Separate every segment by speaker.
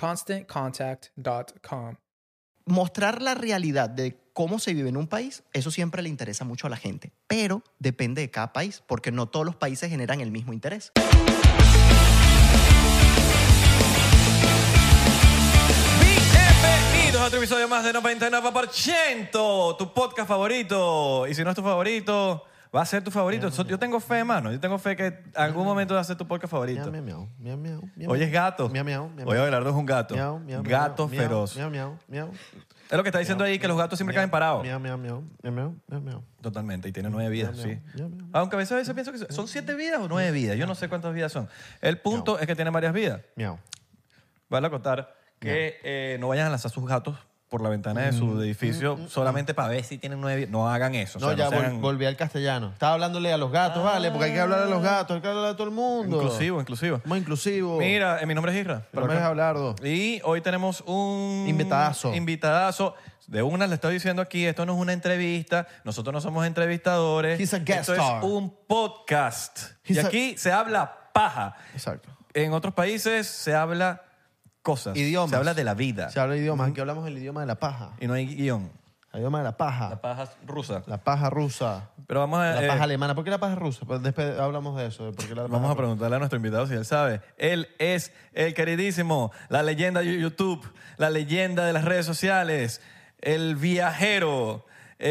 Speaker 1: ConstantContact.com.
Speaker 2: Mostrar la realidad de cómo se vive en un país, eso siempre le interesa mucho a la gente, pero depende de cada país, porque no todos los países generan el mismo interés.
Speaker 3: Bienvenidos a otro episodio más de 99%, tu podcast favorito. Y si no es tu favorito, va a ser tu favorito. So- yo tengo fe, mano. Yo tengo fe que algún momento va a ser tu podcast favorito.
Speaker 4: Miau, miau, miau, miau, miau, miau.
Speaker 3: Hoy es gato.
Speaker 4: Miau, miau, miau.
Speaker 3: Hoy Abelardo es un gato.
Speaker 4: Miau, miau, miau,
Speaker 3: gato
Speaker 4: miau,
Speaker 3: feroz.
Speaker 4: Miau, miau, miau.
Speaker 3: Es lo que está diciendo ahí, que los gatos siempre
Speaker 4: Miau,
Speaker 3: caen parados.
Speaker 4: Miau, miau, miau, miau, miau, miau, miau.
Speaker 3: Totalmente, y tiene nueve vidas,
Speaker 4: Miau, miau,
Speaker 3: sí.
Speaker 4: miau, miau.
Speaker 3: Aunque a veces, a veces pienso que son- son siete vidas o nueve vidas. Yo no sé cuántas vidas son. El punto es que tiene varias vidas.
Speaker 4: Miau.
Speaker 3: Vale a contar que eh, no vayan a lanzar sus gatos por la ventana de
Speaker 4: Mm,
Speaker 3: su edificio solamente para ver si tienen nueve vidas. No hagan eso. o
Speaker 4: No,
Speaker 3: sea,
Speaker 4: ya
Speaker 3: no
Speaker 4: vol-
Speaker 3: sean-
Speaker 4: volví al castellano. Estaba hablándole a los gatos, ¿vale? Porque hay que hablar a los gatos, hay que hablar a todo el mundo.
Speaker 3: Ah. Inclusivo, inclusivo.
Speaker 4: Muy inclusivo.
Speaker 3: Mira, eh, mi nombre es Isra.
Speaker 4: Mi nombre es Abelardo.
Speaker 3: Y hoy tenemos un...
Speaker 4: Invitadazo.
Speaker 3: Invitadazo. De una le estoy diciendo aquí, esto no es una entrevista, nosotros no somos entrevistadores.
Speaker 4: He's a guest
Speaker 3: esto
Speaker 4: star.
Speaker 3: es un podcast. y
Speaker 4: He's a-
Speaker 3: aquí se habla paja.
Speaker 4: Exacto.
Speaker 3: En otros países se habla cosas.
Speaker 4: Idiomas.
Speaker 3: Se habla de la vida.
Speaker 4: Se habla de idiomas. Aquí hablamos el idioma de la paja.
Speaker 3: Y no hay guión.
Speaker 4: El idioma de la
Speaker 3: La
Speaker 4: paja.
Speaker 3: paja rusa.
Speaker 4: La paja rusa.
Speaker 3: Pero vamos a...
Speaker 4: La
Speaker 3: eh,
Speaker 4: paja alemana. ¿Por qué la paja rusa? Pues Después hablamos de eso. de por qué la
Speaker 3: Vamos
Speaker 4: paja
Speaker 3: a preguntarle a nuestro invitado si él sabe. Él es el queridísimo, la leyenda de YouTube, la leyenda de las redes sociales, el viajero,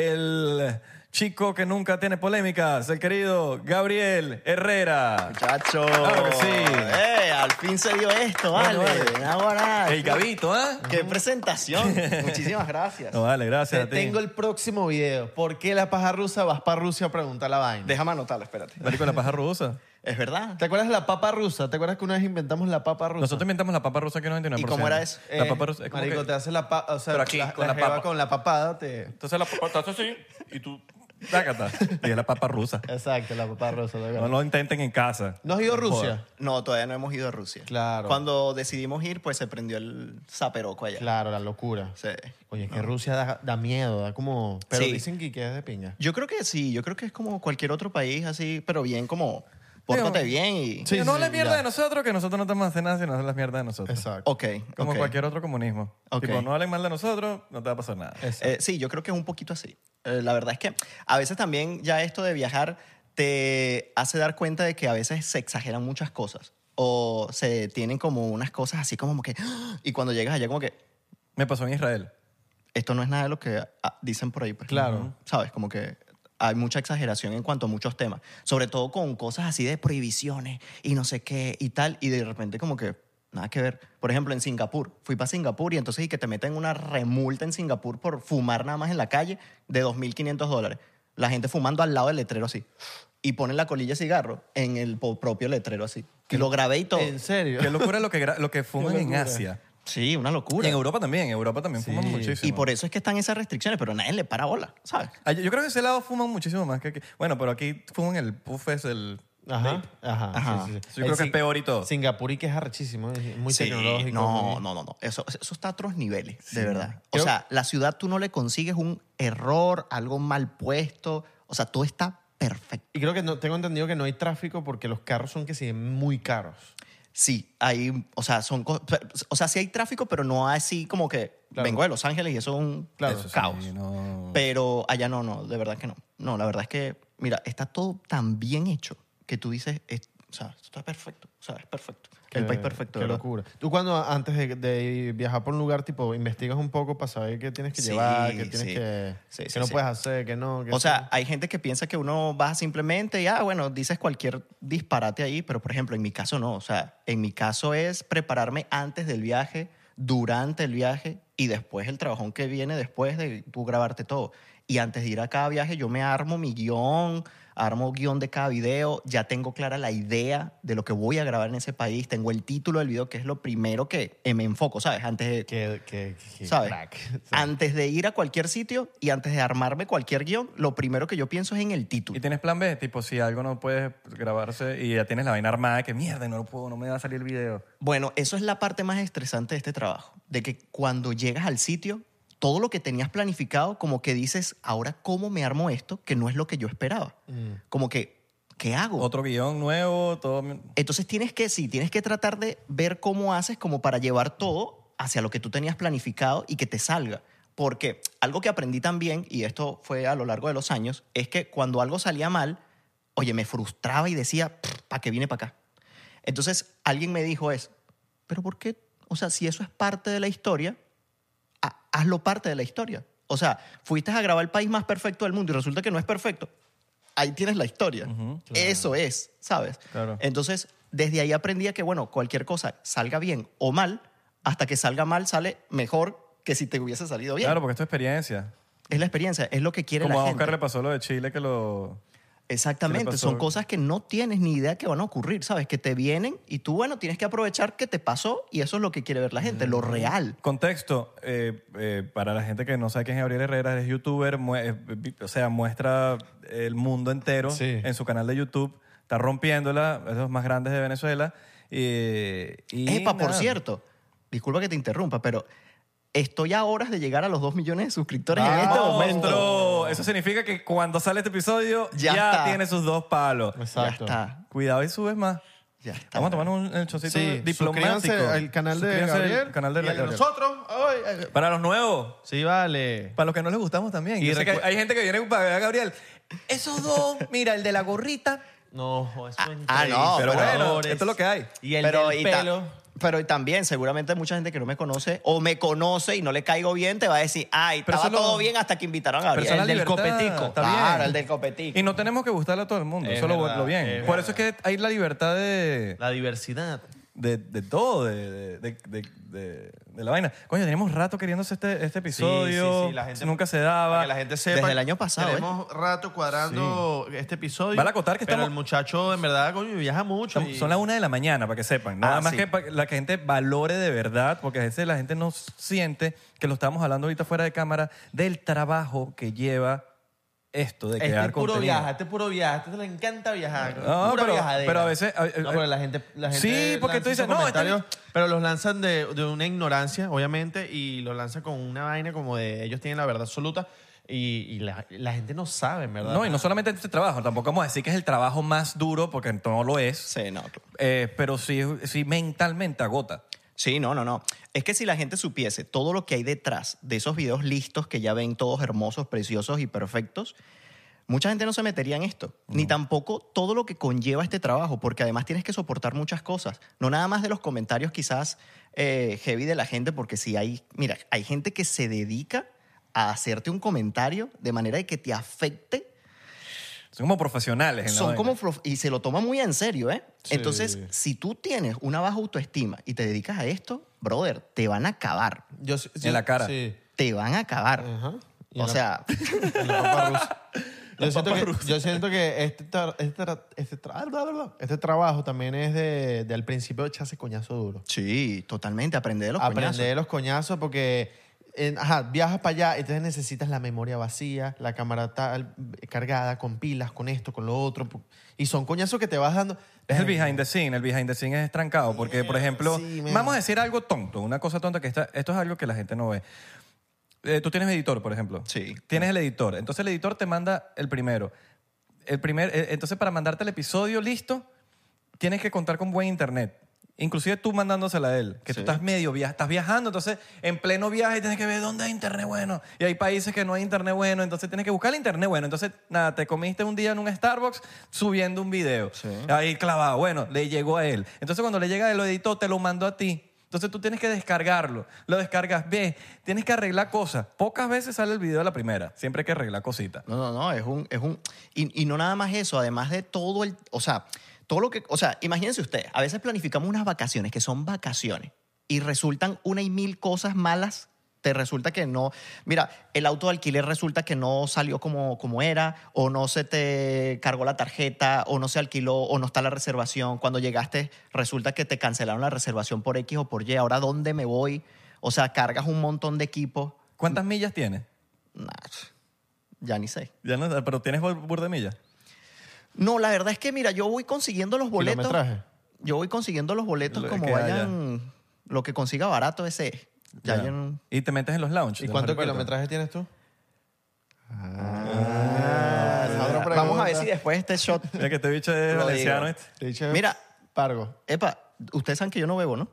Speaker 3: el chico que nunca tiene polémicas, el querido Gabriel Herrera.
Speaker 2: Muchacho.
Speaker 3: Claro que sí.
Speaker 2: Eh, al fin se dio esto, vale.
Speaker 3: Bueno, vale.
Speaker 2: Ahora,
Speaker 3: El Gabito, ¿ah?
Speaker 2: qué presentación. Muchísimas gracias.
Speaker 3: No, vale, gracias
Speaker 4: Te
Speaker 3: a ti.
Speaker 4: tengo el próximo video. ¿Por qué la paja rusa? Vas para Rusia a preguntar la vaina.
Speaker 2: Déjame anotarlo, espérate.
Speaker 3: Marico, la paja rusa.
Speaker 2: Es verdad.
Speaker 4: ¿Te acuerdas de la papa rusa? ¿Te acuerdas que una vez inventamos la papa rusa?
Speaker 3: Nosotros inventamos la papa rusa que 99%.
Speaker 2: ¿Y cómo era eso?
Speaker 3: La
Speaker 4: Eh,
Speaker 3: papa rusa. es como
Speaker 4: marico,
Speaker 3: que-
Speaker 4: te hace la papa, o sea,
Speaker 3: Pero aquí,
Speaker 4: la,
Speaker 3: con
Speaker 4: la
Speaker 3: la
Speaker 4: jeva
Speaker 3: papa.
Speaker 4: con la papada te...
Speaker 3: Entonces la papa te hace así y tú... Tácata. Y es la papa rusa.
Speaker 4: Exacto, la papa rusa. de verdad.
Speaker 3: No lo intenten en casa.
Speaker 4: ¿No has ido a Rusia?
Speaker 2: No, todavía no hemos ido a Rusia.
Speaker 4: Claro.
Speaker 2: Cuando decidimos ir, pues se prendió el zaperoco allá.
Speaker 4: Claro, la locura.
Speaker 2: Sí.
Speaker 4: Oye, es que Rusia da, da miedo, da como... Pero
Speaker 2: Sí.
Speaker 4: dicen que que es de pinga.
Speaker 2: Yo creo que sí, yo creo que es como cualquier otro país así, pero bien como, pórtate bien y...
Speaker 4: Sí,
Speaker 3: Digo, no
Speaker 4: sí,
Speaker 3: la
Speaker 4: sí,
Speaker 3: mierda
Speaker 4: ya.
Speaker 3: de nosotros, que nosotros no estamos haciendo nada sino hacer las mierdas de nosotros.
Speaker 4: Exacto.
Speaker 2: Ok,
Speaker 3: Como
Speaker 2: ok.
Speaker 3: cualquier otro comunismo.
Speaker 2: Ok.
Speaker 3: Tipo, no hablen mal de nosotros, no te va a pasar nada.
Speaker 2: Eh, sí, yo creo que es un poquito así. Eh, la verdad es que a veces también ya esto de viajar te hace dar cuenta de que a veces se exageran muchas cosas o se tienen como unas cosas así como que... ¡Ah! Y cuando llegas allá como que
Speaker 3: Me pasó en Israel.
Speaker 2: esto no es nada de lo que ah, dicen por ahí. pues.
Speaker 4: Claro.
Speaker 2: ¿Sabes? Como que hay mucha exageración en cuanto a muchos temas, sobre todo con cosas así de prohibiciones y no sé qué y tal, y de repente como que nada que ver. Por ejemplo, en Singapur, fui para Singapur y entonces y que te meten una remulta en Singapur por fumar nada más en la calle de 2.500 dólares. La gente fumando al lado del letrero así. Y ponen la colilla de cigarro en el po- propio letrero así. Y lo grabé y todo.
Speaker 4: ¿En serio?
Speaker 3: Qué locura lo que, gra- lo que fuman en
Speaker 4: locura.
Speaker 3: Asia.
Speaker 2: Sí, una locura.
Speaker 3: Y en Europa también, en Europa también fuman muchísimo.
Speaker 2: Y por eso es que están esas restricciones, pero nadie le para bola, ¿sabes?
Speaker 3: Ah, Yo yo creo que ese lado fuman muchísimo más que aquí. Bueno, pero aquí fuman el puff es el...
Speaker 4: Ajá, ajá.
Speaker 2: Ajá.
Speaker 4: sí, sí, sí.
Speaker 3: Yo creo
Speaker 4: El
Speaker 3: que es
Speaker 4: Sing-
Speaker 3: peor y todo.
Speaker 4: Singapur y que es arrechísimo, es muy
Speaker 2: Sí,
Speaker 4: tecnológico.
Speaker 2: No,
Speaker 4: muy-
Speaker 2: no, no, no. Eso, eso está a otros niveles, de verdad. O
Speaker 4: Yo-
Speaker 2: sea, la ciudad tú no le consigues un error, algo mal puesto. O sea, todo está perfecto.
Speaker 4: Y creo que no, tengo entendido que no hay tráfico porque los carros son que sí muy caros.
Speaker 2: Sí, hay, o sea, son, co- o sea, sí hay tráfico, pero no así como que
Speaker 4: Claro.
Speaker 2: vengo de Los Ángeles y eso es un
Speaker 4: Claro.
Speaker 2: eso sí,
Speaker 3: caos.
Speaker 2: caos. Pero allá no, no, de verdad que no. No, la verdad es que, mira, está todo tan bien hecho que tú dices, es- o sea, esto está perfecto, o sea, es perfecto. el
Speaker 4: Qué-
Speaker 2: país perfecto,
Speaker 4: Eh, Qué
Speaker 2: de verdad.
Speaker 4: locura. Tú cuando antes de, de viajar por un lugar, tipo, investigas un poco para saber qué tienes que
Speaker 2: Sí,
Speaker 4: llevar, qué tienes
Speaker 2: sí.
Speaker 4: que,
Speaker 2: Sí,
Speaker 4: qué
Speaker 2: sí,
Speaker 4: no
Speaker 2: sí.
Speaker 4: puedes hacer, qué no. qué
Speaker 2: O sea,
Speaker 4: sí.
Speaker 2: hay gente que piensa que uno va simplemente y, ah, bueno, dices cualquier disparate ahí, pero por ejemplo, en mi caso no. O sea, en mi caso es prepararme antes del viaje, durante el viaje y después el trabajón que viene después de tú grabarte todo. Y antes de ir a cada viaje, yo me armo mi guión, armo guión de cada video, ya tengo clara la idea de lo que voy a grabar en ese país, tengo el título del video, que es lo primero que eh, me enfoco, ¿sabes? Antes de,
Speaker 4: Qué- qué- qué
Speaker 2: ¿sabes?
Speaker 4: crack. Sí.
Speaker 2: Antes de ir a cualquier sitio y antes de armarme cualquier guión, lo primero que yo pienso es en el
Speaker 3: ¿Y
Speaker 2: título.
Speaker 3: tienes plan B? Tipo, si algo no puedes grabarse y ya tienes la vaina armada, que mierda, no lo puedo, no me va a salir el video.
Speaker 2: Bueno, eso es la parte más estresante de este trabajo, de que cuando llegas al sitio, todo lo que tenías planificado, como que dices, ahora cómo me armo esto, que no es lo que yo esperaba.
Speaker 4: Mm.
Speaker 2: Como que, ¿qué hago?
Speaker 3: Otro guión nuevo, todo...
Speaker 2: Entonces tienes que, sí, tienes que tratar de ver cómo haces como para llevar todo hacia lo que tú tenías planificado y que te salga. Porque algo que aprendí también, y esto fue a lo largo de los años, es que cuando algo salía mal, oye, me frustraba y decía, ¿para qué vine para acá? Entonces alguien me dijo es, pero ¿por qué? O sea, si eso es parte de la historia, ha- hazlo parte de la historia. O sea, fuiste a grabar el país más perfecto del mundo y resulta que no es perfecto. Ahí tienes la historia. Eso es, ¿sabes?
Speaker 3: Claro.
Speaker 2: Entonces, desde ahí aprendí a que, bueno, cualquier cosa salga bien o mal, hasta que salga mal sale mejor que si te hubiese salido bien.
Speaker 3: Claro, porque esto es experiencia.
Speaker 2: Es la experiencia, es lo que quiere
Speaker 3: Como
Speaker 2: la
Speaker 3: a
Speaker 2: gente.
Speaker 3: Oscar le pasó lo de Chile que lo... ¿Qué
Speaker 2: Exactamente,
Speaker 3: le
Speaker 2: son
Speaker 3: pasó?
Speaker 2: cosas que no tienes ni idea que van a ocurrir, ¿sabes? Que te vienen y tú, bueno, tienes que aprovechar que te pasó y eso es lo que quiere ver la gente,
Speaker 3: Mm.
Speaker 2: lo real.
Speaker 3: Contexto, eh, eh, para la gente que no sabe quién es Gabriel Herrera, es youtuber, mue- eh, vi- o sea, muestra el mundo entero
Speaker 4: Sí.
Speaker 3: en su canal de YouTube, está rompiéndola, es de los más grandes de Venezuela. eh, y
Speaker 2: Epa, por
Speaker 3: nada.
Speaker 2: cierto, disculpa que te interrumpa, pero estoy a horas de llegar a los 2 millones de suscriptores en este
Speaker 3: ¡Monstruo!
Speaker 2: momento.
Speaker 3: Eso significa que cuando sale este episodio ya,
Speaker 2: Ya está.
Speaker 3: tiene sus dos palos.
Speaker 4: Exacto.
Speaker 2: Ya está,
Speaker 3: Cuidado y subes más.
Speaker 2: ya está.
Speaker 3: Vamos a tomar un el chocito
Speaker 4: Sí,
Speaker 3: diplomático.
Speaker 4: suscríbanse al canal de
Speaker 3: Suscríbanse al
Speaker 4: Gabriel
Speaker 3: canal de
Speaker 4: y al de
Speaker 3: Gabriel.
Speaker 4: nosotros. Ay, ay,
Speaker 3: Para los nuevos.
Speaker 4: Sí, vale.
Speaker 3: Para los que no les gustamos también.
Speaker 4: Y
Speaker 3: Yo sé que hay,
Speaker 4: recu-
Speaker 3: hay gente que viene para ver a Gabriel. Esos dos, mira, el de la gorrita.
Speaker 4: No, eso
Speaker 2: Ah,
Speaker 4: es
Speaker 2: ah, no,
Speaker 3: pero
Speaker 2: pero-
Speaker 3: bueno, esto es lo que hay.
Speaker 4: Y el
Speaker 2: pero,
Speaker 4: del
Speaker 2: y ta-
Speaker 4: pelo.
Speaker 2: pero y también, seguramente mucha gente que no me conoce o me conoce y no le caigo bien, te va a decir, ay,
Speaker 3: Pero
Speaker 2: estaba
Speaker 3: eso lo-
Speaker 2: todo bien hasta que invitaron a
Speaker 3: Pero esa
Speaker 2: Gabriel.
Speaker 3: es la
Speaker 4: Ah, el del
Speaker 3: libertad,
Speaker 4: copetico.
Speaker 3: está
Speaker 2: Claro,
Speaker 3: bien.
Speaker 2: el del copetico.
Speaker 3: Y no tenemos que gustarle a todo el mundo.
Speaker 4: Es
Speaker 3: eso lo-
Speaker 4: verdad,
Speaker 3: lo bien.
Speaker 4: es
Speaker 3: Por eso es que hay la libertad de,
Speaker 4: La diversidad.
Speaker 3: de, de todo, de, de, de, de- de la vaina. Coño, teníamos rato queriéndose este, este episodio. nunca se daba.
Speaker 4: Para que la gente sepa.
Speaker 2: Desde el año pasado,
Speaker 4: Tenemos rato cuadrando este episodio.
Speaker 3: Vale acotar que
Speaker 4: pero
Speaker 3: estamos-
Speaker 4: el muchacho, en verdad, coño, viaja mucho.
Speaker 3: Son-
Speaker 4: y-
Speaker 3: Son las una de la mañana, para que sepan. Nada
Speaker 2: Ah,
Speaker 3: más
Speaker 2: sí.
Speaker 3: que para que la gente valore de verdad, porque a veces la gente no siente que lo estamos hablando ahorita fuera de cámara, del trabajo que lleva esto de
Speaker 4: Este
Speaker 3: crear
Speaker 4: es puro
Speaker 3: contenido.
Speaker 4: viaje, este es puro viaje, este le encanta viajar.
Speaker 3: No,
Speaker 4: pura
Speaker 3: pero-
Speaker 4: viajadera.
Speaker 3: pero a veces- a-
Speaker 4: no, pero la gente. La gente
Speaker 3: Sí, porque
Speaker 4: lanza
Speaker 3: tú dices,
Speaker 4: esos
Speaker 3: no, este-
Speaker 4: comentarios, Pero los lanzan de, de una ignorancia, obviamente, y los lanzan con una vaina como de ellos tienen la verdad absoluta. Y, y la, la gente no sabe, en ¿verdad?
Speaker 3: No, y no solamente este trabajo, tampoco vamos a decir que es el trabajo más duro, porque no lo es,
Speaker 2: Sí, no, claro.
Speaker 3: eh, pero sí, sí mentalmente agota.
Speaker 2: Sí, no, no, no. Es que si la gente supiese todo lo que hay detrás de esos videos listos que ya ven todos hermosos, preciosos y perfectos, mucha gente no se metería en esto. Ni tampoco todo lo que conlleva este trabajo, porque además tienes que soportar muchas cosas. No nada más de los comentarios quizás eh, heavy de la gente, porque si hay, mira, hay gente que se dedica a hacerte un comentario de manera de que te afecte
Speaker 3: Son como profesionales. en la
Speaker 2: Son
Speaker 3: vaina.
Speaker 2: como prof- y se lo toma muy en serio, ¿eh?
Speaker 4: Sí.
Speaker 2: Entonces, si tú tienes una baja autoestima y te dedicas a esto, brother, te van a acabar.
Speaker 4: Yo sí-
Speaker 3: En
Speaker 4: sí-
Speaker 3: la cara.
Speaker 4: Sí.
Speaker 2: Te van a acabar.
Speaker 4: Ajá. Y
Speaker 2: O
Speaker 4: la-
Speaker 2: sea,
Speaker 4: y la papa rusa. Yo siento,
Speaker 3: papa
Speaker 4: que,
Speaker 3: rusa.
Speaker 4: yo siento que este, tra- este, tra- este, tra- bla, bla, bla. Este trabajo también es de, de al principio echarse coñazo duro.
Speaker 2: sí, totalmente. Aprende de los
Speaker 4: Aprender
Speaker 2: coñazos.
Speaker 4: de los coñazos porque en- ajá, viajas para allá, entonces necesitas la memoria vacía, la cámara tal, cargada, con pilas, con esto, con lo otro. pu- Y son coñazos que te vas dando.
Speaker 3: Es el behind the scene, el behind the scene es trancado, porque por ejemplo,
Speaker 4: sí, man.
Speaker 3: vamos a decir algo tonto, una cosa tonta que está, esto es algo que la gente no ve. Eh, Tú tienes editor, por ejemplo.
Speaker 2: Sí.
Speaker 3: Tienes el editor, entonces el editor te manda el primero. El primer, eh, entonces para mandarte el episodio listo, tienes que contar con buen internet. Inclusive tú mandándosela a él, que tú
Speaker 2: Sí.
Speaker 3: estás medio via- estás viajando, entonces en pleno viaje tienes que ver dónde hay internet bueno. Y hay países que no hay internet bueno, entonces tienes que buscar el internet bueno. Entonces, nada, te comiste un día en un Starbucks subiendo un video.
Speaker 2: Sí.
Speaker 3: Ahí clavado, bueno, le llegó a él. Entonces cuando le llega a él, lo editó, te lo mandó a ti. Entonces tú tienes que descargarlo, lo descargas, ves, tienes que arreglar cosas. Pocas veces sale el video de la primera, siempre hay que arreglar cositas.
Speaker 2: No, no, no, es un... Es un y, y no nada más eso, además de todo el... O sea, todo lo que... O sea, imagínense ustedes, a veces planificamos unas vacaciones que son vacaciones y resultan una y mil cosas malas. Te resulta que no... Mira, el auto de alquiler resulta que no salió como, como era, o no se te cargó la tarjeta, o no se alquiló, o no está la reservación. Cuando llegaste, resulta que te cancelaron la reservación por X o por Y. Ahora, ¿dónde me voy? O sea, cargas un montón de equipos.
Speaker 3: ¿Cuántas millas tienes?
Speaker 2: Nah, ya ni sé.
Speaker 3: Ya no, pero tienes bur- burda de millas.
Speaker 2: No, la verdad es que, mira, yo voy consiguiendo los boletos.
Speaker 4: Kilometraje.
Speaker 2: Yo voy consiguiendo los boletos
Speaker 3: Lo que
Speaker 2: como
Speaker 3: queda,
Speaker 2: vayan. Lo que consiga barato, ese es. Ya, yo no-
Speaker 3: Y te metes en los lounge.
Speaker 4: ¿Y
Speaker 3: de los
Speaker 4: cuánto
Speaker 3: aeropuertos.
Speaker 4: kilometraje tienes tú?
Speaker 2: Ah, Vamos a ver si después este shot.
Speaker 3: Mira que este bicho es
Speaker 2: Lo
Speaker 3: valenciano.
Speaker 2: digo.
Speaker 3: este.
Speaker 2: Mira.
Speaker 4: Pargo.
Speaker 2: Epa, ustedes saben que yo no bebo, ¿no?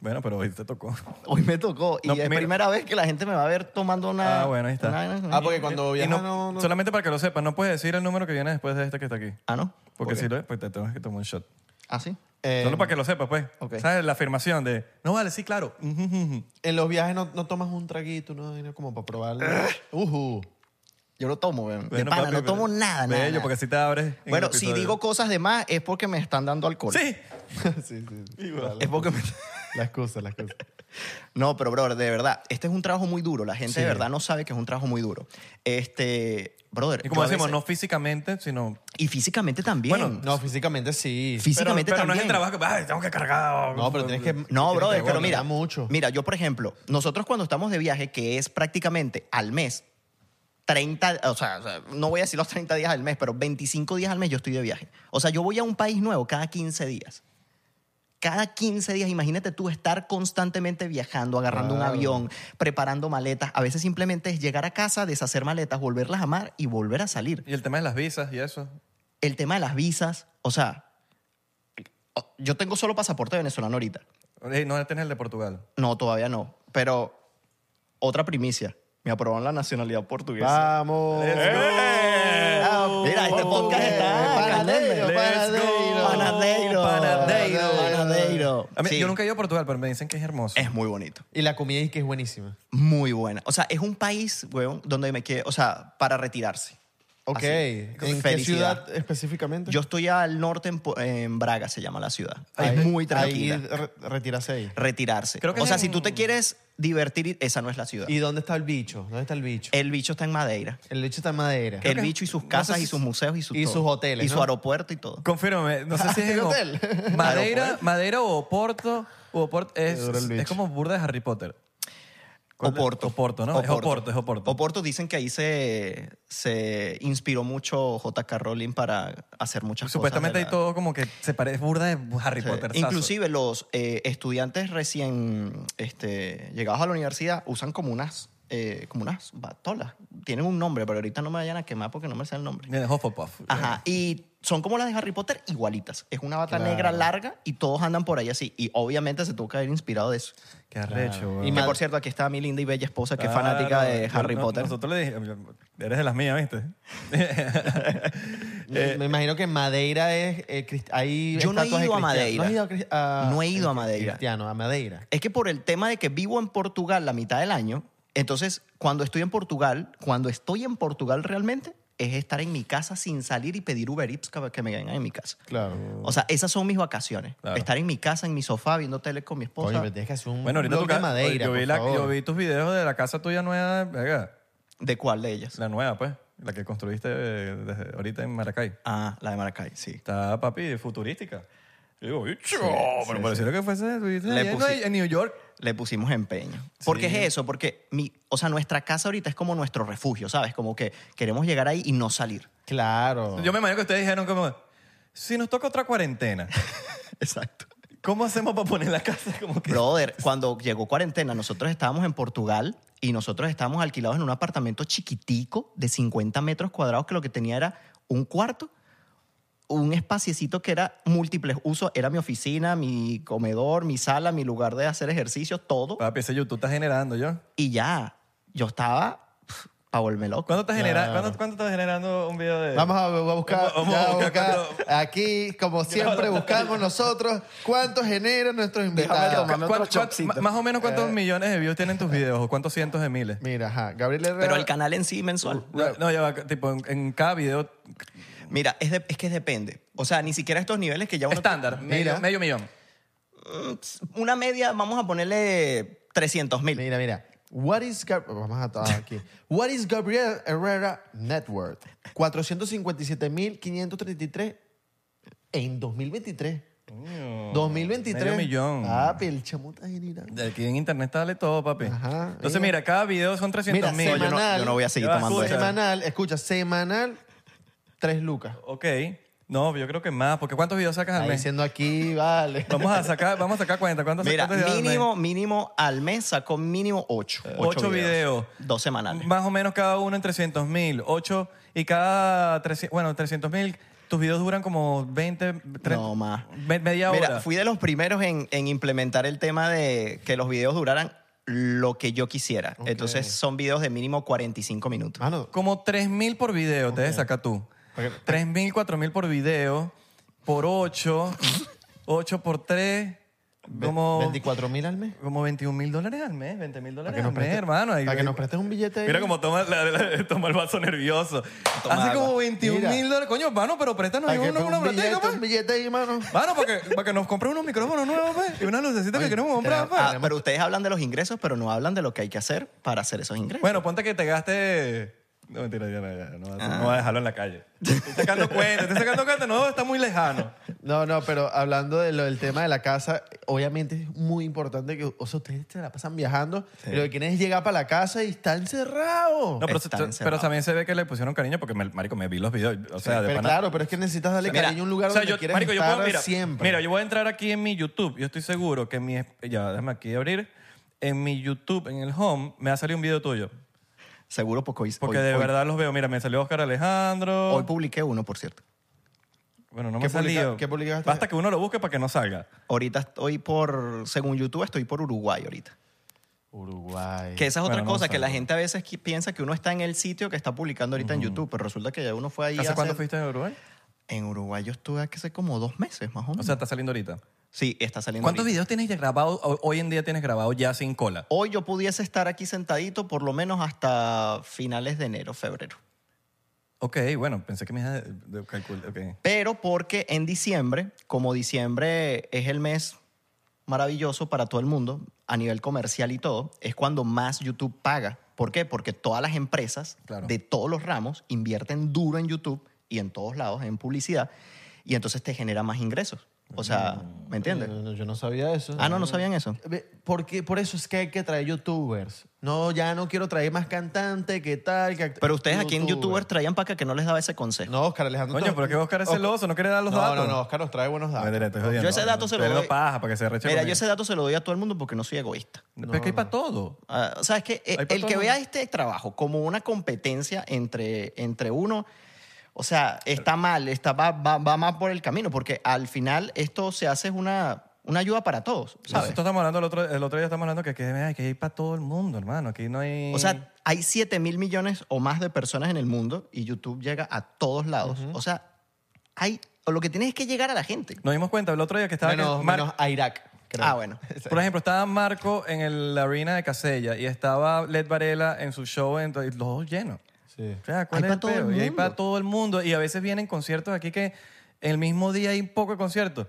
Speaker 3: Bueno, pero hoy te tocó.
Speaker 2: Hoy me tocó. Y
Speaker 3: No,
Speaker 2: es la
Speaker 3: mira.
Speaker 2: primera vez que la gente me va a ver tomando una.
Speaker 3: Ah, bueno, ahí está.
Speaker 2: una-
Speaker 4: Ah, porque cuando
Speaker 3: Y
Speaker 4: viajas
Speaker 3: no-
Speaker 4: no, no-
Speaker 3: Solamente para que lo sepas, no puedes decir el número que viene después de este que está aquí.
Speaker 2: Ah, ¿no?
Speaker 3: Porque
Speaker 2: Ok.
Speaker 3: si lo pues te tengo que tomar un shot.
Speaker 2: Ah, sí.
Speaker 4: Eh,
Speaker 3: Solo para que lo sepas, pues.
Speaker 2: ok.
Speaker 3: ¿Sabes? La afirmación de, no vale, sí, claro. Ujú, ujú, ujú.
Speaker 4: En los viajes no, no tomas un traguito, no, Y no como para probarlo. Ujú.
Speaker 2: Yo lo tomo, weón. De
Speaker 3: Bueno,
Speaker 2: pana,
Speaker 3: papi,
Speaker 2: no
Speaker 3: pero-
Speaker 2: tomo nada, nada.
Speaker 3: Bello,
Speaker 2: nada.
Speaker 3: porque si te abres. en el
Speaker 2: Bueno, si
Speaker 3: episodio.
Speaker 2: digo cosas de más es porque me están dando alcohol.
Speaker 3: Sí.
Speaker 4: sí, sí. sí.
Speaker 2: Es porque me.
Speaker 4: La excusa, la excusa.
Speaker 2: No, pero brother, de verdad, este es un trabajo muy duro. La gente
Speaker 4: Sí.
Speaker 2: de verdad no sabe que es un trabajo muy duro. Este, brother.
Speaker 3: Y como
Speaker 2: yo a
Speaker 3: decimos,
Speaker 2: veces-
Speaker 3: no físicamente, sino.
Speaker 2: Y físicamente también.
Speaker 3: Bueno,
Speaker 4: No, físicamente sí.
Speaker 3: Pero,
Speaker 2: físicamente
Speaker 3: pero no es
Speaker 2: también.
Speaker 3: el trabajo que, ay, tengo que cargar.
Speaker 4: No, pero tienes que.
Speaker 2: No,
Speaker 4: tienes
Speaker 2: brother,
Speaker 4: que
Speaker 2: pero
Speaker 4: aguantar
Speaker 2: mira,
Speaker 4: mucho.
Speaker 2: mira, yo por ejemplo, nosotros cuando estamos de viaje, que es prácticamente al mes, 30, o sea, o sea, no voy a decir los 30 días al mes, pero 25 días al mes yo estoy de viaje. O sea, yo voy a un país nuevo cada 15 días. Cada 15 días, imagínate tú estar constantemente viajando, agarrando
Speaker 4: Claro.
Speaker 2: un avión, preparando maletas. A veces simplemente es llegar a casa, deshacer maletas, volverlas a amar y volver a salir
Speaker 3: Y el tema de las visas y eso.
Speaker 2: el tema de las visas, o sea, o- yo tengo solo pasaporte venezolano ahorita.
Speaker 3: Ey, Eh, no tienes el de Portugal.
Speaker 2: No, todavía no. Pero otra primicia. Me aprobaron la nacionalidad portuguesa.
Speaker 4: Ah, Vamos.
Speaker 2: Mira,
Speaker 4: oh,
Speaker 2: este podcast
Speaker 4: eh,
Speaker 2: está
Speaker 4: Panadeiro,
Speaker 2: candente.
Speaker 4: panadeiro.
Speaker 2: Panadeiro.
Speaker 3: Panadeiro. Eh,
Speaker 2: Panadeiro.
Speaker 3: A mí-
Speaker 2: Sí.
Speaker 3: Yo nunca he ido a Portugal, pero me dicen que es hermoso.
Speaker 2: Es muy bonito.
Speaker 4: Y la comida es que es buenísima.
Speaker 2: Muy buena. O sea, es un país, weón, donde me quedé, o sea, para retirarse.
Speaker 4: Ok.
Speaker 2: Así.
Speaker 4: ¿En qué
Speaker 2: Felicidad.
Speaker 4: ciudad específicamente?
Speaker 2: Yo estoy al norte en, Po- en Braga, se llama la ciudad.
Speaker 4: Ahí-
Speaker 2: es muy tranquila.
Speaker 4: Ahí re- retirarse ahí.
Speaker 2: retirarse.
Speaker 3: Creo que
Speaker 2: o
Speaker 3: es
Speaker 2: sea,
Speaker 3: en-
Speaker 2: si tú te quieres divertir, esa no es la ciudad.
Speaker 4: ¿Y dónde está el bicho? ¿Dónde está el bicho?
Speaker 2: El bicho está en Madeira.
Speaker 4: El bicho está en madera.
Speaker 2: Eh, el
Speaker 3: que-
Speaker 2: bicho y sus
Speaker 3: no
Speaker 2: casas
Speaker 3: sé si-
Speaker 2: y sus museos y, su
Speaker 4: y
Speaker 2: todo.
Speaker 4: sus hoteles,
Speaker 2: Y
Speaker 4: ¿no?
Speaker 2: su aeropuerto y todo.
Speaker 3: Confírmame, no sé si es
Speaker 4: ¿El
Speaker 3: en
Speaker 4: hotel?
Speaker 3: Madeira,
Speaker 2: Aeropuerto.
Speaker 3: Madeira o Oporto. o Oporto es,
Speaker 4: duro el bicho.
Speaker 3: es como burda de Harry Potter. ¿Cuál es?
Speaker 2: Oporto.
Speaker 3: Oporto, ¿no? Es Oporto, es Oporto.
Speaker 2: dicen que ahí se, se inspiró mucho J.K. Rowling para hacer muchas
Speaker 3: Supuestamente hay
Speaker 2: cosas. de la-
Speaker 3: todo como que se parece burda de Harry
Speaker 2: Sí.
Speaker 3: Potter.
Speaker 2: Inclusive los eh, estudiantes recién este, llegados a la universidad usan como unas, eh, como unas batolas. Tienen un nombre, pero ahorita no me vayan a quemar porque no me sé el nombre.
Speaker 3: De Hufflepuff.
Speaker 2: Ajá, y son como las de Harry Potter, igualitas. Es una bata
Speaker 4: Claro.
Speaker 2: negra larga y todos andan por ahí así. Y obviamente se tuvo que haber inspirado de eso.
Speaker 3: Qué arrecho,
Speaker 4: Claro.
Speaker 3: weón.
Speaker 4: Y
Speaker 2: Que
Speaker 4: Mal.
Speaker 2: por cierto, aquí está mi linda y bella esposa, que es
Speaker 3: Claro,
Speaker 2: fanática de
Speaker 3: yo-
Speaker 2: Harry
Speaker 3: no-
Speaker 2: Potter.
Speaker 3: Nosotros le dijimos, eres de las mías, ¿viste?
Speaker 4: Me- me imagino que en Madeira es. eh, crist- ahí
Speaker 2: Yo no he
Speaker 4: estatuas de
Speaker 2: ido a
Speaker 4: cristianos.
Speaker 2: Madeira.
Speaker 4: ¿No, has ido a cris- a-
Speaker 2: No he ido a
Speaker 4: cri-
Speaker 2: Madeira.
Speaker 4: Cristiano, a Madeira.
Speaker 2: Es que por el tema de que vivo en Portugal la mitad del año, entonces cuando estoy en Portugal, cuando estoy en Portugal realmente, es estar en mi casa sin salir y pedir Uber Eats que que me vengan en mi casa.
Speaker 4: Claro.
Speaker 2: O sea, esas son mis vacaciones.
Speaker 3: Claro.
Speaker 2: Estar en mi casa, en mi sofá, viendo tele con mi esposa.
Speaker 4: Oye, pero tienes que hacer un
Speaker 3: Bueno, ahorita
Speaker 4: blog
Speaker 3: toca-
Speaker 4: de madeira,
Speaker 3: yo, vi
Speaker 4: por
Speaker 3: la-
Speaker 4: favor.
Speaker 3: yo vi tus videos de la casa tuya nueva, verga,
Speaker 2: ¿De cuál de ellas?
Speaker 3: la nueva, pues, la que construiste eh, desde ahorita en Maracay.
Speaker 2: Ah, la de Maracay, sí.
Speaker 3: Está, papi, futurística. Y digo, "Icho", pero
Speaker 2: sí,
Speaker 3: pareciera que fuese estuviste
Speaker 2: Le
Speaker 3: allá en-
Speaker 2: pusi-
Speaker 3: en New York.
Speaker 2: le pusimos empeño. Porque
Speaker 3: Sí.
Speaker 2: es eso, porque mi, o sea, nuestra casa ahorita es como nuestro refugio, ¿sabes? Como que queremos llegar ahí y no salir. Oh.
Speaker 4: Claro.
Speaker 3: Yo me imagino que ustedes dijeron como, si nos toca otra cuarentena,
Speaker 2: Exacto.
Speaker 3: ¿cómo hacemos para poner la casa? Como que,
Speaker 2: Brother, cuando llegó cuarentena, nosotros estábamos en Portugal y nosotros estábamos alquilados en un apartamento chiquitico de 50 metros cuadrados que lo que tenía era un cuarto, un espaciecito que era múltiples usos, era mi oficina, mi comedor, mi sala, mi lugar de hacer ejercicio, todo.
Speaker 3: papi, ese YouTube está generando, ¿yo?
Speaker 2: Y ya, yo estaba para volverme loco.
Speaker 3: ¿Cuándo estás, genera-
Speaker 4: Claro.
Speaker 3: ¿cuándo- cuándo estás generando un video de...?
Speaker 4: Vamos a, a buscar,
Speaker 3: Vamos- vamos
Speaker 4: ya
Speaker 3: a
Speaker 4: vamos a
Speaker 3: buscar
Speaker 4: buscar.
Speaker 3: cuánto-
Speaker 4: aquí, como siempre, buscamos nosotros cuánto generan nuestros invitados.
Speaker 3: ¿Cuánto- cuánto- ma- más o menos cuántos
Speaker 2: Eh.
Speaker 3: millones de views tienen tus videos o cuántos cientos de miles.
Speaker 4: Mira, ajá, Gabriel Herrera.
Speaker 2: Pero el canal en sí mensual.
Speaker 3: No, no, ya va, tipo, en, en cada video
Speaker 2: Mira, es, de- es que depende. O sea, ni siquiera estos niveles que ya uno...
Speaker 3: estándar, medio,
Speaker 4: Mira.
Speaker 3: medio millón.
Speaker 2: Una media, vamos a ponerle 300 mil.
Speaker 4: Mira, mira. What is Gab- Vamos a atar aquí. What is Gabriel Herrera Net Worth? 457.533 en 2023.
Speaker 3: medio
Speaker 4: 2023.
Speaker 3: millón.
Speaker 4: Papi, el chamuta general.
Speaker 3: De aquí en internet sale todo, papi.
Speaker 4: Ajá,
Speaker 3: Entonces,
Speaker 4: mira.
Speaker 3: mira, cada video son 300
Speaker 4: Mira,
Speaker 3: mil.
Speaker 2: yo no-
Speaker 4: semanal.
Speaker 2: yo no voy a seguir
Speaker 3: Ya va,
Speaker 2: tomando
Speaker 3: escucha.
Speaker 2: esto.
Speaker 4: Semanal, escucha, semanal, tres lucas.
Speaker 3: Ok. No, yo creo que más, porque ¿cuántos videos sacas al
Speaker 4: Ahí
Speaker 3: mes?
Speaker 4: diciendo aquí, vale.
Speaker 3: Vamos a sacar, vamos a sacar cuenta. ¿Cuántos
Speaker 2: Mira,
Speaker 3: cuántos videos al mes?
Speaker 2: mínimo, mínimo al mes sacó mínimo 8.
Speaker 3: Eh, ocho videos.
Speaker 2: Dos semanales.
Speaker 3: Más o menos cada uno en 300 mil. Ocho y cada 300, bueno, 300 mil. Tus videos duran como 20, 30,
Speaker 2: No, más.
Speaker 3: me- media hora.
Speaker 2: Mira, fui de los primeros en, en implementar el tema de que los videos duraran lo que yo quisiera. Entonces son videos de mínimo 45
Speaker 3: Ah,
Speaker 2: minutos.
Speaker 4: Mano,
Speaker 3: Como 3 mil por video, te debes sacar tú. 3 mil, 4 mil por video, por 8, 8 por 3,
Speaker 4: ve-
Speaker 3: como,
Speaker 4: 24.000 al mes.
Speaker 3: como 21 mil dólares al mes, 20 mil
Speaker 4: Para
Speaker 3: dólares
Speaker 4: que,
Speaker 3: al
Speaker 4: nos
Speaker 3: mes,
Speaker 4: prestes,
Speaker 3: hermano. Ahí-
Speaker 4: para que nos prestes un billete ahí.
Speaker 3: Mira cómo toma, la- la- toma el vaso nervioso.
Speaker 2: Toma
Speaker 3: Hace como
Speaker 2: agua.
Speaker 3: 21
Speaker 4: Mira.
Speaker 3: mil dólares. Coño, hermano, pero préstanos
Speaker 4: Para
Speaker 3: ahí
Speaker 4: que
Speaker 3: uno-
Speaker 4: un,
Speaker 3: una
Speaker 4: billete,
Speaker 3: platica,
Speaker 4: un
Speaker 3: pues.
Speaker 4: billete ahí, mano.
Speaker 3: Mano, para que, para que nos compre unos micrófonos nuevos, pues, y unas lucecitas que queremos comprar, pues.
Speaker 2: Ah, pero ustedes hablan de los ingresos, pero no hablan de lo que hay que hacer para hacer esos ingresos.
Speaker 3: Bueno, ponte que te gaste. No, mentira, ya no, ya no, no
Speaker 4: Ah.
Speaker 3: va a- no va a dejarlo en la calle. Estoy sacando cuenta, estoy sacando cuenta, no, está muy lejano.
Speaker 4: No, no, pero hablando de lo del tema de la casa, obviamente es muy importante que, o sea, ustedes se la pasan viajando, pero que quieren es llegar para la casa y está encerrado.
Speaker 3: No, pero,
Speaker 2: Está
Speaker 3: se-
Speaker 2: encerrado.
Speaker 3: pero también se ve que le pusieron cariño porque, me- marico, me vi los videos. O sea, de
Speaker 4: pero
Speaker 3: pana-
Speaker 4: claro, pero es que necesitas darle
Speaker 2: Mira,
Speaker 4: cariño a un lugar
Speaker 3: O sea,
Speaker 4: donde
Speaker 3: yo-
Speaker 4: quieres
Speaker 3: marico, yo
Speaker 4: estar
Speaker 3: puedo- mira,
Speaker 4: siempre.
Speaker 3: Mira, yo voy a entrar aquí en mi YouTube. Yo estoy seguro que mi... Ya, déjame aquí abrir. En mi YouTube, en el home, me ha salido un video tuyo.
Speaker 2: Seguro porque hoy...
Speaker 3: Porque
Speaker 2: hoy-
Speaker 3: de
Speaker 2: hoy-
Speaker 3: verdad los veo. Mira, me salió Oscar Alejandro.
Speaker 2: Hoy publiqué uno, por cierto.
Speaker 3: bueno, no me
Speaker 4: ¿Qué
Speaker 3: ha salido.
Speaker 4: publica- qué publicaste?
Speaker 3: Basta que uno lo busque para que no salga.
Speaker 2: Ahorita estoy por, según YouTube, estoy por Uruguay ahorita.
Speaker 4: Uruguay.
Speaker 2: Que esa es otra
Speaker 3: Bueno, no
Speaker 2: cosa, que la
Speaker 3: sabemos.
Speaker 2: gente a veces qui- piensa que uno está en el sitio que está publicando ahorita en YouTube, pero resulta que ya uno fue ahí.
Speaker 3: ¿Hace
Speaker 2: hace-
Speaker 3: cuándo fuiste a Uruguay?
Speaker 2: En Uruguay yo estuve hace como dos meses, más o
Speaker 3: O
Speaker 2: menos.
Speaker 3: sea, está saliendo ahorita.
Speaker 2: sí, está saliendo.
Speaker 3: ¿Cuántos
Speaker 2: ahorita.
Speaker 3: videos tienes ya grabados ho- hoy en día tienes grabado ya sin cola?
Speaker 2: Hoy yo pudiese estar aquí sentadito por lo menos hasta finales de enero, febrero.
Speaker 3: Ok, bueno, pensé que me ibas a de- de- calcul- ok.
Speaker 2: Pero porque en diciembre, como diciembre es el mes maravilloso para todo el mundo, a nivel comercial y todo, es cuando más YouTube paga. ¿Por qué? Porque todas las empresas
Speaker 3: Claro.
Speaker 2: de todos los ramos invierten duro en YouTube y en todos lados, en publicidad, y entonces te genera más ingresos. O sea, ¿me entiendes?
Speaker 3: Eh,
Speaker 4: No, no, Yo no sabía eso.
Speaker 2: Ah, no, no sabían eso.
Speaker 4: Ve, Porque por eso es que hay que traer youtubers. No, ya no quiero traer más cantante, qué tal. Que act-
Speaker 2: Pero ustedes aquí en YouTubers traían para acá que no les daba ese consejo.
Speaker 4: No, Oscar Alejandro.
Speaker 3: Coño, pero que Oscar es celoso, no quiere dar los
Speaker 4: no,
Speaker 3: datos.
Speaker 4: No, no, Oscar nos trae buenos datos.
Speaker 3: Mentira, estoy jodiendo.
Speaker 2: Yo ese dato se lo
Speaker 3: Estoy dando
Speaker 2: doy.
Speaker 3: paja para que se arreche
Speaker 2: Mira,
Speaker 3: conmigo.
Speaker 2: yo ese dato se lo doy a todo el mundo porque no soy egoísta.
Speaker 3: Pero es que hay para todo.
Speaker 2: Ah, o sea, es que eh,
Speaker 3: Hay para
Speaker 2: el
Speaker 3: todo
Speaker 2: que
Speaker 3: el
Speaker 2: vea
Speaker 3: mundo.
Speaker 2: este trabajo como una competencia entre, entre uno, o sea, está mal, está, va, va, va mal por el camino, porque al final esto se hace es una, una ayuda para todos, ¿sabes?
Speaker 3: Nosotros Pues estamos hablando, el otro, el otro día estamos hablando que, que, ay, que hay para todo el mundo, hermano. Aquí no hay...
Speaker 2: O sea, hay 7 mil millones o más de personas en el mundo y YouTube llega a todos lados. O sea, hay, lo que tienes es que llegar a la gente.
Speaker 3: Nos dimos cuenta el otro día que estaba...
Speaker 4: Menos,
Speaker 3: que Mar-
Speaker 4: menos a Irak. creo.
Speaker 2: Ah, bueno.
Speaker 3: Por ejemplo, estaba Marco en el- la arena de Casella y estaba Led Varela en su show, en, y los dos llenos. Sí. O sea, ¿cuál
Speaker 2: Hay
Speaker 3: es
Speaker 2: pa'
Speaker 3: el
Speaker 2: todo el
Speaker 3: peo? Y hay
Speaker 2: mundo.
Speaker 3: para todo el mundo. Y a veces vienen conciertos aquí que el mismo día hay poco de conciertos.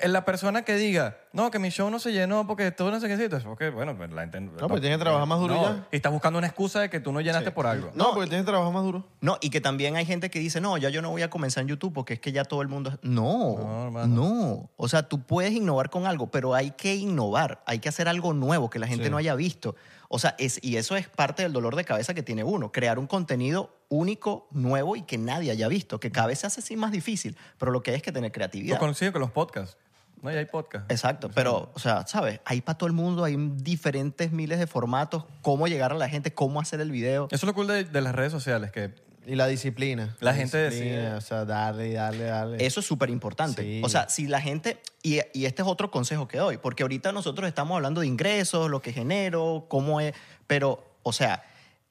Speaker 3: Eh, La persona que diga, no, que mi show no se llenó porque todo no sé qué sitio, es porque, bueno, pues, la gente. No,
Speaker 4: pues, tiene que trabajar más duro ya.
Speaker 3: Y estás buscando una excusa de que tú no llenaste por algo.
Speaker 4: No, porque tienes que trabajar más duro.
Speaker 2: No, y que también hay gente que dice, no, ya yo no voy a comenzar en YouTube porque es que ya todo el mundo...
Speaker 3: No,
Speaker 2: No, no.
Speaker 3: hermano.
Speaker 2: O sea, tú puedes innovar con algo, pero hay que innovar, hay que hacer algo nuevo que la gente
Speaker 3: Sí.
Speaker 2: no haya visto. O sea, es, y eso es parte del dolor de cabeza que tiene uno, crear un contenido único, nuevo y que nadie haya visto, que cada vez se hace así más difícil, pero lo que hay es que tener
Speaker 3: Lo
Speaker 2: creatividad.
Speaker 3: conocido con los podcasts. No, ya hay podcasts.
Speaker 2: Exacto, pero, o sea, ¿sabes? Hay para todo el mundo, hay diferentes miles de formatos, cómo llegar a la gente, cómo hacer el video.
Speaker 3: Eso es lo cool de, de las redes sociales, que
Speaker 4: Y la disciplina.
Speaker 3: La gente
Speaker 4: disciplina,
Speaker 3: decide.
Speaker 4: O sea, darle, y darle, darle.
Speaker 2: Eso es súper importante.
Speaker 4: Sí.
Speaker 2: O sea, si la gente, y, y este es otro consejo que doy, porque ahorita nosotros estamos hablando de ingresos, lo que genero, cómo es, pero, o sea,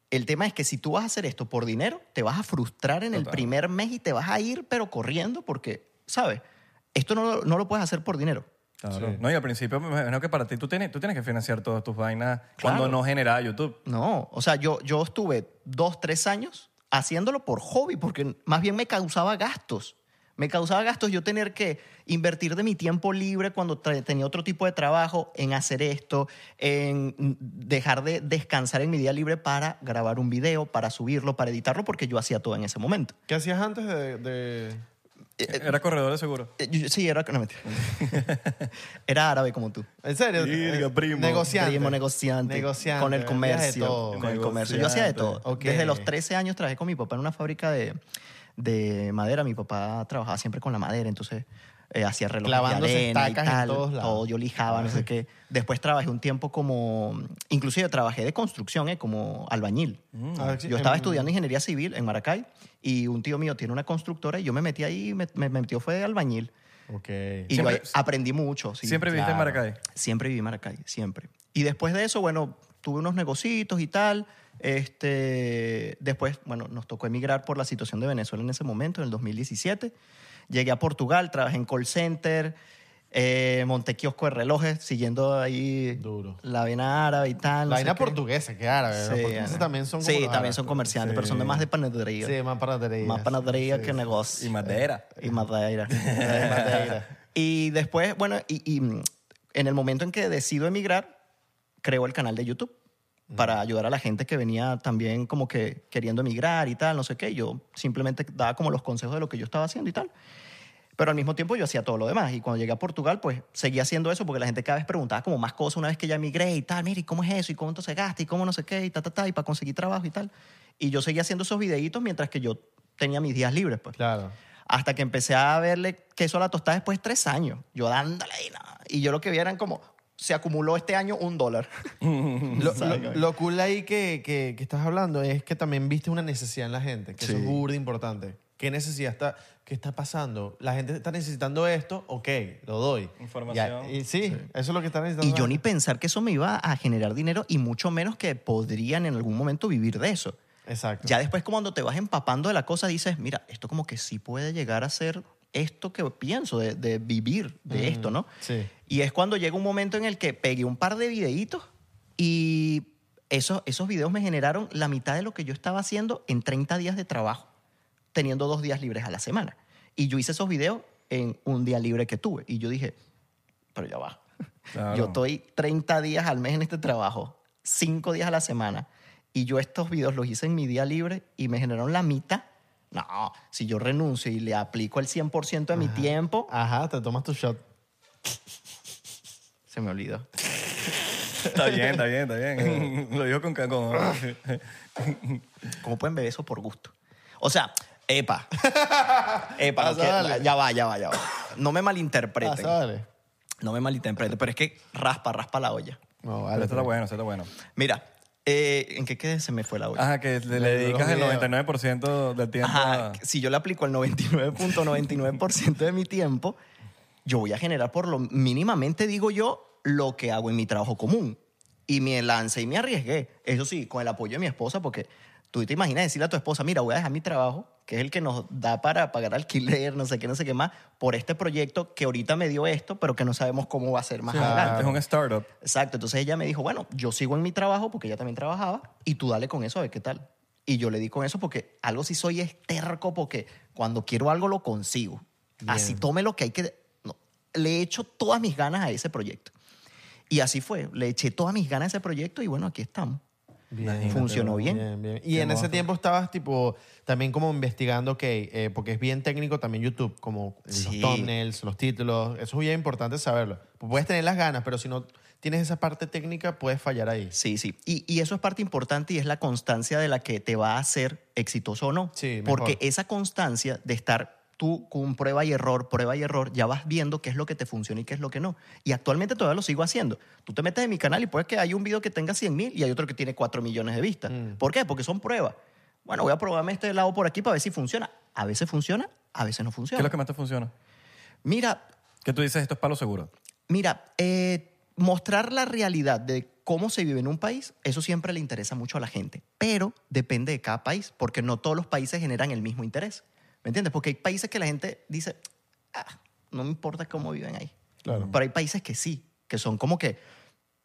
Speaker 2: el tema es que si tú vas a hacer esto por dinero, te vas a frustrar en el
Speaker 3: Total.
Speaker 2: primer mes y te vas a ir, pero corriendo, porque, ¿sabes? Esto no, lo- no lo puedes hacer por dinero.
Speaker 3: Claro.
Speaker 4: Sí.
Speaker 3: No, y al principio me imagino que para ti tú tienes, tú tienes que financiar todas tus vainas
Speaker 2: Claro.
Speaker 3: cuando no generaba YouTube.
Speaker 2: No, o sea, yo, yo estuve dos, tres años haciéndolo por hobby, porque más bien me causaba gastos. Me causaba gastos yo tener que invertir de mi tiempo libre cuando tra- tenía otro tipo de trabajo en hacer esto, en mm, dejar de descansar en mi día libre para grabar un video, para subirlo, para editarlo, porque yo hacía todo en ese momento.
Speaker 4: ¿Qué hacías antes de...? de-
Speaker 2: Eh, eh,
Speaker 3: Era corredor de seguro.
Speaker 2: eh, yo- sí, era, no, mentira. era árabe como tú.
Speaker 4: ¿En serio?
Speaker 3: Virga,
Speaker 4: Eh,
Speaker 3: primo.
Speaker 4: Negociante.
Speaker 2: Primo negociante,
Speaker 4: Negociante,
Speaker 2: Con el
Speaker 4: hacías de todo.
Speaker 2: comercio. Con el comercio. Yo hacía de todo.
Speaker 4: Ok.
Speaker 2: Desde los 13 años trabajé con mi papá en una fábrica de, de madera. Mi papá trabajaba siempre con la madera, entonces eh, hacía relojes
Speaker 4: Clavándose
Speaker 2: de arena y
Speaker 4: estacas en
Speaker 2: tal.
Speaker 4: todos lados.
Speaker 2: Todo yo lijaba, no sé qué. Después trabajé un tiempo como... Inclusive trabajé de construcción, eh, como albañil.
Speaker 4: Ah, sí,
Speaker 2: Yo estaba
Speaker 4: en-
Speaker 2: estudiando ingeniería civil en Maracay y un tío mío tiene una constructora y yo me metí ahí, me, me metió fue de albañil.
Speaker 4: Ok.
Speaker 2: Y
Speaker 3: Siempre-
Speaker 2: yo ahí aprendí mucho. sí.
Speaker 3: Siempre viviste en
Speaker 4: claro.
Speaker 3: Maracay.
Speaker 2: Siempre viví en Maracay, siempre. Y después de eso, bueno, tuve unos negocitos y tal. Este, después, bueno, nos tocó emigrar por la situación de Venezuela en ese momento, en el 2017. Llegué a Portugal, trabajé en call center, eh, monté kiosco de relojes, siguiendo ahí
Speaker 4: Duro.
Speaker 2: la vena árabe y tal. no
Speaker 4: la
Speaker 2: sé
Speaker 4: vaina
Speaker 2: qué.
Speaker 4: portuguesa, que árabe.
Speaker 2: Sí,
Speaker 4: Los portugueses
Speaker 2: ajá.
Speaker 4: también son como
Speaker 2: Sí,
Speaker 4: los
Speaker 2: también
Speaker 4: árabes.
Speaker 2: son comerciantes, pero son de más de panadería.
Speaker 4: Sí, más panadería.
Speaker 2: Más panadería que negocio.
Speaker 3: Y madera.
Speaker 2: Y Madeira. y después, bueno, y, y, mm, en el momento en que decido emigrar, creo el canal de YouTube para ayudar a la gente que venía también como que queriendo emigrar y tal, no sé qué. Yo simplemente daba como los consejos de lo que yo estaba haciendo y tal. Pero al mismo tiempo yo hacía todo lo demás. Y cuando llegué a Portugal, pues seguía haciendo eso porque la gente cada vez preguntaba como más cosas una vez que ya emigré y tal. Mira, ¿y cómo es eso? ¿Y cuánto se gasta? ¿Y cómo no sé qué? Y ta, ta, ta. Y para conseguir trabajo y tal. Y yo seguía haciendo esos videitos mientras que yo tenía mis días libres, pues.
Speaker 4: Claro.
Speaker 2: Hasta que empecé a verle queso a la tostada después de tres años. Yo dándole y nada. Y yo lo que vi eran como, se acumuló este año un dólar.
Speaker 4: Lo,
Speaker 2: ¿Sabes?
Speaker 4: lo- lo cool ahí que, que- que estás hablando es que también viste una necesidad en la gente, que eso es
Speaker 2: Sí.
Speaker 4: burda importante. ¿Qué necesidad está, qué está pasando? La gente está necesitando esto, ok, lo doy.
Speaker 3: Información.
Speaker 4: Ya, y sí, eso es lo que está necesitando.
Speaker 2: Y
Speaker 4: la
Speaker 2: yo ni
Speaker 4: gente.
Speaker 2: pensar que eso me iba a generar dinero y mucho menos que podrían en algún momento vivir de eso.
Speaker 4: Exacto.
Speaker 2: Ya después cuando te vas empapando de la cosa dices, mira, esto como que sí puede llegar a ser esto que pienso, de, de vivir de esto,
Speaker 4: Mm.
Speaker 2: ¿no?
Speaker 4: sí.
Speaker 2: Y es cuando llega un momento en el que pegué un par de videitos y esos, esos videos me generaron la mitad de lo que yo estaba haciendo en 30 días de trabajo, teniendo dos días libres a la semana. Y yo hice esos videos en un día libre que tuve. Y yo dije, pero ya va.
Speaker 3: Claro.
Speaker 2: Yo estoy 30 días al mes en este trabajo, 5 días a la semana, y yo estos videos los hice en mi día libre y me generaron la mitad. No, si yo renuncio y le aplico el 100% de mi tiempo,
Speaker 4: Ajá, te tomas tu shot. Ah,
Speaker 2: se me olvidó.
Speaker 3: Está bien, está bien, está bien. Lo digo con cacón.
Speaker 2: ¿Cómo pueden beber eso por gusto? O sea, epa. epa, no
Speaker 4: Pasa,
Speaker 2: que-
Speaker 4: dale.
Speaker 2: ya va, ya va, ya va. No me
Speaker 4: Ah,
Speaker 2: malinterpreten.
Speaker 4: ¿sabes?
Speaker 2: no me malinterpreten, pero es que raspa, raspa la olla.
Speaker 4: No,
Speaker 3: Pero
Speaker 4: vale.
Speaker 3: esto está bueno, esto está bueno.
Speaker 2: Mira, eh, ¿en qué quedé? Se me fue la olla.
Speaker 3: Ajá, que le,
Speaker 4: Lo de los
Speaker 3: dedicas el
Speaker 4: videos.
Speaker 3: 99% del tiempo
Speaker 2: Ajá,
Speaker 3: a...
Speaker 2: si yo le aplico el 99.99% de mi tiempo, yo voy a generar por lo mínimamente, digo yo, lo que hago en mi trabajo común. Y me lancé y me arriesgué. Eso sí, con el apoyo de mi esposa, porque tú te imaginas decirle a tu esposa, mira, voy a dejar mi trabajo, que es el que nos da para pagar alquiler, no sé qué, no sé qué más, por este proyecto que ahorita me dio esto, pero que no sabemos cómo va a ser más
Speaker 3: Sí,
Speaker 2: adelante.
Speaker 3: Es un startup.
Speaker 2: Exacto. Entonces ella me dijo, bueno, yo sigo en mi trabajo porque ella también trabajaba y tú dale con eso a ver qué tal. Y Y yo le di con eso porque algo sí soy es terco porque cuando quiero algo lo consigo. Así tome lo que hay que... no, le echo todas mis ganas a ese proyecto. Y así fue. Le eché todas mis ganas a ese proyecto y bueno, aquí estamos.
Speaker 4: Bien.
Speaker 2: Funcionó bien.
Speaker 4: Y
Speaker 3: Qué
Speaker 4: en ese
Speaker 3: monstruo.
Speaker 4: tiempo estabas tipo también como investigando, ok, eh, porque es bien técnico también YouTube, como
Speaker 2: Sí.
Speaker 4: los thumbnails, los títulos, eso es bien importante saberlo. Puedes tener las ganas, pero si no tienes esa parte técnica, puedes fallar ahí.
Speaker 2: Sí, sí. Y, y eso es parte importante y es la constancia de la que te va a hacer exitoso o no.
Speaker 4: Sí, mejor.
Speaker 2: Porque esa constancia de estar tú con prueba y error, prueba y error, ya vas viendo qué es lo que te funciona y qué es lo que no. Y actualmente todavía lo sigo haciendo. Tú te metes en mi canal y puedes que hay un video que tenga 100 mil y hay otro que tiene 4 millones de vistas.
Speaker 3: Mm.
Speaker 2: ¿Por qué? Porque son pruebas. Bueno, voy a probarme este lado por aquí para ver si funciona. A veces funciona, a veces no
Speaker 3: ¿Qué es
Speaker 2: funciona.
Speaker 3: lo que más te funciona?
Speaker 2: Mira,
Speaker 3: Que tú dices, esto es palo seguro.
Speaker 2: Mira, eh, mostrar la realidad de cómo se vive en un país, eso siempre le interesa mucho a la gente, pero depende de cada país, porque no todos los países generan el mismo interés. ¿Me entiendes? Porque hay países que la gente dice, "Ah, no me importa cómo viven ahí. Pero hay países que sí, que son como que,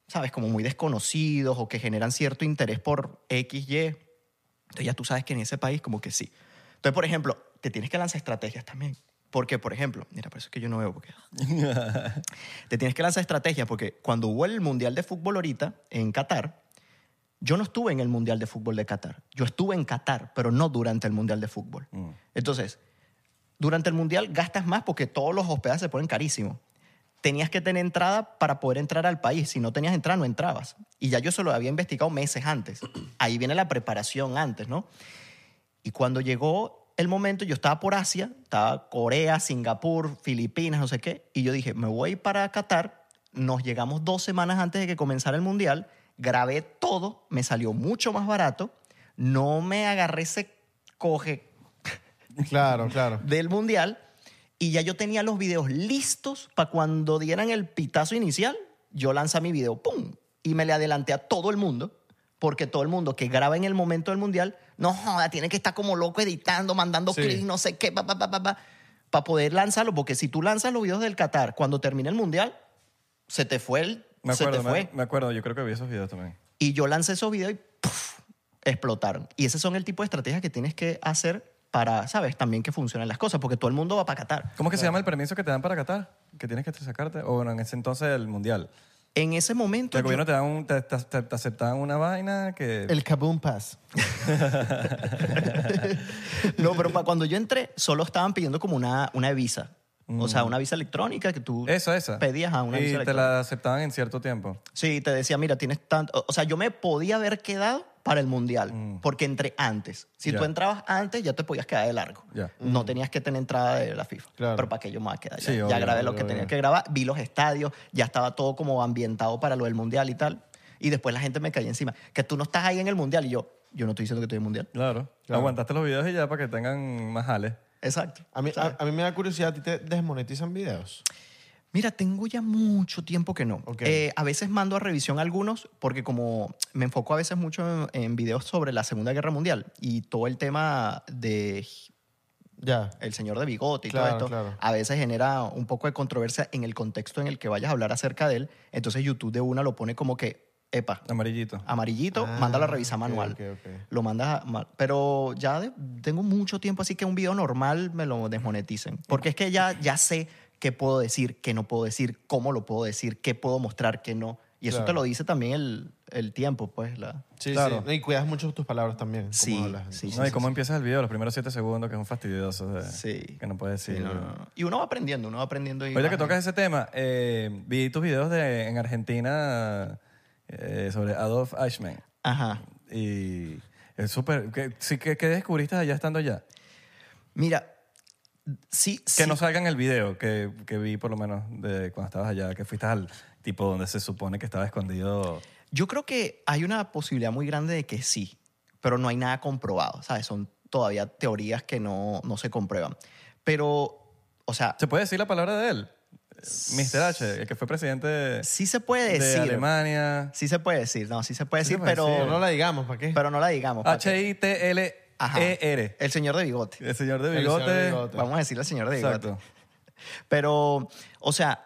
Speaker 2: ¿sabes? Como muy desconocidos o que generan cierto interés por X, Y. Entonces ya tú sabes que en ese país como que sí. Entonces, por ejemplo, te tienes que lanzar estrategias también. Porque, por ejemplo, mira, por eso es que yo no veo, porque te tienes que lanzar estrategias porque cuando hubo el Mundial de Fútbol ahorita en Qatar, yo no estuve en el Mundial de Fútbol de Qatar. Yo estuve en Qatar, pero no durante el Mundial de Fútbol. Entonces, durante el Mundial gastas más porque todos los hospedajes se ponen carísimos. Tenías que tener entrada para poder entrar al país. Si no tenías entrada, no entrabas. Y ya yo se lo había investigado meses antes. Ahí viene la preparación antes, ¿no? Y cuando llegó el momento, yo estaba por Asia, estaba Corea, Singapur, Filipinas, no sé qué, y yo dije, me voy para Qatar, nos llegamos dos semanas antes de que comenzara el Mundial, grabé todo, me salió mucho más barato, no me agarré ese coge
Speaker 4: Claro, claro.
Speaker 2: del Mundial, y ya yo tenía los videos listos para cuando dieran el pitazo inicial, yo lanza mi video, ¡pum! Y me le adelanté a todo el mundo, porque todo el mundo que graba en el momento del Mundial, no joda, tiene que estar como loco editando, mandando
Speaker 4: Sí.
Speaker 2: clics, no sé qué, pa, pa, pa, pa, pa, para poder lanzarlo, porque si tú lanzas los videos del Qatar cuando termina el Mundial, se te fue el...
Speaker 3: Me
Speaker 2: se
Speaker 3: acuerdo,
Speaker 2: te fue.
Speaker 3: me, me acuerdo, yo creo que vi esos videos también.
Speaker 2: Y yo lancé esos videos y ¡puf! explotaron. Y ese son el tipo de estrategias que tienes que hacer para, ¿sabes? También que funcionen las cosas, porque todo el mundo va para Qatar.
Speaker 3: ¿Cómo que se llama el permiso que te dan para Qatar? Que tienes que sacarte, o bueno, en ese entonces el mundial.
Speaker 2: En ese momento...
Speaker 3: El
Speaker 2: yo-
Speaker 3: gobierno te, dan un, te, te- te- te aceptaban una vaina que...
Speaker 4: El Kaboom Pass.
Speaker 2: No, pero pa- cuando yo entré, solo estaban pidiendo como una, una visa. O sea, una visa electrónica que tú
Speaker 3: Mm. eso, esa.
Speaker 2: pedías a una
Speaker 3: Y
Speaker 2: visa
Speaker 3: te
Speaker 2: electrónica.
Speaker 3: la aceptaban en cierto tiempo.
Speaker 2: Sí, te decía, mira, tienes tanto... O sea, yo me podía haber quedado para el Mundial, porque entré antes. Si
Speaker 3: Mm. Ya.
Speaker 2: tú entrabas antes, ya te podías quedar de largo.
Speaker 3: Ya.
Speaker 2: No
Speaker 4: Mm.
Speaker 2: tenías que tener entrada de la FIFA.
Speaker 4: Claro.
Speaker 2: Pero ¿para qué yo me voy a quedar? Ya,
Speaker 3: Sí,
Speaker 2: ya
Speaker 3: obvio,
Speaker 2: grabé lo
Speaker 3: obvio,
Speaker 2: que tenía
Speaker 3: obvio.
Speaker 2: que grabar, vi los estadios, ya estaba todo como ambientado para lo del Mundial y tal. Y después la gente me caía encima. Que tú no estás ahí en el Mundial. Y yo, yo no estoy diciendo que estoy en el Mundial.
Speaker 3: Claro. Aguantaste los videos y ya para que tengan más jales.
Speaker 2: Exacto.
Speaker 4: A mí,
Speaker 2: ¿sabes?
Speaker 4: a, a mí me da curiosidad, ¿a ti te desmonetizan videos?
Speaker 2: Mira, tengo ya mucho tiempo que no.
Speaker 4: Ok.
Speaker 2: Eh, a veces mando a revisión algunos porque como me enfoco a veces mucho en, en videos sobre la Segunda Guerra Mundial y todo el tema de
Speaker 4: Ya.
Speaker 2: el señor de bigote y
Speaker 4: Claro,
Speaker 2: todo esto,
Speaker 4: claro.
Speaker 2: a veces genera un poco de controversia en el contexto en el que vayas a hablar acerca de él. Entonces YouTube de una lo pone como que, epa,
Speaker 3: Amarillito.
Speaker 2: amarillito,
Speaker 4: Ah,
Speaker 2: mándalo a revisar
Speaker 4: ok,
Speaker 2: manual.
Speaker 4: ok, ok.
Speaker 2: Lo mandas a... ma- Pero ya de- tengo mucho tiempo, así que un video normal me lo desmoneticen. Porque es que ya, ya sé qué puedo decir, qué no puedo decir, cómo lo puedo decir, qué puedo mostrar, qué no. Y eso
Speaker 4: Claro.
Speaker 2: te lo dice también el, el tiempo, pues. La...
Speaker 4: Sí,
Speaker 3: Claro.
Speaker 4: sí. Y cuidas mucho tus palabras también. cómo
Speaker 2: Sí,
Speaker 4: hablas.
Speaker 2: sí,
Speaker 3: no, y cómo empiezas el video, los primeros siete segundos, que es un fastidioso. de-
Speaker 2: Sí.
Speaker 3: Que no puedes decir.
Speaker 2: Sí, no, no, no. Y uno va aprendiendo, uno va aprendiendo. y
Speaker 3: Ahorita que
Speaker 2: va-
Speaker 3: tocas ese tema, eh, vi tus videos de, en Argentina eh, sobre Adolf Eichmann.
Speaker 2: Ajá.
Speaker 3: Y es súper. ¿Qué, sí, qué- qué descubriste allá estando allá?
Speaker 2: Mira, sí,
Speaker 3: Que
Speaker 2: sí.
Speaker 3: no salga en el video que, que vi, por lo menos, de cuando estabas allá, que fuiste al tipo donde se supone que estaba escondido.
Speaker 2: Yo creo que hay una posibilidad muy grande de que sí, pero no hay nada comprobado, ¿sabes? Son todavía teorías que no, no se comprueban. Pero, o sea,
Speaker 3: ¿Se puede decir la palabra de él? Mr. H, el que fue presidente de,
Speaker 2: sí se puede
Speaker 3: de
Speaker 2: decir.
Speaker 3: Alemania.
Speaker 2: Sí se puede decir, no, sí se puede
Speaker 3: Sí se
Speaker 2: decir,
Speaker 3: puede
Speaker 2: pero,
Speaker 3: decir,
Speaker 4: Pero no la digamos, ¿para qué?
Speaker 2: pero no la digamos. ¿para qué? Ajá.
Speaker 3: H-I-T-L-E-R.
Speaker 2: El señor de bigote.
Speaker 3: E El señor de
Speaker 4: El señor
Speaker 3: bigote.
Speaker 4: de bigote.
Speaker 2: Vamos a decirle al señor de bigote.
Speaker 3: Exacto.
Speaker 2: Pero, o sea,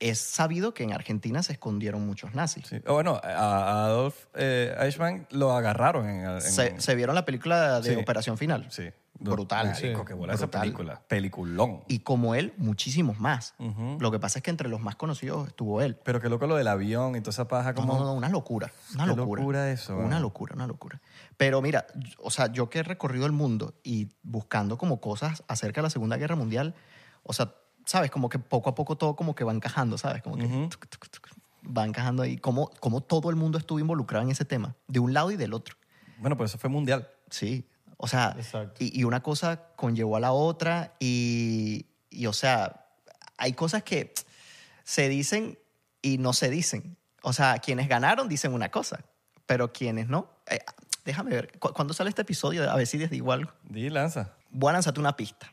Speaker 2: es sabido que en Argentina se escondieron muchos nazis.
Speaker 3: Sí. O Bueno, a a Adolf eh, Eichmann lo agarraron en... en-
Speaker 2: Se, se vieron la película de
Speaker 3: Sí.
Speaker 2: Operación Final.
Speaker 3: sí.
Speaker 2: Brutal.
Speaker 3: Marico, qué bola esa
Speaker 2: Brutal.
Speaker 3: película. Peliculón.
Speaker 2: Y como él, muchísimos más. Lo que pasa es que entre los más conocidos estuvo él.
Speaker 3: Pero qué loco lo del avión y toda esa paja
Speaker 2: No,
Speaker 3: como...
Speaker 2: no, no, una locura. Una
Speaker 3: Qué
Speaker 2: locura.
Speaker 3: locura eso,
Speaker 2: Una
Speaker 3: ¿verdad?
Speaker 2: locura, una locura. Pero mira, yo- o sea, yo que he recorrido el mundo y buscando como cosas acerca de la Segunda Guerra Mundial, o sea, sabes, como que poco a poco todo como que va encajando, ¿sabes? Como que
Speaker 3: Ujú.
Speaker 2: tuc, tuc, tuc, va encajando ahí. Como, como todo el mundo estuvo involucrado en ese tema, de un lado y del otro.
Speaker 3: Bueno, pero eso fue mundial.
Speaker 2: Sí. O sea,
Speaker 4: Exacto.
Speaker 2: y, y una cosa conllevó a la otra y, y, o sea, hay cosas que tsk, se dicen y no se dicen. O sea, quienes ganaron dicen una cosa, pero quienes no. eh, tsk, déjame ver, cu- ¿cuándo sale este episodio? A ver si les digo algo.
Speaker 3: Di lanza.
Speaker 2: Voy a lanzarte una pista.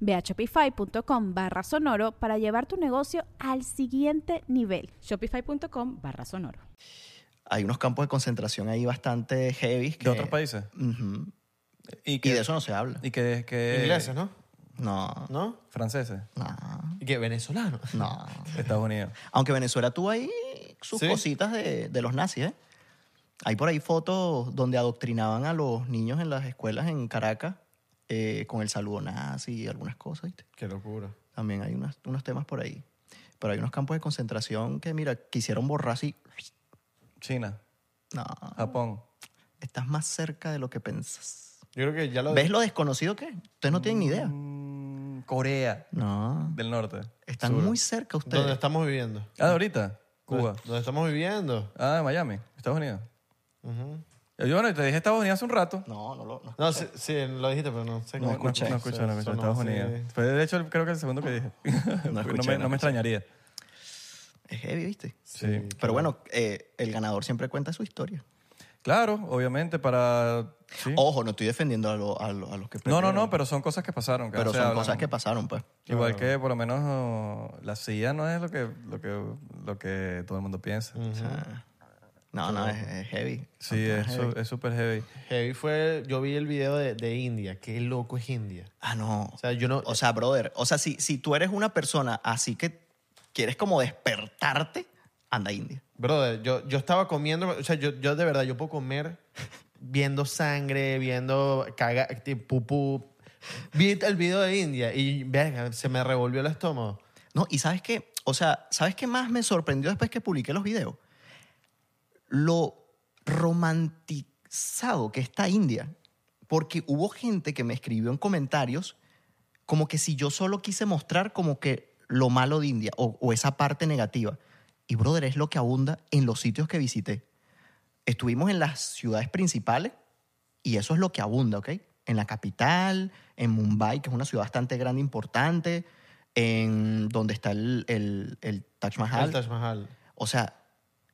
Speaker 5: Ve a shopify.com barra sonoro para llevar tu negocio al siguiente nivel.
Speaker 6: Shopify.com barra sonoro.
Speaker 2: Hay unos campos de concentración ahí bastante heavy.
Speaker 3: De otros países.
Speaker 2: Ujú.
Speaker 3: Y
Speaker 2: Y
Speaker 3: que-
Speaker 2: de eso no se habla.
Speaker 3: Y que... que
Speaker 2: eh,
Speaker 4: Ingleses, ¿no?
Speaker 2: No,
Speaker 4: ¿No?
Speaker 3: Franceses.
Speaker 2: no,
Speaker 4: ¿Y qué? ¿Venezolanos?
Speaker 2: no.
Speaker 3: de Estados Unidos.
Speaker 2: Aunque Venezuela tuvo ahí sus
Speaker 4: ¿Sí?
Speaker 2: cositas de, de los nazis, ¿eh? Hay por ahí fotos donde adoctrinaban a los niños en las escuelas en Caracas eh, con el saludo nazi y algunas cosas, ¿viste?
Speaker 4: Qué locura.
Speaker 2: También hay unas- unos temas por ahí. Pero hay unos campos de concentración que, mira, quisieron borrar así.
Speaker 3: China,
Speaker 2: No,
Speaker 3: Japón.
Speaker 2: estás más cerca de lo que piensas.
Speaker 4: Yo creo que ya lo...
Speaker 2: ¿Ves lo desconocido que es? Ustedes no tienen ni idea.
Speaker 3: Mm, Corea
Speaker 2: No,
Speaker 3: del Norte.
Speaker 2: están muy cerca
Speaker 4: Donde
Speaker 2: ustedes.
Speaker 4: estamos viviendo.
Speaker 3: Ah, de ahorita. Cuba.
Speaker 4: Donde estamos viviendo.
Speaker 3: Ah, Miami, Estados Unidos. Yo, bueno, te dije Estados Unidos hace un rato.
Speaker 2: No, no, lo- no.
Speaker 4: No, sí, sí, lo dijiste, pero no sé
Speaker 3: No,
Speaker 4: cómo.
Speaker 3: no escuché. No, escuché, no escuché,
Speaker 4: Sonó
Speaker 3: Estados
Speaker 4: así.
Speaker 3: Unidos. Fue, de hecho, creo que el segundo que dije. Porque No,
Speaker 2: escuché,
Speaker 3: me,
Speaker 2: no
Speaker 3: no
Speaker 2: escuché.
Speaker 3: me extrañaría.
Speaker 2: Es heavy, ¿viste?
Speaker 3: Sí.
Speaker 2: Pero bueno, eh, el ganador siempre cuenta su historia.
Speaker 3: Claro, obviamente, para. sí.
Speaker 2: Ojo, no estoy defendiendo a, lo- a lo- a los que
Speaker 3: no, no,
Speaker 2: perdieron,
Speaker 3: no, pero son cosas que pasaron. que no
Speaker 2: pero
Speaker 3: se
Speaker 2: son
Speaker 3: hablan.
Speaker 2: cosas que pasaron, pues.
Speaker 3: Igual que por lo menos oh, la CIA no es lo que, lo que, lo que todo el mundo piensa.
Speaker 2: O sea, no, no, es, es heavy.
Speaker 3: Sí,
Speaker 2: Son
Speaker 3: es
Speaker 2: temas
Speaker 3: su-
Speaker 2: heavy.
Speaker 3: es súper heavy.
Speaker 4: Heavy fue... Yo vi el video de, de India. Qué loco es India.
Speaker 2: Ah, no.
Speaker 4: O sea, yo no...
Speaker 2: O sea, brother, o sea, si, si tú eres una persona así que quieres como despertarte, anda a India.
Speaker 4: Brother, yo, yo estaba comiendo, o sea, yo, yo de verdad, yo puedo comer viendo sangre, viendo caga, ti- pupú. Vi el video de India y verga, se me revolvió el estómago.
Speaker 2: No, y sabes qué, o sea, ¿sabes qué más me sorprendió después que publiqué los videos? Lo romantizado que está India. Porque hubo gente que me escribió en comentarios como que si yo solo quise mostrar como que lo malo de India o, o esa parte negativa. Y brother, es lo que abunda en los sitios que visité. Estuvimos en las ciudades principales y eso es lo que abunda, ¿ok? En la capital, en Mumbai, que es una ciudad bastante grande, importante, en donde está el, el, el Taj Mahal.
Speaker 4: El Taj Mahal.
Speaker 2: O sea,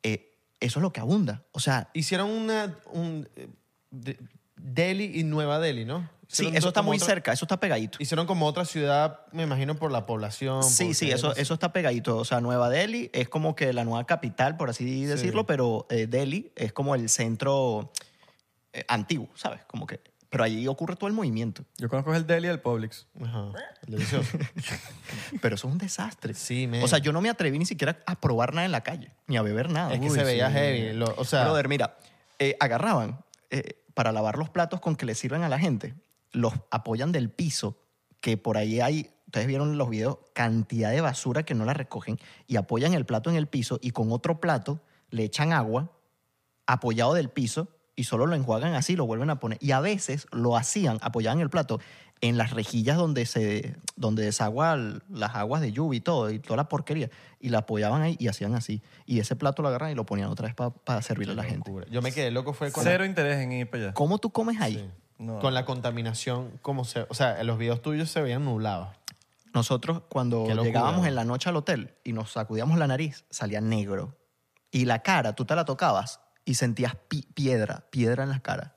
Speaker 2: eh, eso es lo que abunda. O sea,
Speaker 4: Hicieron una... Un, eh, de- Delhi y Nueva Delhi, ¿no?
Speaker 2: sí,
Speaker 4: Hicieron
Speaker 2: eso
Speaker 4: do-
Speaker 2: está
Speaker 4: como
Speaker 2: muy
Speaker 4: otra-
Speaker 2: cerca, eso está pegadito.
Speaker 4: Hicieron como otra ciudad, me imagino, por la población.
Speaker 2: Sí,
Speaker 4: porque
Speaker 2: sí, eso,
Speaker 4: no sé.
Speaker 2: eso está pegadito. O sea, Nueva Delhi es como que la nueva capital, por así decirlo, pero eh, Delhi es como el centro eh, antiguo, ¿sabes? Como que, pero allí ocurre todo el movimiento.
Speaker 3: Yo conozco el Delhi y el Publix.
Speaker 4: Ajá, delicioso.
Speaker 2: Pero eso es un desastre.
Speaker 4: Sí, men.
Speaker 2: O sea, yo no me atreví ni siquiera a probar nada en la calle, ni a beber nada.
Speaker 4: es que
Speaker 2: Uy,
Speaker 4: se veía
Speaker 2: sí.
Speaker 4: heavy. lo- o sea,
Speaker 2: Brother, mira, eh, agarraban eh, para lavar los platos con que le sirven a la gente, los apoyan del piso, que por ahí hay, ustedes vieron los videos, cantidad de basura que no la recogen y apoyan el plato en el piso y con otro plato le echan agua apoyado del piso y solo lo enjuagan así, lo vuelven a poner. Y a veces lo hacían, apoyaban el plato en las rejillas donde se donde desagua l- las aguas de lluvia y todo, y toda la porquería, y la apoyaban ahí y hacían así. Y ese plato lo agarran y lo ponían otra vez para servirle a la gente.
Speaker 4: Locura. Yo me quedé loco fue con,
Speaker 3: Cero interés en ir para allá.
Speaker 2: ¿Cómo tú comes ahí?
Speaker 3: No.
Speaker 4: con la contaminación, como se, o sea, en los videos tuyos se veían nublados.
Speaker 2: Nosotros cuando
Speaker 4: Qué locura,
Speaker 2: llegábamos
Speaker 4: ¿no?
Speaker 2: en la noche al hotel y nos sacudíamos la nariz, salía negro. Y la cara, tú te la tocabas y sentías pi- piedra, piedra en la cara.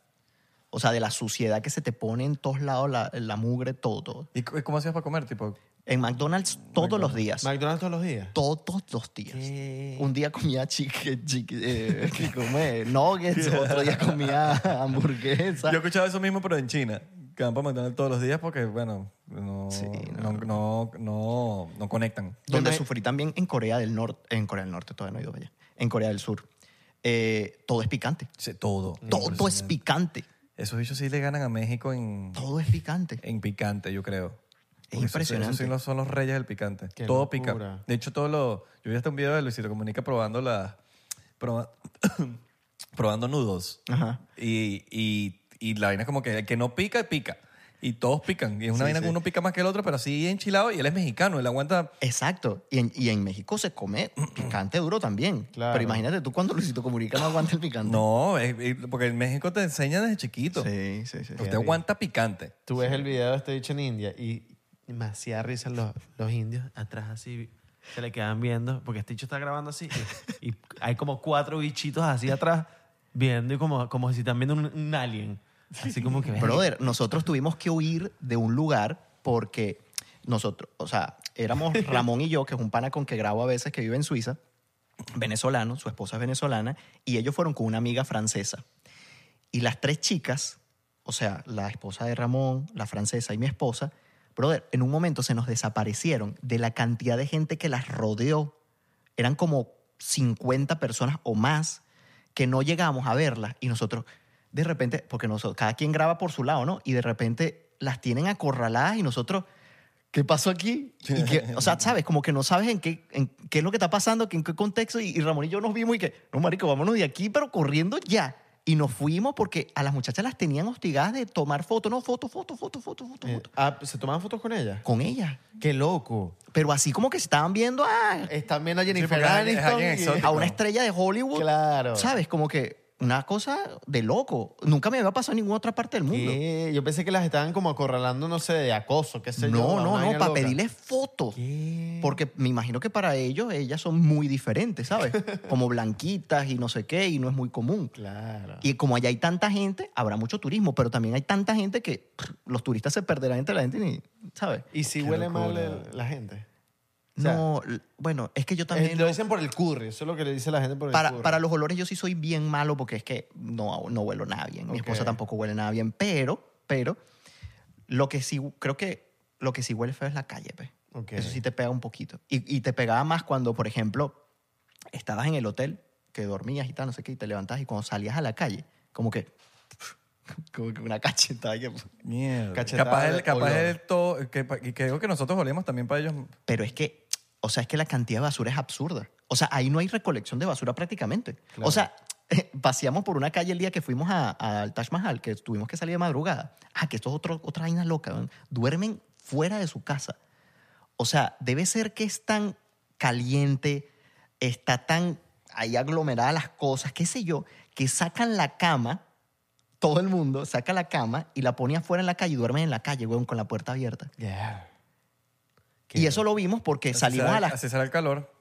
Speaker 2: O sea, de la suciedad que se te pone en todos lados, la, la mugre, todo, todo.
Speaker 3: ¿Y cu- cómo hacías para comer? Tipo,
Speaker 2: En McDonald's todos los días.
Speaker 4: McDonald's todos los días.
Speaker 2: todos los días.
Speaker 4: ¿Qué?
Speaker 2: Un día comía chique, chique, eh, ¿qué come? nuggets, otro día comía hamburguesa.
Speaker 3: Yo he escuchado eso mismo, pero en China. Que van para McDonald's todos los días porque, bueno, no,
Speaker 2: Sí,
Speaker 3: no. No, no- no conectan.
Speaker 2: donde
Speaker 4: me-
Speaker 2: sufrí también en Corea del Norte, en Corea del Norte todavía no he ido para allá, en Corea del Sur. Eh, todo es picante.
Speaker 3: Sí, todo.
Speaker 2: Todo es picante.
Speaker 3: Esos bichos sí le ganan a México en,
Speaker 2: Todo es picante.
Speaker 3: en picante, yo creo.
Speaker 2: Es
Speaker 3: Porque esos-
Speaker 2: impresionante.
Speaker 3: Esos, sí los- son los reyes del picante.
Speaker 4: Qué
Speaker 3: todo
Speaker 4: locura.
Speaker 3: pica. De hecho, todo lo. Yo vi hasta un video de Luisito Comunica probando la. proba- probando nudos.
Speaker 2: Ajá.
Speaker 3: Y, y, y la vaina es como que el que no pica, pica. Y todos pican. Y es una vaina que uno pica más que el otro, pero así enchilado. Y él es mexicano, él aguanta.
Speaker 2: Exacto. Y en, y en México se come picante duro también.
Speaker 4: Claro.
Speaker 2: Pero imagínate tú cuando Luisito Comunica no aguanta el picante.
Speaker 3: No, es- es- porque en México te enseña desde chiquito.
Speaker 2: Sí, sí, sí.
Speaker 3: Usted aguanta picante.
Speaker 4: Tú ves el video de este dicho en India y me hacía risa los, los indios atrás así se le quedan viendo porque este dicho está grabando así y, y hay como cuatro bichitos así atrás viendo y como, como si están viendo un, un alien. Así como que...
Speaker 2: Brother, nosotros tuvimos que huir de un lugar porque nosotros, o sea, éramos Ramón y yo, que es un pana con que grabo a veces que vive en Suiza, venezolano, su esposa es venezolana, y ellos fueron con una amiga francesa. Y las tres chicas, o sea, la esposa de Ramón, la francesa y mi esposa, brother, en un momento se nos desaparecieron de la cantidad de gente que las rodeó. Eran como 50 personas o más que no llegamos a verlas y nosotros de repente, porque nosotros, cada quien graba por su lado, ¿no? Y de repente las tienen acorraladas y nosotros, ¿qué pasó aquí? Y que, o sea, sabes, como que no sabes en qué, en qué es lo que está pasando, que en qué contexto. Y, y Ramón y yo nos vimos y que, no, marico, vámonos de aquí, pero corriendo ya. Y nos fuimos porque a las muchachas las tenían hostigadas de tomar fotos, no, foto, foto, foto, foto, foto,
Speaker 4: Eh,
Speaker 2: foto,
Speaker 4: ah, ¿Se tomaban fotos con ella?
Speaker 2: con ellas.
Speaker 4: ¡Qué loco!
Speaker 2: Pero así como que se estaban viendo ah, a,
Speaker 4: Están viendo a
Speaker 3: Sí,
Speaker 4: Jennifer
Speaker 3: porque es alguien- es
Speaker 4: Aniston
Speaker 3: alguien
Speaker 4: y-
Speaker 3: exótico.
Speaker 2: a una estrella de Hollywood.
Speaker 4: Claro.
Speaker 2: ¿Sabes? Como que una cosa de loco. Nunca me había pasado en ninguna otra parte del mundo.
Speaker 4: ¿Qué? Yo pensé que las estaban como acorralando, no sé, de acoso, qué sé yo.
Speaker 2: No, no,
Speaker 4: una
Speaker 2: no,
Speaker 4: vaina
Speaker 2: para
Speaker 4: loca.
Speaker 2: pedirles fotos.
Speaker 4: ¿Qué?
Speaker 2: Porque me imagino que para ellos ellas son muy diferentes, ¿sabes? Como blanquitas y no sé qué, y no es muy común.
Speaker 4: Claro.
Speaker 2: Y como allá hay tanta gente, habrá mucho turismo, pero también hay tanta gente que pff, los turistas se perderán entre la gente, ni, ¿sabes?
Speaker 4: ¿Y si huele mal el- la gente? O sea,
Speaker 2: No, l- bueno, es que yo
Speaker 4: Eh,
Speaker 2: también...
Speaker 4: lo
Speaker 2: no-
Speaker 4: dicen por el curry, eso es lo que le dice la gente por el
Speaker 2: para,
Speaker 4: curry.
Speaker 2: para los olores yo sí soy bien malo porque es que no, no huelo nada bien. Mi esposa
Speaker 4: Ok.
Speaker 2: tampoco huele nada bien, pero, pero lo que sí, creo que lo que sí huele feo es la calle, pues.
Speaker 4: Ok.
Speaker 2: Eso sí te pega un poquito. Y, y te pegaba más cuando, por ejemplo, estabas en el hotel, que dormías y tal, no sé qué, y te levantabas y cuando salías a la calle, como que, como que una cachetada. y que-
Speaker 3: Mierda.
Speaker 4: Cachetada
Speaker 3: Capaz
Speaker 4: de
Speaker 3: el, capaz
Speaker 4: olor.
Speaker 3: el todo. Que, pa- y que digo que nosotros olemos también para ellos.
Speaker 2: Pero es que, o sea, es que la cantidad de basura es absurda. O sea, ahí no hay recolección de basura prácticamente. O sea, paseamos por una calle el día que fuimos a- al Taj Mahal, que tuvimos que salir de madrugada. Ah, que esto es otro, otra vaina loca. ¿no? Duermen fuera de su casa. O sea, debe ser que es tan caliente, está tan ahí aglomeradas las cosas, qué sé yo, que sacan la cama, todo el mundo saca la cama y la pone afuera en la calle y duermen en la calle, weón, con la puerta abierta.
Speaker 4: Yeah.
Speaker 2: Y eso lo vimos porque
Speaker 3: Así
Speaker 2: salimos
Speaker 3: será-
Speaker 2: a las
Speaker 3: Así será el calor.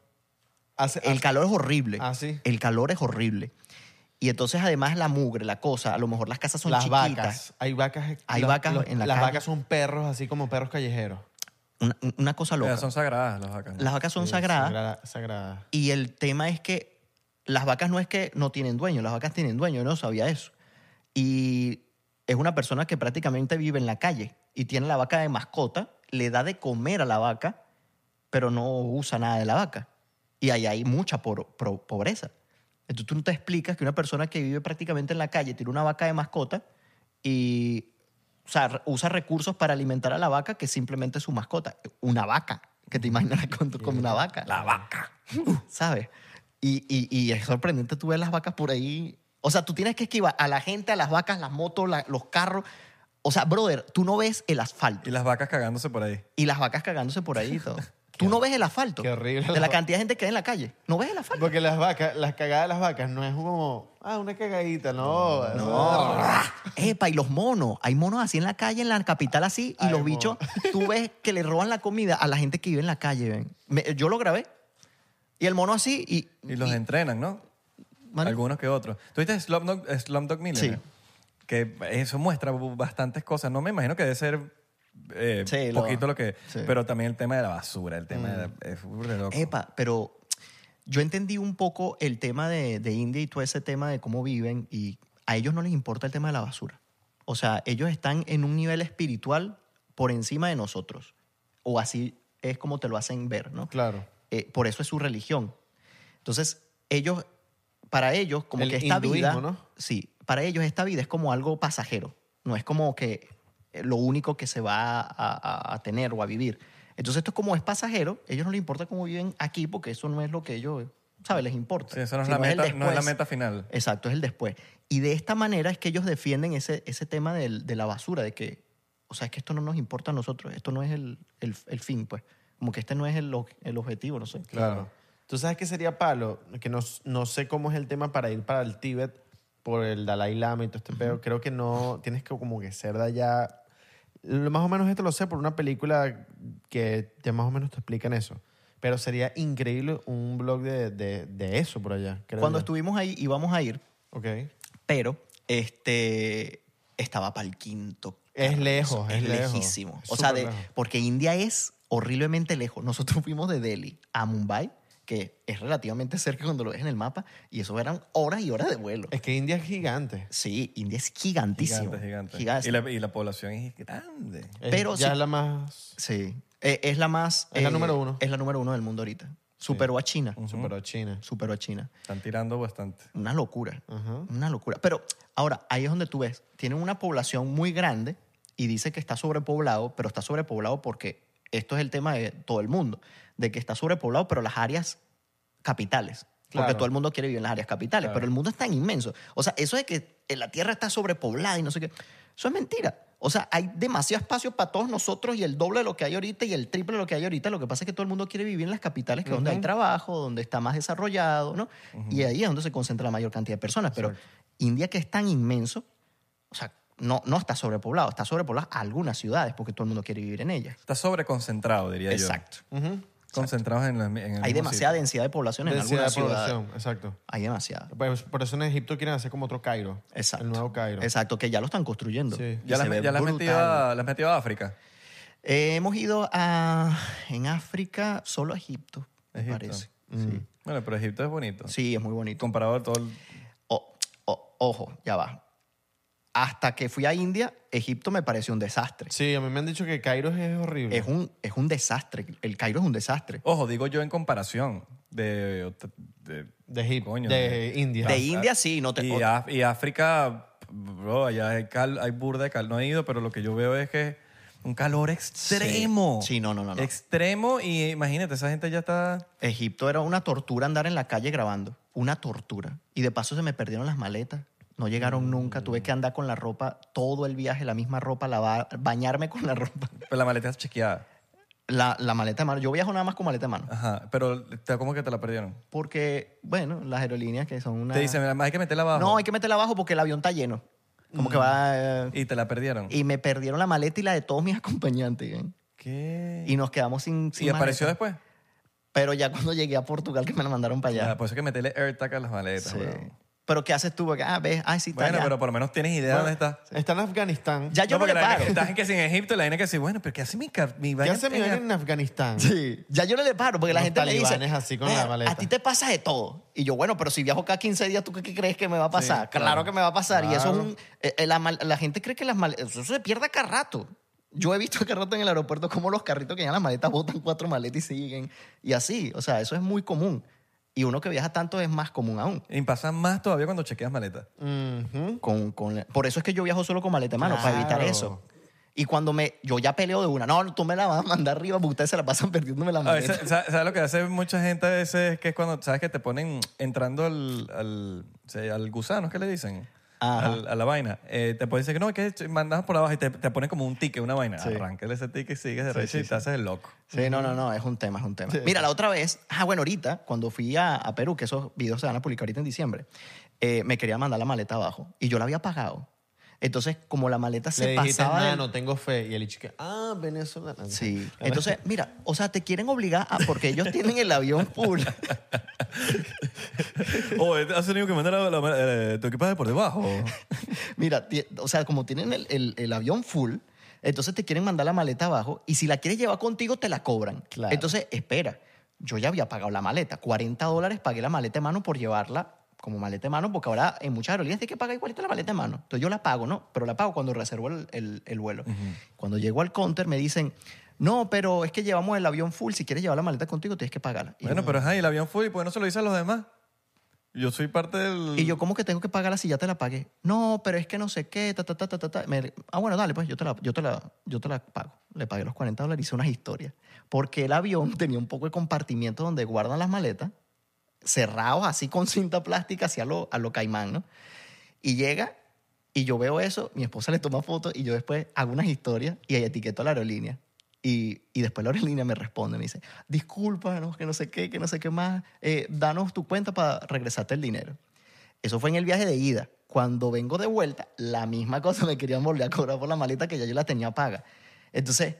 Speaker 4: Hace-
Speaker 2: el
Speaker 4: hace-
Speaker 2: calor es horrible.
Speaker 4: Ah, ¿sí?
Speaker 2: El calor es horrible. Y entonces, además, la mugre, la cosa, a lo mejor las casas son
Speaker 4: las
Speaker 2: chiquitas.
Speaker 4: vacas. Hay vacas.
Speaker 2: Hay
Speaker 4: los-
Speaker 2: vacas
Speaker 4: los-
Speaker 2: en la
Speaker 4: Las
Speaker 2: calle.
Speaker 4: vacas son perros, así como perros callejeros.
Speaker 2: Una, una cosa loca.
Speaker 3: Mira, son sagradas las vacas. ¿no?
Speaker 2: las vacas son
Speaker 4: Sí,
Speaker 2: sagradas.
Speaker 4: sagrada- sagradas.
Speaker 2: Y el tema es que las vacas no es que no tienen dueño, las vacas tienen dueño, yo no sabía eso. Y es una persona que prácticamente vive en la calle y tiene la vaca de mascota, le da de comer a la vaca, pero no usa nada de la vaca. Y ahí hay mucha por- pro- pobreza. Entonces tú no te explicas que una persona que vive prácticamente en la calle tiene una vaca de mascota y o sea, re- usa recursos para alimentar a la vaca que simplemente es su mascota. Una vaca, que te imaginas con, con una vaca. La vaca. ¿Sabes? Y, y- y es sorprendente tú ves las vacas por ahí. O sea, tú tienes que esquivar a la gente, a las vacas, las motos, la- los carros. O sea, brother, tú no ves el asfalto
Speaker 3: Y las vacas cagándose por ahí.
Speaker 2: y las vacas cagándose por ahí y todo. Tú no ves el asfalto.
Speaker 4: qué horrible.
Speaker 2: De la cantidad de gente que hay en la calle. No ves el asfalto.
Speaker 4: Porque las vacas, las cagadas de las vacas no es como, ah, una cagadita, no. eso es-
Speaker 2: Epa, y los monos. Hay monos así en la calle, en la capital así, y
Speaker 4: Hay
Speaker 2: los
Speaker 4: monos.
Speaker 2: bichos, tú ves que le roban la comida a la gente que vive en la calle, ven. Me- yo lo grabé. Y el mono así y...
Speaker 3: Y los
Speaker 2: y-
Speaker 3: entrenan, ¿no?
Speaker 2: Mano,
Speaker 3: Algunos que otros. ¿Tú viste Slumdog, Slumdog Millionaire?
Speaker 2: Sí.
Speaker 3: Que eso muestra bu- bastantes cosas. No me imagino que debe ser eh,
Speaker 2: Sí, lo-
Speaker 3: poquito lo, que...
Speaker 2: sí. Mm.
Speaker 3: Pero también el tema de la basura, el tema de... la- es burda de loco.
Speaker 2: Epa, pero yo entendí un poco el tema de, de India y todo ese tema de cómo viven y a ellos no les importa el tema de la basura. O sea, ellos están en un nivel espiritual por encima de nosotros. O así es como te lo hacen ver, ¿no?
Speaker 4: Claro.
Speaker 2: Eh, por eso es su religión. Entonces, ellos, para ellos, como
Speaker 4: El
Speaker 2: que esta
Speaker 4: hinduismo,
Speaker 2: vida,
Speaker 4: ¿no?
Speaker 2: sí, para ellos esta vida es como algo pasajero, no es como que eh, lo único que se va a, a- a tener o a vivir. Entonces, esto como es pasajero, ellos no les importa cómo viven aquí porque eso no es lo que ellos, ¿sabes? Les importa.
Speaker 3: Sí, eso no es,
Speaker 2: sino
Speaker 3: la meta,
Speaker 2: el
Speaker 3: no es la
Speaker 2: después.
Speaker 3: meta final.
Speaker 2: Exacto, es el después. Y de esta manera es que ellos defienden ese, ese tema del- de la basura, de que, o sea, es que esto no nos importa a nosotros, esto no es el, el- el fin, pues. Como que este no es el, ob- el objetivo, no sé.
Speaker 4: Claro. ¿Tú sabes qué sería palo? Que no, no sé cómo es el tema para ir para el Tíbet por el Dalai Lama y todo este pedo. Creo que no, tienes que como que ser de allá. Lo- Más o menos esto lo sé por una película que te más o menos te explican eso. Pero sería increíble un blog de, de- de eso por allá. creo
Speaker 2: Cuando
Speaker 4: yo.
Speaker 2: estuvimos ahí íbamos a ir,
Speaker 4: Ok.
Speaker 2: pero este estaba para el quinto.
Speaker 4: Es
Speaker 2: carro.
Speaker 4: lejos, es lejos.
Speaker 2: lejísimo.
Speaker 4: Es
Speaker 2: o sea,
Speaker 4: súper
Speaker 2: de-
Speaker 4: lejos.
Speaker 2: porque India es horriblemente lejos. Nosotros fuimos de Delhi a Mumbai, que es relativamente cerca cuando lo ves en el mapa, y eso eran horas y horas de vuelo.
Speaker 4: Es que India es gigante.
Speaker 2: Sí, India es gigantísimo.
Speaker 3: Gigante, gigante.
Speaker 2: Gigante.
Speaker 3: Y la, y la población es grande.
Speaker 4: Es-
Speaker 2: Pero
Speaker 4: ya
Speaker 2: sí.
Speaker 4: es la más
Speaker 2: Sí. Eh, es la más.
Speaker 4: Es la número uno.
Speaker 2: Es la número uno del mundo ahorita. Superó a China.
Speaker 4: super china.
Speaker 2: Superó a China.
Speaker 3: Están tirando bastante.
Speaker 2: Una locura. Una locura. Pero ahora, ahí es donde tú ves. Tienen una población muy grande y dice que está sobrepoblado, pero está sobrepoblado porque esto es el tema de todo el mundo. De que está sobrepoblado, pero las áreas capitales. Porque
Speaker 4: Claro.
Speaker 2: todo el mundo quiere vivir en las áreas capitales, pero el mundo es tan inmenso. O sea, eso de que eh, la Tierra está sobrepoblada y no sé qué, eso es mentira. O sea, hay demasiado espacio para todos nosotros y el doble de lo que hay ahorita y el triple de lo que hay ahorita. Lo que pasa es que todo el mundo quiere vivir en las capitales, que es donde hay trabajo, donde está más desarrollado, ¿no? Y ahí es donde se concentra la mayor cantidad de personas. Pero India, que es tan inmenso, o sea, no, no está sobrepoblado, está sobrepoblada algunas ciudades porque todo el mundo quiere vivir en ellas.
Speaker 3: Está sobreconcentrado, diría yo.
Speaker 2: Exacto.
Speaker 3: Concentrados en, la, en el
Speaker 2: Hay
Speaker 3: mismo
Speaker 2: demasiada
Speaker 3: sitio.
Speaker 2: densidad de población en
Speaker 4: Densidad
Speaker 2: algunas
Speaker 4: de
Speaker 2: ciudades.
Speaker 4: población, exacto.
Speaker 2: Hay demasiada.
Speaker 4: Pues, por eso en Egipto quieren hacer como otro Cairo.
Speaker 2: Exacto.
Speaker 4: El nuevo Cairo.
Speaker 2: Exacto, que ya lo están construyendo.
Speaker 4: Sí.
Speaker 2: Y
Speaker 3: Ya,
Speaker 2: se
Speaker 3: las,
Speaker 2: ve
Speaker 3: ya las
Speaker 2: brutal.
Speaker 3: metió a, las metió a África.
Speaker 2: Eh, hemos ido a, en África, solo a Egipto, me
Speaker 3: Egipto. Ah.
Speaker 2: parece.
Speaker 3: Bueno, pero Egipto es bonito.
Speaker 2: Mm. Sí, es muy bonito.
Speaker 3: Comparado a todo el...
Speaker 2: O- o- ojo, ya va. Hasta que fui a India, Egipto me pareció un desastre.
Speaker 4: Sí, a mí me han dicho que Cairo es horrible.
Speaker 2: Es, un, es un desastre. El Cairo es un desastre.
Speaker 3: Ojo, digo yo en comparación de... de-
Speaker 4: De Egipto.
Speaker 3: Coño,
Speaker 4: de India.
Speaker 2: De India sí, no te...
Speaker 3: y,
Speaker 2: o-
Speaker 3: Af- y África, bro, allá hay, cal- hay burda de calor. No he ido, pero lo que yo veo es que un calor extremo.
Speaker 2: Sí, no, no, no, no.
Speaker 3: Extremo y imagínate, esa gente ya está...
Speaker 2: Egipto era una tortura andar en la calle grabando. Una tortura. Y de paso se me perdieron las maletas. No llegaron nunca.
Speaker 3: Mm.
Speaker 2: Tuve que andar con la ropa todo el viaje, la misma ropa, lavar, bañarme con la ropa.
Speaker 3: Pero pues, la maleta está chequeada.
Speaker 2: La, la maleta de mano. Yo viajo nada más con maleta de mano.
Speaker 3: Ajá, pero te- ¿cómo que te la perdieron?
Speaker 2: Porque, bueno, las aerolíneas que son una...
Speaker 3: Te dicen, "Mira, hay que meterla abajo. Mm.
Speaker 2: no, hay que meterla abajo porque el avión está lleno. Como que va... eh,
Speaker 3: Y te la perdieron.
Speaker 2: y me perdieron la maleta y la de todos mis acompañantes. ¿eh?
Speaker 3: ¿Qué?
Speaker 2: Y nos quedamos sin... sin
Speaker 3: ¿Y apareció
Speaker 2: maleta.
Speaker 3: después?
Speaker 2: Pero ya cuando llegué a Portugal que me la mandaron para allá.
Speaker 3: Ah, por eso hay que meterle AirTag a las maletas.
Speaker 2: Sí.
Speaker 3: pues, weón.
Speaker 2: Pero ¿qué haces tú? Ah, ves, ah, sí, está
Speaker 3: Bueno,
Speaker 2: allá.
Speaker 3: pero por lo menos tienes idea de dónde está.
Speaker 4: Está en Afganistán.
Speaker 2: Ya yo no,
Speaker 3: porque
Speaker 2: le
Speaker 3: la vaina
Speaker 2: paro.
Speaker 3: que estás en que si en Egipto, la vaina que sí, bueno, pero ¿qué hace mi, ca- mi
Speaker 4: ¿Qué
Speaker 3: vaina
Speaker 4: hace mi
Speaker 3: en-
Speaker 4: vaina en Afganistán?
Speaker 2: Sí, ya yo no le paro porque la
Speaker 4: Unos
Speaker 2: gente me dice,
Speaker 4: talibanes así con la
Speaker 2: "Ver,
Speaker 4: maleta".
Speaker 2: a ti te pasa de todo. Y yo, bueno, pero si viajo cada 15 días, ¿tú qué, qué crees que me va a pasar?
Speaker 3: Sí,
Speaker 2: claro.
Speaker 3: claro.
Speaker 2: que me va a pasar. Y eso es
Speaker 4: Claro.
Speaker 2: un... eh, eh, la, mal- la gente cree que las maletas... Eso se pierde cada rato. Yo he visto cada rato en el aeropuerto como los carritos que llevan las maletas botan cuatro maletas y siguen. Y así, o sea, eso es muy común. Y uno que viaja tanto es más común aún.
Speaker 3: Y pasa más todavía cuando chequeas maletas.
Speaker 4: Ujú.
Speaker 2: Con, con la- por eso es que yo viajo solo con maleta de mano, para evitar
Speaker 4: Claro.
Speaker 2: eso. Y cuando me, yo ya peleo de una, no, tú me la vas a mandar arriba porque ustedes se la pasan perdiéndome la
Speaker 3: A
Speaker 2: maleta.
Speaker 3: veces, ¿sabes, sabes lo que hace mucha gente a veces? Es que es cuando, ¿sabes? Que te ponen entrando al, al, o sea, al gusano, ¿qué le dicen?
Speaker 2: Ajá.
Speaker 3: Al- a la vaina. Eh, te pueden decir que no, que ch- mandas por abajo y te, te ponen como un ticket, una vaina.
Speaker 2: Sí.
Speaker 3: Arráncale ese ticket y sigues de recho y te haces el loco.
Speaker 2: Sí, no, no, no, es un tema, es un tema. Mira, la otra vez, ah, bueno, ahorita, cuando fui a, a Perú, que esos videos se van a publicar ahorita en diciembre, eh, me quería mandar la maleta abajo y yo la había pagado. Entonces, como la maleta se
Speaker 4: Le dijiste,
Speaker 2: pasaba. del-
Speaker 4: "Mano, tengo fe. Y el chico, ah, venezolano.
Speaker 2: Sí. Entonces, mira, o sea, te quieren obligar a. Porque ellos tienen el avión full.
Speaker 3: O eh, has tenido que mandar la- la- eh, tu equipaje por debajo.
Speaker 2: Mira, ti- o sea, como tienen el, el- el avión full, entonces te quieren mandar la maleta abajo y si la quieres llevar contigo, te la cobran.
Speaker 4: Claro.
Speaker 2: Entonces, espera, yo ya había pagado la maleta. 40 dólares pagué la maleta de mano por llevarla como maleta de mano, porque ahora en muchas aerolíneas tienes que pagar igualita la maleta de mano. Entonces yo la pago, ¿no? Pero la pago cuando reservo el, el- el vuelo. Cuando llego al counter me dicen, no, pero es que llevamos el avión full, si quieres llevar la maleta contigo tienes que pagarla. Y
Speaker 3: bueno,
Speaker 2: yo,
Speaker 3: pero ajá, y el avión fue y pues no se lo dice a los demás. Yo soy parte del...
Speaker 2: Y yo, ¿cómo que tengo que pagarla si ya te la pagué? No, pero es que no sé qué, ta, ta, ta, ta, ta, ta. Me- ah, bueno, dale, pues yo te, la, yo, te la, yo te la pago. Le pagué los 40 dólares, hice unas historias. Porque el avión tenía un poco de compartimiento donde guardan las maletas, cerrados así con cinta plástica hacia lo, a lo caimán, ¿no? Y llega y yo veo eso, mi esposa le toma fotos y yo después hago unas historias y ahí etiqueto a la aerolínea. Y, y después la aerolínea me responde, me dice, discúlpanos, que no sé qué, que no sé qué más, eh, danos tu cuenta para regresarte el dinero. Eso fue en el viaje de ida. Cuando vengo de vuelta, la misma cosa me querían volver a cobrar por la maleta que ya yo la tenía paga. Entonces,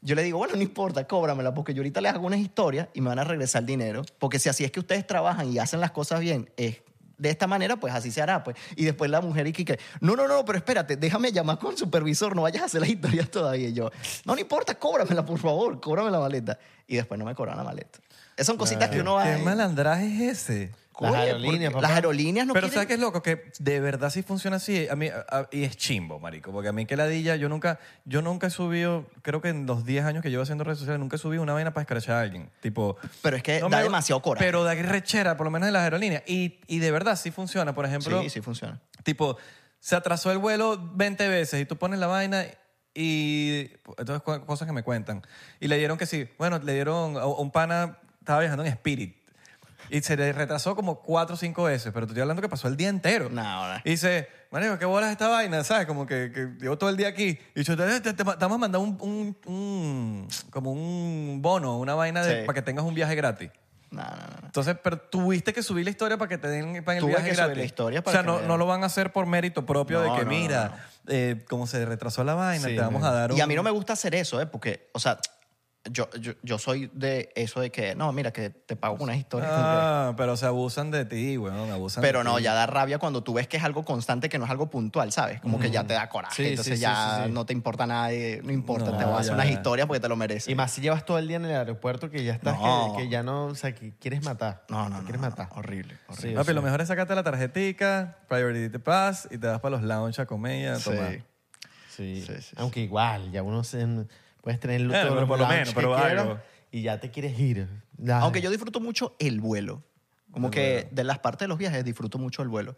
Speaker 2: yo le digo, bueno, no importa, cóbramela, porque yo ahorita les hago unas historias y me van a regresar el dinero. Porque si así es que ustedes trabajan y hacen las cosas bien, es de esta manera, pues así se hará. pues Y después la mujer y que, que, no, no, no, pero espérate, déjame llamar con el supervisor, no vayas a hacer las historias todavía. Y yo, no, no importa, cóbramela, por favor, cóbrame la maleta. Y después no me cobraron la maleta. Esas son cositas que uno va...
Speaker 3: ¿Qué malandraje es ese?
Speaker 2: Coño,
Speaker 4: Las aerolíneas,
Speaker 2: porque
Speaker 4: papá.
Speaker 2: Las aerolíneas no
Speaker 3: Pero
Speaker 2: quieren-
Speaker 3: ¿sabes qué es loco? Que de verdad sí funciona así. A mí, a- a- y es chimbo, marico. Porque a mí que ladilla, yo nunca, yo nunca he subido, creo que en los 10 años que llevo haciendo redes sociales, nunca he subido una vaina para escrachar a alguien. Tipo...
Speaker 2: Pero es que
Speaker 3: no
Speaker 2: Eh, da
Speaker 3: me-
Speaker 2: demasiado coraje.
Speaker 3: Pero da rechera, por lo menos de las aerolíneas. Y, y de verdad sí funciona. Por ejemplo,
Speaker 2: sí, sí funciona.
Speaker 3: tipo, se atrasó el vuelo 20 veces y tú pones la vaina y... Entonces, cu- cosas que me cuentan. Y le dieron que sí. Bueno, le dieron a un pana, estaba viajando en Spirit. Y se le retrasó como cuatro o cinco veces, pero te estoy hablando que pasó el día entero.
Speaker 2: No, ahora.
Speaker 3: Y dice, Mario, ¿qué bolas esta vaina? ¿Sabes? Como que, que llevo todo el día aquí. Y yo, te, te- te- te vamos a mandar un, un- un- como un bono, una vaina de-
Speaker 2: Sí.
Speaker 3: para que tengas un viaje gratis.
Speaker 2: No, no, no, no.
Speaker 3: Entonces, pero tuviste que subir la historia para que te den para el
Speaker 2: Tuve
Speaker 3: viaje
Speaker 2: que subir
Speaker 3: gratis.
Speaker 2: la historia
Speaker 3: o
Speaker 2: para
Speaker 3: sea,
Speaker 2: que
Speaker 3: no,
Speaker 2: me den.
Speaker 3: no lo van a hacer por mérito propio
Speaker 2: No,
Speaker 3: de
Speaker 2: no,
Speaker 3: que,
Speaker 2: no,
Speaker 3: mira, eh, como se retrasó la vaina,
Speaker 4: Sí,
Speaker 3: te vamos
Speaker 4: no.
Speaker 3: a dar un...
Speaker 2: Y a mí no me gusta hacer eso, ¿eh? Porque, o sea, yo, yo, yo soy de eso de que, no, mira, que te pago unas historias.
Speaker 3: Ah, pero se abusan de ti, weón, abusan de
Speaker 2: pero no,
Speaker 3: ti.
Speaker 2: ya da rabia cuando tú ves que es algo constante, que no es algo puntual, ¿sabes? Como que ya te da coraje.
Speaker 4: Sí,
Speaker 2: entonces
Speaker 4: sí, sí,
Speaker 2: ya
Speaker 4: sí, sí.
Speaker 2: no te importa nada, de- no importa,
Speaker 3: No,
Speaker 2: te voy a hacer
Speaker 3: ya,
Speaker 2: unas
Speaker 3: ya.
Speaker 2: historias porque te lo mereces.
Speaker 4: Y más si llevas todo el día en el aeropuerto que ya estás,
Speaker 2: No.
Speaker 4: que, que ya no, o sea, que quieres matar.
Speaker 2: No, no, no,
Speaker 4: Te quieres
Speaker 2: no,
Speaker 4: matar.
Speaker 2: horrible, horrible.
Speaker 4: Sí,
Speaker 3: Papi,
Speaker 4: sí.
Speaker 3: lo mejor es sacarte la tarjetica, Priority Pass, y te vas para los lounge a comer, a
Speaker 2: Sí.
Speaker 3: tomar.
Speaker 2: Sí,
Speaker 4: Sí.
Speaker 2: sí, sí.
Speaker 4: Aunque igual, ya uno se, puedes tener el
Speaker 3: Claro,
Speaker 4: todos
Speaker 3: Eh, pero
Speaker 4: los
Speaker 3: por lo
Speaker 4: lunch
Speaker 3: menos,
Speaker 4: que
Speaker 3: pero
Speaker 4: quieras
Speaker 3: algo.
Speaker 4: Y ya te quieres ir. Ay.
Speaker 2: Aunque yo disfruto mucho el vuelo. Como que de las partes de los viajes disfruto mucho el vuelo.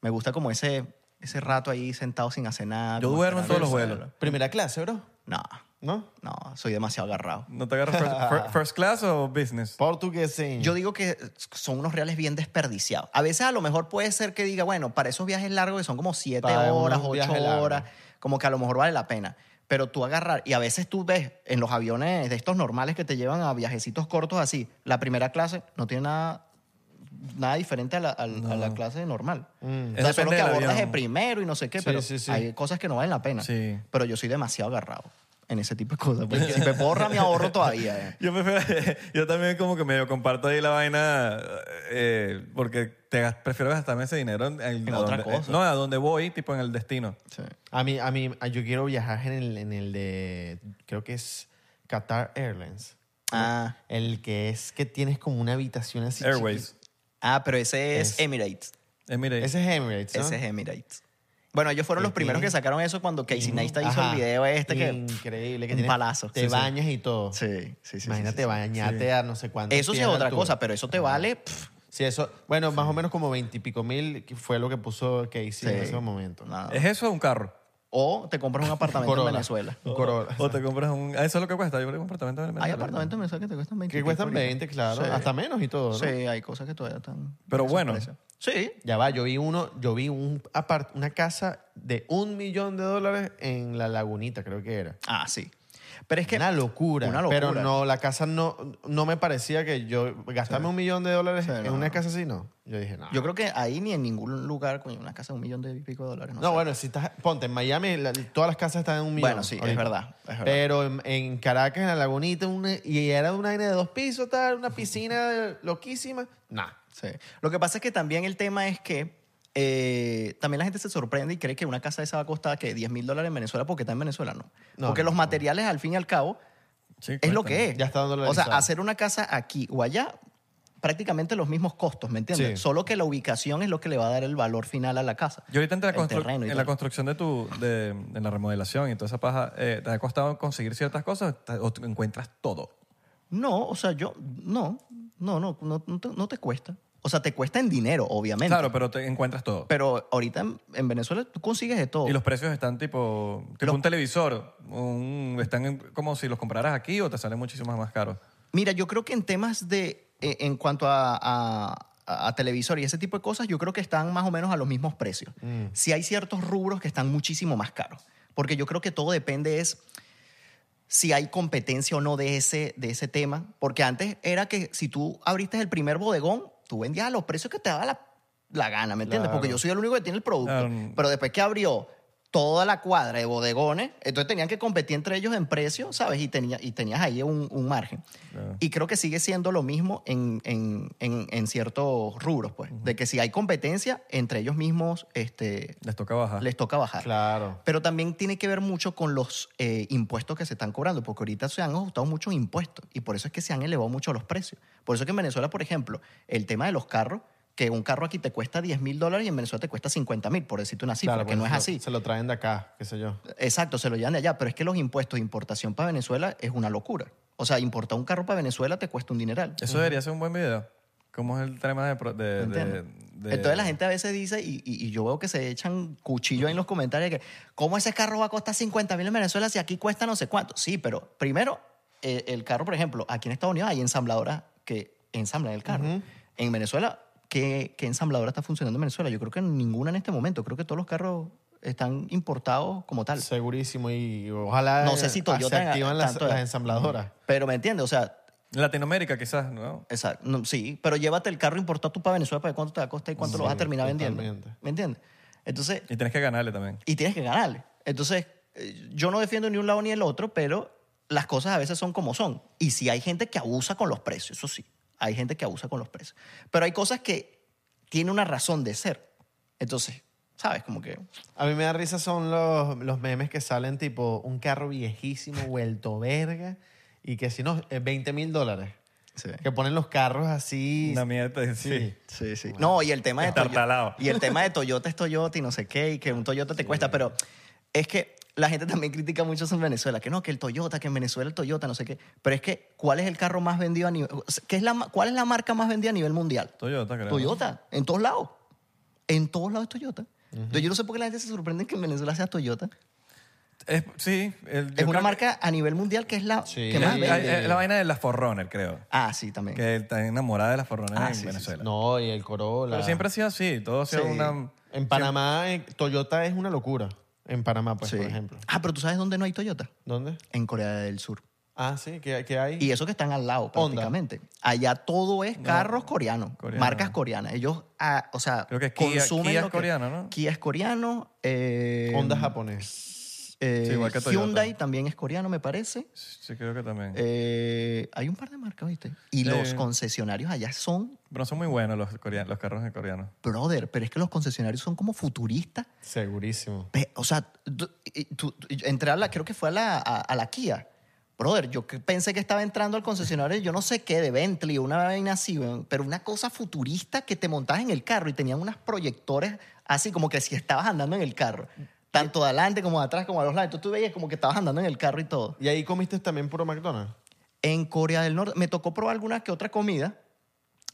Speaker 2: Me gusta como ese, ese rato ahí sentado sin hacer nada.
Speaker 3: Yo
Speaker 2: como
Speaker 3: duermo en
Speaker 2: esperar
Speaker 3: todos los
Speaker 2: el
Speaker 3: vuelos.
Speaker 4: Primera clase, bro.
Speaker 2: vuelo. No,
Speaker 4: ¿No?
Speaker 2: no, soy demasiado agarrado.
Speaker 3: ¿No te agarras first, fir- first class o business?
Speaker 4: Portugués.
Speaker 2: Yo digo que son unos reales bien desperdiciados. A veces a lo mejor puede ser que diga, bueno, para esos viajes largos que son como siete
Speaker 4: Para unos
Speaker 2: horas, ocho
Speaker 4: viajes largos.
Speaker 2: horas, como que a lo mejor vale la pena. Pero tú agarrar, y a veces tú ves en los aviones de estos normales que te llevan a viajecitos cortos así, la primera clase no tiene nada, nada diferente a la, a- a la clase normal. O sea,
Speaker 3: Es
Speaker 2: solo
Speaker 3: depende
Speaker 2: que
Speaker 3: del
Speaker 2: abordas de
Speaker 3: avión.
Speaker 2: primero y no sé qué,
Speaker 4: Sí,
Speaker 2: pero
Speaker 4: sí, sí.
Speaker 2: hay cosas que no valen la pena.
Speaker 3: Sí.
Speaker 2: Pero yo soy demasiado agarrado en ese tipo de cosas. porque si me borra, me ahorro todavía. eh.
Speaker 3: Yo, prefiero- yo también como que medio comparto ahí la vaina eh, porque te gas- prefiero gastarme ese dinero en, en-
Speaker 2: En
Speaker 3: a
Speaker 2: otra
Speaker 3: donde-
Speaker 2: cosa.
Speaker 3: No, a donde voy, tipo en el destino.
Speaker 2: Sí.
Speaker 4: A mí, a mí, a- yo quiero viajar en el, en el de, creo que es Qatar Airlines.
Speaker 2: Ah.
Speaker 4: El que es que tienes como una habitación así.
Speaker 3: Airways.
Speaker 2: Ah, pero ese es,
Speaker 4: Es-
Speaker 2: Emirates.
Speaker 3: Eh, mire,
Speaker 4: chiquita. Ese es Emirates, ¿no?
Speaker 2: Ese es Emirates. Bueno, ellos fueron los
Speaker 4: Sí.
Speaker 2: primeros que sacaron eso cuando Casey Neistat hizo
Speaker 4: Ajá.
Speaker 2: el video este que...
Speaker 4: Increíble. Que
Speaker 2: un
Speaker 4: tienes-
Speaker 2: palazo.
Speaker 4: Te
Speaker 2: Sí, sí.
Speaker 4: bañas y todo.
Speaker 2: Sí, sí, sí.
Speaker 4: Imagínate
Speaker 2: sí, sí.
Speaker 4: bañarte a no sé cuánto.
Speaker 2: Eso sí es otra cosa, pero eso te vale... pff,
Speaker 4: Sí, eso, bueno, más o menos como veintipico mil que fue lo que puso Casey en
Speaker 2: sí.
Speaker 4: ese momento.
Speaker 2: No.
Speaker 3: ¿Es eso o un carro?
Speaker 2: O te compras un apartamento
Speaker 4: Corona.
Speaker 2: en Venezuela. Pues,
Speaker 4: Un Corolla.
Speaker 3: O te compras un... ah, Eso es lo que cuesta. Yo compré un apartamento en
Speaker 2: Hay
Speaker 3: Venezuela.
Speaker 2: apartamentos en Venezuela que te cuestan 20.
Speaker 4: Que cuestan
Speaker 2: ahorita.
Speaker 4: 20, claro.
Speaker 2: Sí.
Speaker 4: Hasta menos y todo, ¿no?
Speaker 2: Sí, hay cosas que todavía están.
Speaker 3: Pero
Speaker 2: esos
Speaker 3: bueno.
Speaker 2: precios. Sí.
Speaker 4: Ya va, yo vi uno, yo vi un apart- una casa de un millón de dólares en la lagunita, creo que era.
Speaker 2: Ah, sí. Pero es que.
Speaker 4: Una locura.
Speaker 2: Una locura.
Speaker 4: Pero no, la casa no, no me parecía que yo gastarme un millón de dólares
Speaker 2: Sí,
Speaker 4: en
Speaker 2: no,
Speaker 4: una
Speaker 2: no.
Speaker 4: casa así, no. Yo dije, no.
Speaker 2: Yo creo que ahí ni en ningún lugar, coño, una casa de un millón de y pico de dólares. No,
Speaker 4: no,
Speaker 2: sé.
Speaker 4: bueno, si estás, ponte, en Miami la- todas las casas están en un millón.
Speaker 2: Bueno, sí, es verdad, es verdad.
Speaker 4: Pero en, en Caracas, en la lagunita, una- y era un aire de dos pisos, tal, una piscina loquísima, nah.
Speaker 2: Sí. Lo que pasa es que también el tema es que eh, también la gente se sorprende y cree que una casa de esa va a costar que 10 mil dólares en Venezuela porque está en Venezuela, no.
Speaker 4: No,
Speaker 2: porque
Speaker 4: no,
Speaker 2: los
Speaker 4: no.
Speaker 2: materiales, al fin y al cabo,
Speaker 3: Sí,
Speaker 2: es lo
Speaker 3: cuestan.
Speaker 2: que es.
Speaker 4: Ya está dando la
Speaker 2: O sea,
Speaker 4: revisada.
Speaker 2: hacer una casa aquí o allá, prácticamente los mismos costos, ¿me entiendes?
Speaker 4: Sí.
Speaker 2: Solo que la ubicación es lo que le va a dar el valor final a la casa.
Speaker 3: Yo ahorita en la,
Speaker 2: El
Speaker 3: constru-
Speaker 2: terreno y
Speaker 3: en la
Speaker 2: todo.
Speaker 3: construcción de tu, de, en la remodelación y toda esa paja, eh, ¿te ha costado conseguir ciertas cosas ¿Te- o tú encuentras todo?
Speaker 2: No, o sea, yo, no, no, no, no, no te, no te cuesta. O sea, te cuesta en dinero, obviamente.
Speaker 3: Claro, pero te encuentras todo.
Speaker 2: Pero ahorita en, en Venezuela tú consigues de todo.
Speaker 3: Y los precios están tipo, tipo
Speaker 2: Los-
Speaker 3: un televisor, un- están en- como si los compraras aquí o te salen muchísimo más caros.
Speaker 2: Mira, yo creo que en temas de, eh, en cuanto a, a- a- a televisor y ese tipo de cosas, yo creo que están más o menos a los mismos precios. Si hay ciertos rubros que están muchísimo más caros, porque yo creo que todo depende es si hay competencia o no de ese, de ese tema, porque antes era que si tú abriste el primer bodegón, tú vendías a los precios que te daba la, la gana, ¿me entiendes?
Speaker 4: Claro.
Speaker 2: Porque yo soy el único que tiene el producto.
Speaker 3: Claro.
Speaker 2: Pero después que abrió toda la cuadra de bodegones, entonces tenían que competir entre ellos en precio, ¿sabes? Y, tenía, y tenías ahí un, un margen. Y creo que sigue siendo lo mismo en, en, en- en ciertos rubros, pues, de que si hay competencia, entre ellos mismos este,
Speaker 3: Les toca bajar.
Speaker 2: les toca bajar.
Speaker 4: Claro.
Speaker 2: Pero también tiene que ver mucho con los eh, impuestos que se están cobrando, porque ahorita se han ajustado muchos impuestos y por eso es que se han elevado mucho los precios. Por eso es que en Venezuela, por ejemplo, el tema de los carros, que un carro aquí te cuesta 10 mil dólares y en Venezuela te cuesta 50 mil, por decirte una cifra,
Speaker 4: claro,
Speaker 2: que
Speaker 4: porque
Speaker 2: no es
Speaker 4: se lo-
Speaker 2: así.
Speaker 4: Se lo traen de acá, qué sé yo.
Speaker 2: Exacto, se lo llevan de allá, pero es que los impuestos de importación para Venezuela es una locura. O sea, importar un carro para Venezuela te cuesta un dineral.
Speaker 3: Eso debería ser un buen video. ¿Cómo es el tema de... pro- de-
Speaker 2: ¿Me
Speaker 3: de-
Speaker 2: entiendes?
Speaker 3: de-
Speaker 2: Entonces la gente a veces dice, y, y- y yo veo que se echan cuchillo ahí en los comentarios, que ¿cómo ese carro va a costar 50 mil en Venezuela si aquí cuesta no sé cuánto? Sí, pero primero, eh, el carro, por ejemplo, aquí en Estados Unidos hay ensambladoras que ensamblan el carro. En Venezuela, ¿qué, ¿qué ensambladora está funcionando en Venezuela? Yo creo que ninguna en este momento. Creo que todos los carros están importados como tal.
Speaker 4: Segurísimo y ojalá
Speaker 2: No sé si
Speaker 4: eh, se
Speaker 2: Toyota haga
Speaker 4: activan las,
Speaker 2: tanto-
Speaker 4: las ensambladoras.
Speaker 2: Pero ¿me entiendes? O sea,
Speaker 3: Latinoamérica quizás, ¿no?
Speaker 2: Exacto, no, sí, pero llévate el carro importado tú para Venezuela para ver cuánto te va a costar y cuánto lo vas a terminar vendiendo.
Speaker 4: totalmente.
Speaker 2: ¿Me entiendes? Entonces,
Speaker 3: Y tienes que ganarle también.
Speaker 2: y tienes que ganarle. Entonces, eh, yo no defiendo ni un lado ni el otro, pero las cosas a veces son como son. Y si hay gente que abusa con los precios, eso sí, hay gente que abusa con los precios. Pero hay cosas que tienen una razón de ser. Entonces, ¿sabes? Como que...
Speaker 4: A mí me da risa son los, los memes que salen tipo un carro viejísimo, vuelto verga, y que si no, eh, 20 mil dólares.
Speaker 2: Sí.
Speaker 4: Que ponen los carros así.
Speaker 3: Una mierda, sí.
Speaker 2: Sí, sí. No, y el tema de
Speaker 3: Estartalado.
Speaker 2: Toyota. Y el tema de Toyota es Toyota y no sé qué, y que un Toyota te cuesta, pero es que la gente también critica mucho eso en Venezuela, que no, que el Toyota, que en Venezuela el Toyota, no sé qué. Pero es que, ¿cuál es el carro más vendido a nivel. o sea, ¿qué es la, ma- ¿Cuál es la marca más vendida a nivel mundial?
Speaker 3: Toyota, creo.
Speaker 2: Toyota, en todos lados. En todos lados es Toyota. Entonces, yo no sé por qué la gente se sorprende que en Venezuela sea Toyota.
Speaker 3: Es- sí. el-
Speaker 2: es
Speaker 3: yo creo
Speaker 2: una
Speaker 3: que-
Speaker 2: marca a nivel mundial que es la
Speaker 4: Sí.
Speaker 2: que
Speaker 3: Es-
Speaker 2: más
Speaker 3: es-
Speaker 2: vende.
Speaker 3: es la vaina de la Forerunner, creo.
Speaker 2: Ah, sí, también.
Speaker 3: Que está enamorada de las Forerunner
Speaker 2: Ah,
Speaker 3: en
Speaker 2: sí, sí,
Speaker 3: Venezuela.
Speaker 4: No, y el Corolla.
Speaker 3: Pero siempre ha sido así. Todo ha sido
Speaker 2: Sí.
Speaker 3: una...
Speaker 4: En Panamá, eh, Toyota es una locura. En Panamá, pues,
Speaker 2: Sí.
Speaker 4: por ejemplo.
Speaker 2: Ah, pero tú sabes dónde no hay Toyota.
Speaker 4: ¿Dónde?
Speaker 2: En Corea del Sur.
Speaker 4: Ah, sí, que, que hay.
Speaker 2: Y eso que están al lado
Speaker 4: Honda.
Speaker 2: prácticamente. Allá todo es carros coreanos,
Speaker 3: coreano.
Speaker 2: marcas coreanas. Ellos, ah, o sea,
Speaker 3: Creo que Kia-
Speaker 2: consumen
Speaker 3: Kia
Speaker 2: lo
Speaker 3: es
Speaker 2: que-
Speaker 3: coreano, ¿no?
Speaker 2: Kia es coreano. eh,
Speaker 4: Honda japonés.
Speaker 2: eh,
Speaker 3: Sí, igual que Toyota.
Speaker 2: Hyundai también es coreano, me parece.
Speaker 3: Sí, creo que también.
Speaker 2: Eh, hay un par de marcas, ¿viste? Y los
Speaker 3: Eh.
Speaker 2: concesionarios allá son,
Speaker 3: Pero son muy buenos los, coreanos, los carros coreanos.
Speaker 2: brother, pero es que los concesionarios son como futuristas.
Speaker 4: Segurísimo.
Speaker 2: Pe- O sea, tú- y- tú- y- entré a la, creo que fue a la, a, a la Kia. Brother, yo que pensé que estaba entrando al concesionario, yo no sé qué, de Bentley, una vaina así, weón, pero una cosa futurista que te montabas en el carro y tenían unas proyectores así como que si estabas andando en el carro, tanto de adelante como de atrás como a los lados. Entonces tú veías como que estabas andando en el carro y todo.
Speaker 4: ¿Y ahí comiste también puro McDonald's?
Speaker 2: En Corea del Norte me tocó probar alguna que otra comida,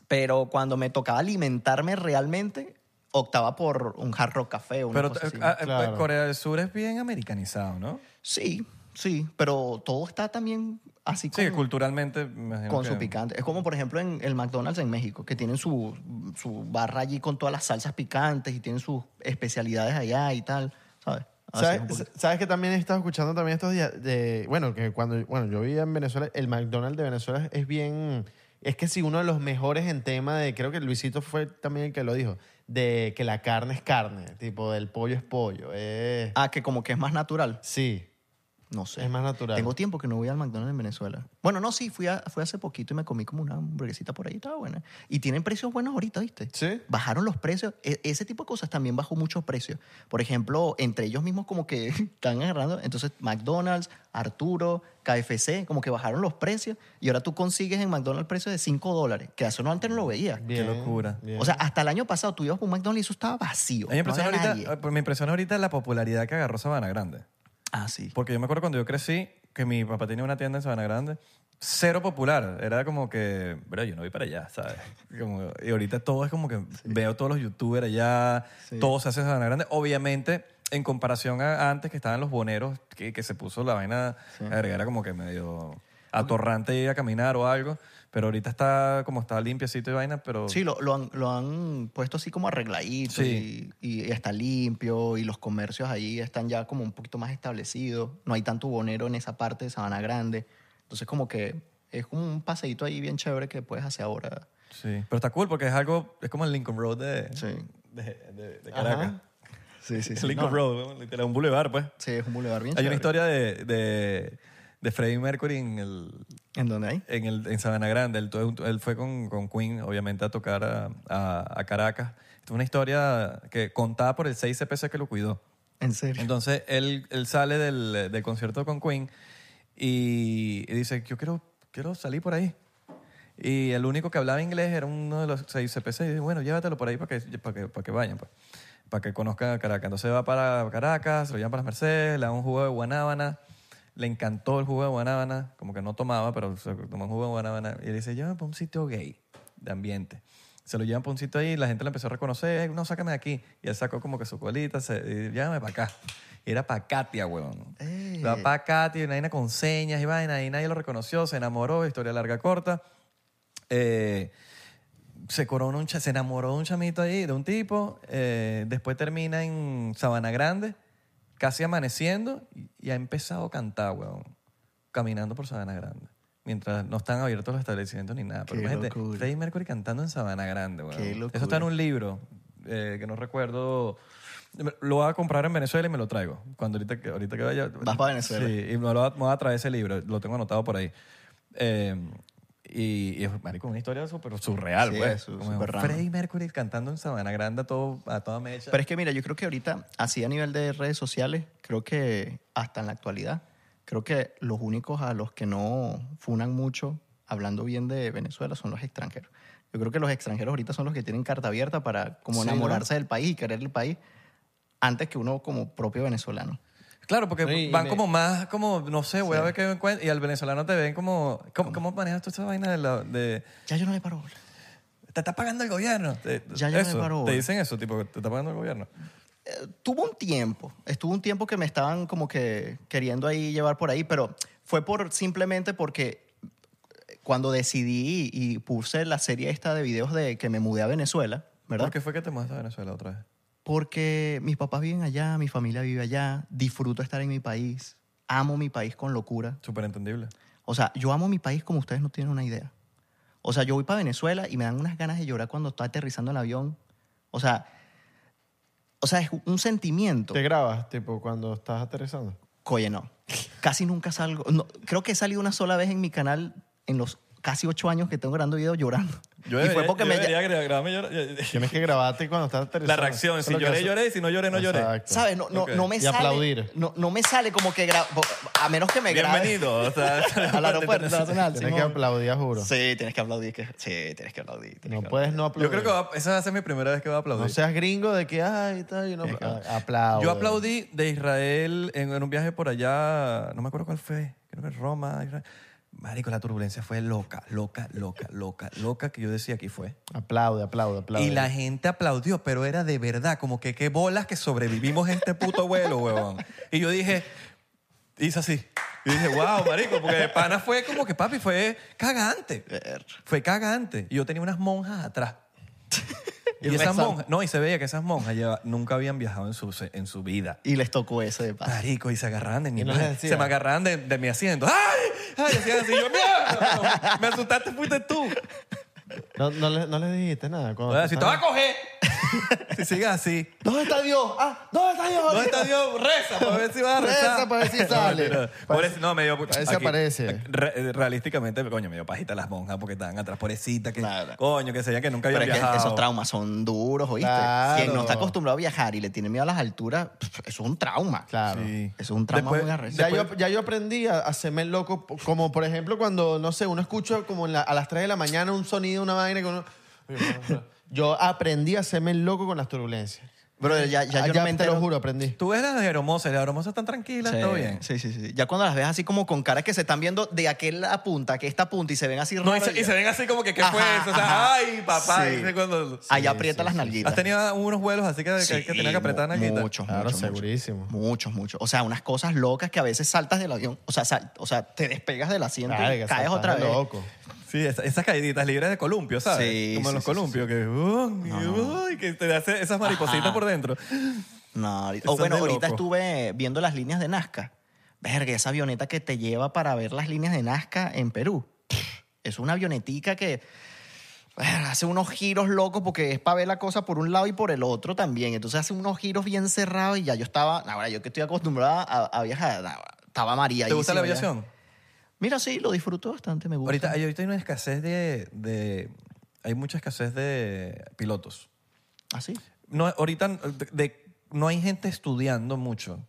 Speaker 2: pero cuando me tocaba alimentarme realmente, octava por un hard rock café o una
Speaker 3: Pero
Speaker 2: cosa así.
Speaker 3: ah, eh,
Speaker 4: Claro.
Speaker 3: Corea del Sur es bien americanizado, ¿no?
Speaker 2: sí, sí, pero todo está también así
Speaker 3: Sí,
Speaker 2: como-
Speaker 3: culturalmente. me imagino
Speaker 2: con
Speaker 3: que-
Speaker 2: su picante. Es como, por ejemplo, en el McDonald's en México, que tienen su, su barra allí con todas las salsas picantes y tienen sus especialidades allá y tal, ¿sabes?
Speaker 3: Ah,
Speaker 2: Así es un
Speaker 4: ¿Sabes,
Speaker 2: poquito.
Speaker 4: ¿Sabes que también he estado escuchando también estos días de, bueno, que cuando, bueno, yo vivía en Venezuela, el McDonald's de Venezuela es bien, es que sí, uno de los mejores en tema de, creo que Luisito fue también el que lo dijo, de que la carne es carne, tipo, el pollo es pollo, eh,
Speaker 2: Ah, que como que es más natural.
Speaker 4: sí,
Speaker 2: No sé.
Speaker 4: es más natural.
Speaker 2: Tengo tiempo que no voy al McDonald's en Venezuela. Bueno, no, sí, fui, a- fui hace poquito y me comí como una hamburguesita por ahí, estaba buena. Y tienen precios buenos ahorita, ¿viste?
Speaker 4: ¿Sí?
Speaker 2: Bajaron los precios. E- ese tipo de cosas también bajó muchos precios. Por ejemplo, entre ellos mismos como que están agarrando. Entonces, McDonald's, Arturo, KFC, como que bajaron los precios. Y ahora tú consigues en McDonald's precios de 5 dólares. Que eso no antes no lo veías.
Speaker 3: Qué locura.
Speaker 4: bien.
Speaker 2: O sea, hasta el año pasado tú ibas por un McDonald's y eso estaba vacío.
Speaker 3: A mí me
Speaker 2: no había
Speaker 3: impresiona,
Speaker 2: nadie.
Speaker 3: ahorita, eh, me impresiona ahorita la popularidad que agarró Sabana Grande.
Speaker 2: Ah, sí.
Speaker 3: Porque yo me acuerdo cuando yo crecí que mi papá tenía una tienda en Sabana Grande, cero popular. Era como que, bro, yo no voy para allá, ¿sabes? Como- y ahorita todo es como que veo todos los youtubers allá, todo se hace en Sabana Grande. Obviamente, en comparación a antes que estaban los boneros, que, que se puso la vaina, verga, era como que medio atorrante ir a caminar o algo. Pero ahorita está como está limpiecito y vaina, pero...
Speaker 2: Sí, lo, lo han, lo han puesto así como arregladito
Speaker 3: Sí.
Speaker 2: y, y está limpio y los comercios ahí están ya como un poquito más establecidos. No hay tanto bonero en esa parte de Sabana Grande. Entonces como que es como un paseíto ahí bien chévere que puedes hacer ahora.
Speaker 3: Sí. Pero está cool porque es algo, es como el Lincoln Road de,
Speaker 2: Sí.
Speaker 3: de, de- de Caracas.
Speaker 4: Ajá.
Speaker 2: Sí, sí,
Speaker 3: El Lincoln Road, literal, un boulevard, pues.
Speaker 2: Sí, es un boulevard bien
Speaker 3: Hay
Speaker 2: chévere.
Speaker 3: una historia de, de, de Freddie Mercury en el
Speaker 2: ¿En dónde hay?
Speaker 3: en, el, en Sabana Grande. Él, tu- él fue con, con Queen, obviamente, a tocar a, a- a Caracas. Esto es una historia que contada por el 6 CPC que lo cuidó.
Speaker 2: En serio.
Speaker 3: Entonces, él, él sale del, del concierto con Queen y, y dice, yo quiero, quiero salir por ahí. Y el único que hablaba inglés era uno de los seis CPC. Y dice, bueno, llévatelo por ahí para que, para que, para que vayan, pues, para que conozcan a Caracas. Entonces va para Caracas, se lo llevan para las Mercedes, le dan un jugo de guanábana. Le encantó el jugo de guanábana, como que no tomaba, pero se tomó un jugo de guanábana. Y le dice, llévame para un sitio gay de ambiente. Se lo llevan para un sitio ahí, la gente lo empezó a reconocer, "Eh, no, sácame de aquí. Y él sacó como que su colita, se, y, llévame para acá. Y era para Katia, huevón.
Speaker 2: Eh.
Speaker 3: Va para Katia, una vaina con señas y vaina, y nadie lo reconoció, se enamoró, historia larga, corta. Eh, se coronó un cha- se enamoró de un chamito ahí, de un tipo. eh, después termina en Sabana Grande, casi amaneciendo, y, y ha empezado a cantar, weón. Caminando por Sabana Grande. Mientras no están abiertos los establecimientos ni nada. Pero
Speaker 2: Qué
Speaker 3: imagínate,
Speaker 2: locura.
Speaker 3: Freddie Mercury cantando en Sabana Grande, weón.
Speaker 2: Qué locura.
Speaker 3: Eso está en un libro eh, que no recuerdo. Lo voy a comprar en Venezuela y me lo traigo. Cuando ahorita que, ahorita que vaya.
Speaker 2: Vas pa' Venezuela.
Speaker 3: Sí, y me, lo, va- me voy a traer ese libro. Lo tengo anotado por ahí. Eh, y, y es, marico, una historia súper surreal,
Speaker 2: Sí,
Speaker 3: güey.
Speaker 2: es su-
Speaker 3: Como
Speaker 2: súper random.
Speaker 3: Freddie Mercury cantando en Sabana Grande a, todo, a toda mecha.
Speaker 2: Pero es que mira, yo creo que ahorita, así a nivel de redes sociales, creo que hasta en la actualidad, creo que los únicos a los que no funan mucho hablando bien de Venezuela son los extranjeros. Yo creo que los extranjeros ahorita son los que tienen carta abierta para como
Speaker 3: Sí, ¿no?
Speaker 2: enamorarse del país y querer el país antes que uno como propio venezolano.
Speaker 3: claro, porque
Speaker 4: No, y
Speaker 3: van
Speaker 4: me-
Speaker 3: como más, como, no sé, voy a ver qué encuentro. Y al venezolano te ven como, ¿cómo, cómo manejas tú esa vaina de... la- de
Speaker 2: Ya yo no le paro. bola.
Speaker 3: te está pagando el gobierno. Te-
Speaker 2: Ya, ya me
Speaker 3: eso,
Speaker 2: paró.
Speaker 3: Te dicen eso, tipo, te está pagando el gobierno.
Speaker 2: tuvo un tiempo, estuvo un tiempo que me estaban como que queriendo ahí llevar por ahí, pero fue por simplemente porque cuando decidí y puse la serie esta de videos de que me mudé a Venezuela, ¿verdad?
Speaker 3: ¿Por qué fue que te mudaste a Venezuela otra vez?
Speaker 2: Porque mis papás viven allá, mi familia vive allá, disfruto estar en mi país, amo mi país con locura.
Speaker 3: Súper entendible.
Speaker 2: O sea, yo amo mi país como ustedes no tienen una idea. O sea, yo voy para Venezuela y me dan unas ganas de llorar cuando estoy aterrizando el avión. O sea, o sea, es un sentimiento.
Speaker 4: ¿Te grabas, tipo, cuando estás aterrizando?
Speaker 2: Oye, no. Casi nunca salgo. no, creo que he salido una sola vez en mi canal en los casi ocho años que tengo grabando videos llorando. y fue porque me.
Speaker 4: Tienes que grabarte cuando estás aterrizando.
Speaker 3: La reacción, si
Speaker 4: Eso es lo que
Speaker 3: lloré,
Speaker 4: hace-
Speaker 3: lloré, y si no lloré, no lloré.
Speaker 4: Exacto.
Speaker 2: ¿Sabes? No, no,
Speaker 3: Ok.
Speaker 2: no me
Speaker 4: Y
Speaker 2: sale.
Speaker 4: aplaudir.
Speaker 2: No, no me sale como que. gra- A menos que me grabe.
Speaker 3: Bienvenido. o sea,
Speaker 2: Al aeropuerto internacional.
Speaker 4: Tienes que
Speaker 2: Simón.
Speaker 4: aplaudir, juro.
Speaker 2: Sí, tienes que aplaudir. que- Sí, tienes que aplaudir. tienes
Speaker 4: No
Speaker 2: que
Speaker 4: puedes no aplaudir.
Speaker 3: Yo creo que va- esa va a ser mi primera vez que voy a aplaudir.
Speaker 4: No ah, seas gringo de que, ay, tal, yo no
Speaker 2: Es que-
Speaker 4: a- aplaudo.
Speaker 3: Yo aplaudí de Israel en, en un viaje por allá, no me acuerdo cuál fue, creo que Roma, Israel. Marico, la turbulencia fue loca, loca, loca, loca, loca, que yo decía aquí fue.
Speaker 4: Aplaude, aplaude, aplaude.
Speaker 3: Y la gente aplaudió, pero era de verdad, como que qué bolas que sobrevivimos este puto vuelo, huevón. Y yo dije, hice así. Y dije, wow, marico, porque de pana fue como que papi, fue cagante. Fue cagante. Y yo tenía unas monjas atrás.
Speaker 2: Y
Speaker 3: Y, esas
Speaker 2: rezando.
Speaker 3: monjas, no, y se veía que esas monjas lleva- nunca habían viajado en su, en su vida.
Speaker 2: Y les tocó eso de paso.
Speaker 3: Marico, y se agarraban de mi
Speaker 4: Y no
Speaker 3: mano.
Speaker 4: les decía.
Speaker 3: Se me agarraban de, de mi asiento. ¡Ay! ¡Ay! Decían así. Yo, ¡mierda! Me asustaste, fuiste tú.
Speaker 4: No, no, le, no le dijiste nada. Cuando
Speaker 3: Ahora, si te vas a coger. Si sigues así.
Speaker 4: ¿Dónde está Dios? Ah, ¿dónde está Dios?
Speaker 3: ¿Dónde está Dios? Reza para ver si va a rezar.
Speaker 4: Reza para ver si
Speaker 3: No,
Speaker 4: sale.
Speaker 3: mentira. Por
Speaker 4: Parece-
Speaker 3: eso, no, me dio...
Speaker 4: parece aparece.
Speaker 3: re- eh, realísticamente, coño, me dio pajita las monjas porque estaban atrás, pobrecita. Que,
Speaker 2: Claro.
Speaker 3: Coño, que sería que nunca habían
Speaker 2: Pero es que
Speaker 3: viajado.
Speaker 2: esos traumas son duros, ¿oíste?
Speaker 4: Claro.
Speaker 2: Quien no está acostumbrado a viajar y le tiene miedo a las alturas, pf, eso es un trauma.
Speaker 4: Claro.
Speaker 3: Sí.
Speaker 2: Eso es un trauma
Speaker 3: Después-
Speaker 2: muy arrecho.
Speaker 4: Ya,
Speaker 3: Después-
Speaker 4: yo, ya yo aprendí a hacerme el loco, p- como por ejemplo cuando, no sé, uno escucha como en la- a las 3 de la mañana un sonido, una vaina que uno... Yo aprendí a hacerme el loco con las turbulencias.
Speaker 2: Pero ya, ya
Speaker 4: Ah,
Speaker 2: yo no me
Speaker 4: te lo
Speaker 2: entero.
Speaker 4: juro, aprendí.
Speaker 3: Tú ves las aeromosas, las aeromosas están tranquilas, todo bien.
Speaker 2: Sí, sí, sí. Ya cuando las ves así como con caras que se están viendo de aquella punta, que esta punta, y se ven así
Speaker 3: No, y,
Speaker 2: raro,
Speaker 3: se, y
Speaker 2: ya.
Speaker 3: se ven así como que, ¿qué
Speaker 2: Ajá,
Speaker 3: fue eso? O sea,
Speaker 2: ajá.
Speaker 3: ay, papá.
Speaker 2: Sí.
Speaker 3: y se cuando-
Speaker 2: Ahí aprieta las nalguitas.
Speaker 3: ¿Has tenido unos vuelos así que, que- que, tenía que apretar
Speaker 2: mu-
Speaker 3: nalguitas?
Speaker 2: Muchos,
Speaker 4: Claro,
Speaker 2: muchos,
Speaker 4: segurísimo.
Speaker 2: Muchos, muchos, muchos. O sea, unas cosas locas que a veces saltas del avión. O sea, sal- o sea te despegas del asiento y
Speaker 4: Verga,
Speaker 2: caes
Speaker 4: estás
Speaker 2: otra vez.
Speaker 4: loco.
Speaker 3: Sí, esa- esas caíditas libres de columpio, ¿sabes?
Speaker 2: Sí,
Speaker 3: Como
Speaker 2: sí,
Speaker 3: los
Speaker 2: sí, sí,
Speaker 3: columpios, que, uh, y, uy, que te hace esas maripositas
Speaker 2: Ajá.
Speaker 3: por dentro.
Speaker 2: No, ahorita-
Speaker 3: Son
Speaker 2: o bueno,
Speaker 3: de
Speaker 2: ahorita
Speaker 3: loco.
Speaker 2: estuve viendo las líneas de Nazca. Verga, esa avioneta que te lleva para ver las líneas de Nazca en Perú. Es una avionetica que verga, hace unos giros locos porque es para ver la cosa por un lado y por el otro también. Entonces hace unos giros bien cerrados y ya yo estaba, ahora yo que estoy acostumbrada a, a viajar, nah, estaba María.
Speaker 3: ¿Te gusta la aviación?
Speaker 2: Mira, sí, lo disfruto bastante, me gusta.
Speaker 3: Ahorita, hay- ahorita hay una escasez de, de- Hay mucha escasez de pilotos.
Speaker 2: ¿Ah, sí?
Speaker 3: No, ahorita de- de- no hay gente estudiando mucho.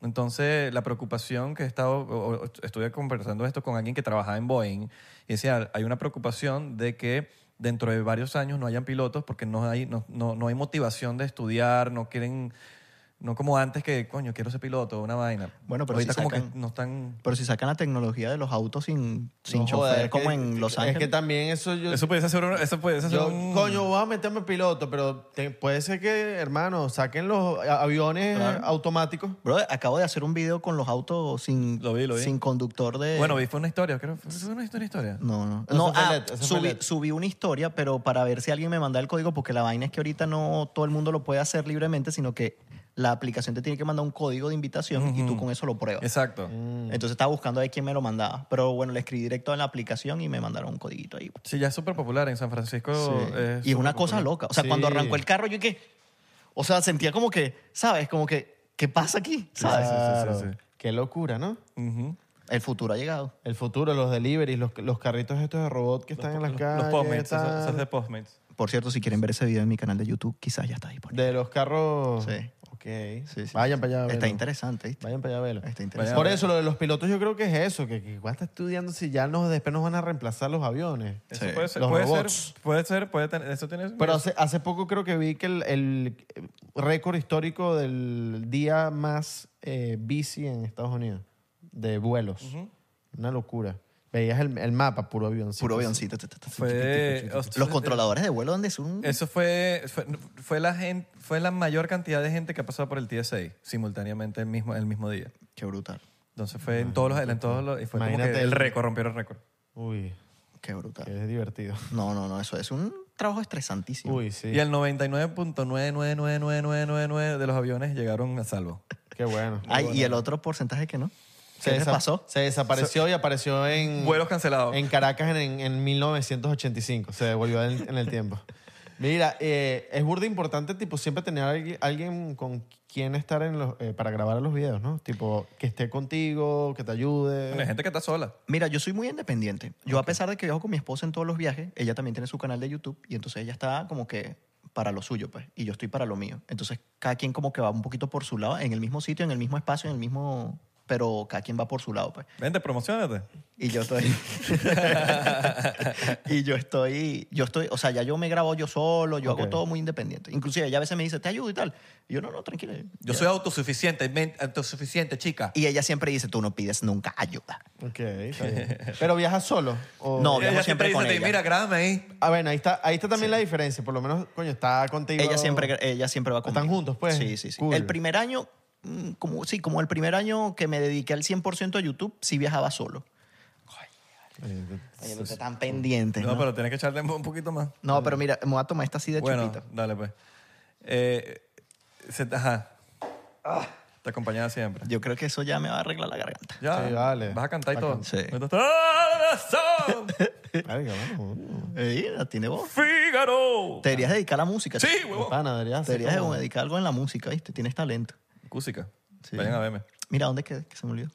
Speaker 3: Entonces, la preocupación que he estado... o- o- estuve conversando esto con alguien que trabajaba en Boeing y decía, hay una preocupación de que dentro de varios años no hayan pilotos porque no hay, no, no- no hay motivación de estudiar, no quieren... No como antes que, coño, quiero ser piloto, una vaina.
Speaker 2: Bueno, pero
Speaker 3: ahorita
Speaker 2: si
Speaker 3: como
Speaker 2: sacan-
Speaker 3: que no están...
Speaker 2: Pero si sacan la tecnología de los autos sin, sin
Speaker 4: No
Speaker 2: chofer,
Speaker 4: joder, es
Speaker 2: como
Speaker 4: que-
Speaker 2: en Los
Speaker 4: Es que
Speaker 2: Ángeles.
Speaker 4: también eso yo...
Speaker 3: Eso puede ser, un- eso puede ser
Speaker 4: yo,
Speaker 2: mm.
Speaker 3: un-
Speaker 4: Coño, voy a meterme piloto, pero te- puede ser que, hermano, saquen los a- aviones
Speaker 2: Claro.
Speaker 4: automáticos.
Speaker 2: Bro, acabo de hacer un video con los autos sin,
Speaker 3: Lo vi, lo vi.
Speaker 2: sin conductor de...
Speaker 3: Bueno, vi, fue una historia, creo. Fue una historia, historia.
Speaker 4: Mm.
Speaker 2: No, no.
Speaker 4: No,
Speaker 2: No,
Speaker 4: ese fue
Speaker 2: ah,
Speaker 4: LED, ese fue
Speaker 2: subí,
Speaker 4: LED.
Speaker 2: subí una historia, pero para ver si alguien me manda el código, porque la vaina es que ahorita no todo el mundo lo puede hacer libremente, sino que la aplicación te tiene que mandar un código de invitación y tú con eso lo pruebas.
Speaker 3: Exacto.
Speaker 4: Mm.
Speaker 2: Entonces estaba buscando ahí quién me lo mandaba. Pero bueno, le escribí directo en la aplicación y me mandaron un codiguito ahí.
Speaker 3: Sí, ya es súper popular en San Francisco. es
Speaker 2: Y es una
Speaker 3: superpopular.
Speaker 2: cosa loca. O sea,
Speaker 4: Sí.
Speaker 2: cuando arrancó el carro, yo qué. O sea, sentía como que, ¿sabes? Como que, ¿qué pasa aquí? ¿Sabes?
Speaker 3: sí, sí, sí.
Speaker 4: Qué locura, ¿no?
Speaker 3: Ujú.
Speaker 2: El futuro ha llegado.
Speaker 4: El futuro, los deliveries, los, los carritos estos de robot que están en las
Speaker 3: Los-
Speaker 4: calles.
Speaker 3: Los Postmates,
Speaker 4: tal.
Speaker 3: eso, eso es de Postmates.
Speaker 2: Por cierto, si quieren ver ese video en mi canal de YouTube, quizás ya está disponible.
Speaker 4: De los carros.
Speaker 2: Sí.
Speaker 4: Ok.
Speaker 2: Sí, sí,
Speaker 4: Vayan
Speaker 2: sí.
Speaker 4: para allá. a
Speaker 2: Está
Speaker 4: verlo.
Speaker 2: interesante, ¿viste?
Speaker 4: Vayan para allá a verlo.
Speaker 2: Está
Speaker 3: Vayan
Speaker 2: interesante.
Speaker 3: a
Speaker 4: Por
Speaker 3: verlo.
Speaker 4: eso, lo de los pilotos, yo creo que es eso, que, que igual está estudiando si ya nos, después nos van a reemplazar los aviones.
Speaker 3: Eso
Speaker 2: Sí.
Speaker 3: puede ser,
Speaker 4: Los
Speaker 3: puede
Speaker 4: robots.
Speaker 3: ser, puede ser, puede tener, eso tiene...
Speaker 4: Pero hace, hace poco creo que vi que el, el eh, récord histórico del día más eh, busy en Estados Unidos, de vuelos. Una locura. Veías el, el mapa, puro avioncito.
Speaker 2: Puro avioncito. ta, ta, ta, ta,
Speaker 3: Fue-
Speaker 2: ta, ta, ta, ta, ta.
Speaker 3: hostia.
Speaker 2: Los controladores de vuelo, ¿dónde son?
Speaker 3: Eso fue, fue, fue la gente, fue la mayor cantidad de gente que ha pasado por el TSA simultáneamente el mismo, el mismo día.
Speaker 2: Qué brutal.
Speaker 3: Entonces fue en todos los... En todos los y fue como
Speaker 4: Imagínate
Speaker 3: que el
Speaker 4: el-
Speaker 3: récord, rompieron el récord.
Speaker 4: Uy,
Speaker 2: Qué brutal.
Speaker 4: que es divertido.
Speaker 2: No, no, no. Eso es un trabajo estresantísimo.
Speaker 4: Uy, sí.
Speaker 3: Y el 99.999999 de los aviones llegaron a salvo.
Speaker 4: Qué bueno.
Speaker 2: Ay, y el otro porcentaje que no. ¿Qué les
Speaker 4: desa-
Speaker 2: pasó?
Speaker 4: Se desapareció y apareció en...
Speaker 3: Vuelos cancelados.
Speaker 4: Mm. En Caracas en, en 1985. Se devolvió en, en el tiempo. Mira, eh, es burda importante, tipo, siempre tener alguien, alguien con quien estar en los, eh, para grabar los videos, ¿no? Tipo, que esté contigo, que te
Speaker 3: Bueno, hay
Speaker 4: ayude.
Speaker 3: gente que está sola.
Speaker 2: Mira, yo soy muy independiente. Yo, a pesar de que viajo con mi esposa en todos los viajes, ella también tiene su canal de YouTube y entonces ella está como que para lo suyo, pues, y yo estoy para lo mío. Entonces, cada quien como que va un poquito por su lado, en el mismo sitio, en el mismo espacio, en el mismo pero cada quien va por su lado, pues.
Speaker 3: Vente, promocionate.
Speaker 2: Y yo estoy. y yo estoy. Yo estoy. O sea, ya yo me grabo yo solo, yo
Speaker 3: Ok.
Speaker 2: hago todo muy independiente. Inclusive ella a veces me dice, te ayudo y tal. Y yo, no, no, tranquila.
Speaker 3: Yo soy autosuficiente, men- autosuficiente, chica.
Speaker 2: Y ella siempre dice, tú no pides nunca ayuda.
Speaker 4: Ok, está bien. ¿Pero viajas solo? o-
Speaker 2: No,
Speaker 3: Y
Speaker 2: viajo siempre con
Speaker 3: dice,
Speaker 2: ella.
Speaker 3: mira, grábame ahí.
Speaker 4: Ah, bueno, ahí está, ahí está también la diferencia. Por lo menos, coño, está contigo.
Speaker 2: Ella siempre, ella siempre va conmigo.
Speaker 4: ¿Están juntos, pues?
Speaker 2: Sí, sí, sí.
Speaker 4: Cool.
Speaker 2: El primer año, mm, como, sí, como el primer año que me dediqué al 100% a YouTube, sí viajaba solo.
Speaker 4: Eh,
Speaker 2: Oye, pero ustedes están pendientes,
Speaker 3: No,
Speaker 2: ¿no?
Speaker 3: pero tienes que echarle un poquito más.
Speaker 2: No, pero mira, me voy a tomar esta así de
Speaker 3: bueno,
Speaker 2: chupita.
Speaker 3: dale pues. Eh, se- ajá. Te acompañaba siempre.
Speaker 2: Yo creo que eso ya me va a arreglar la garganta.
Speaker 3: Ya.
Speaker 4: Sí, dale.
Speaker 3: Vas a cantar y
Speaker 4: Va a
Speaker 3: todo.
Speaker 2: can- Sí.
Speaker 3: Corazón,
Speaker 4: eh, Verga, vamos. uh,
Speaker 2: Ey, la tiene vos.
Speaker 3: Fígaro.
Speaker 2: Te deberías dedicar a la música.
Speaker 3: Sí,
Speaker 2: chico.
Speaker 3: huevón.
Speaker 4: Pana, deberías
Speaker 2: Te
Speaker 4: hacer
Speaker 2: deberías
Speaker 4: como-
Speaker 2: dedicar algo en la música, ¿viste? Tienes talento.
Speaker 3: Cúsica.
Speaker 2: Sí.
Speaker 3: Vayan a verme.
Speaker 2: Mira, ¿dónde quedé? Que se me olvidó.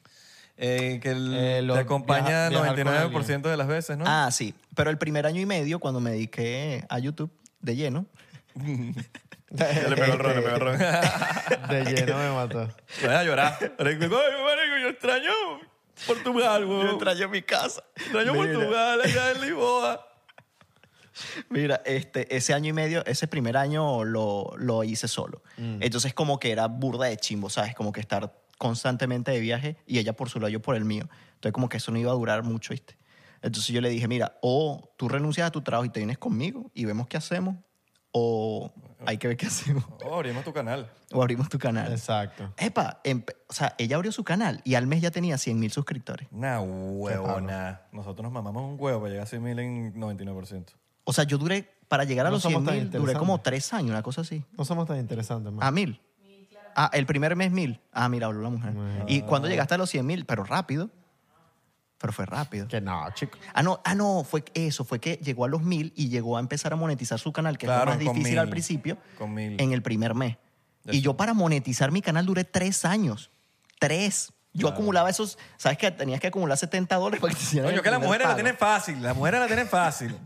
Speaker 3: Eh, que el-
Speaker 4: Eh, lo-
Speaker 3: te acompaña
Speaker 4: viaja- viajar con
Speaker 3: 99% de las veces, ¿no?
Speaker 2: Ah, sí. Pero el primer año y medio, cuando me dediqué a YouTube de lleno,
Speaker 3: Ya le pegó el ron, le pegó el ron.
Speaker 4: De lleno me mató.
Speaker 3: Te vas a llorar. Marico, Ay, marico, yo extraño Portugal,
Speaker 2: yo
Speaker 3: huevón.
Speaker 2: extraño mi casa.
Speaker 3: Extraño
Speaker 2: Mira.
Speaker 3: Portugal allá en Lisboa.
Speaker 2: Mira, este, ese año y medio, ese primer año lo, lo hice solo.
Speaker 4: Mm.
Speaker 2: Entonces como que era burda de chimbo, ¿sabes? Como que estar constantemente de viaje y ella por su lado, yo por el mío. Entonces como que eso no iba a durar mucho, ¿viste? Entonces yo le dije, mira, o tú renuncias a tu trabajo y te vienes conmigo y vemos qué hacemos, o hay que ver qué hacemos,
Speaker 3: Oh, abrimos tu canal.
Speaker 2: o abrimos tu canal.
Speaker 4: Exacto.
Speaker 2: Epa, empe- o sea, ella abrió su canal y al mes ya tenía 100 mil suscriptores.
Speaker 3: Una huevona. Nosotros nos mamamos un huevo para llegar a 100.000 en 99%.
Speaker 2: O sea, yo duré, para llegar a
Speaker 4: No
Speaker 2: los
Speaker 4: somos
Speaker 2: 100
Speaker 4: tan
Speaker 2: mil, duré como
Speaker 4: interesantes.
Speaker 2: tres años, una cosa así.
Speaker 4: No somos tan interesantes, man.
Speaker 2: ¿A mil? Ah, el primer mes mil. Ah, mira, habló la mujer. ¿Y
Speaker 3: Ah.
Speaker 2: cuando llegaste a los 100 mil? Pero rápido. Pero fue rápido.
Speaker 4: Que no, chico.
Speaker 2: Ah, no, ah, no, fue que eso, fue que llegó a los mil y llegó a empezar a monetizar su canal, que
Speaker 3: Claro,
Speaker 2: es lo
Speaker 3: con
Speaker 2: más difícil
Speaker 3: mil.
Speaker 2: al principio,
Speaker 3: Con mil.
Speaker 2: en el primer mes. Y yo para monetizar mi canal duré tres años. Tres. Yo acumulaba esos, ¿sabes que Tenías que acumular 70 dólares para que te hicieran
Speaker 3: Coño,
Speaker 2: el
Speaker 3: que las
Speaker 2: primer
Speaker 3: mujeres la
Speaker 2: pago.
Speaker 3: tienen fácil. Las mujeres la tienen fácil.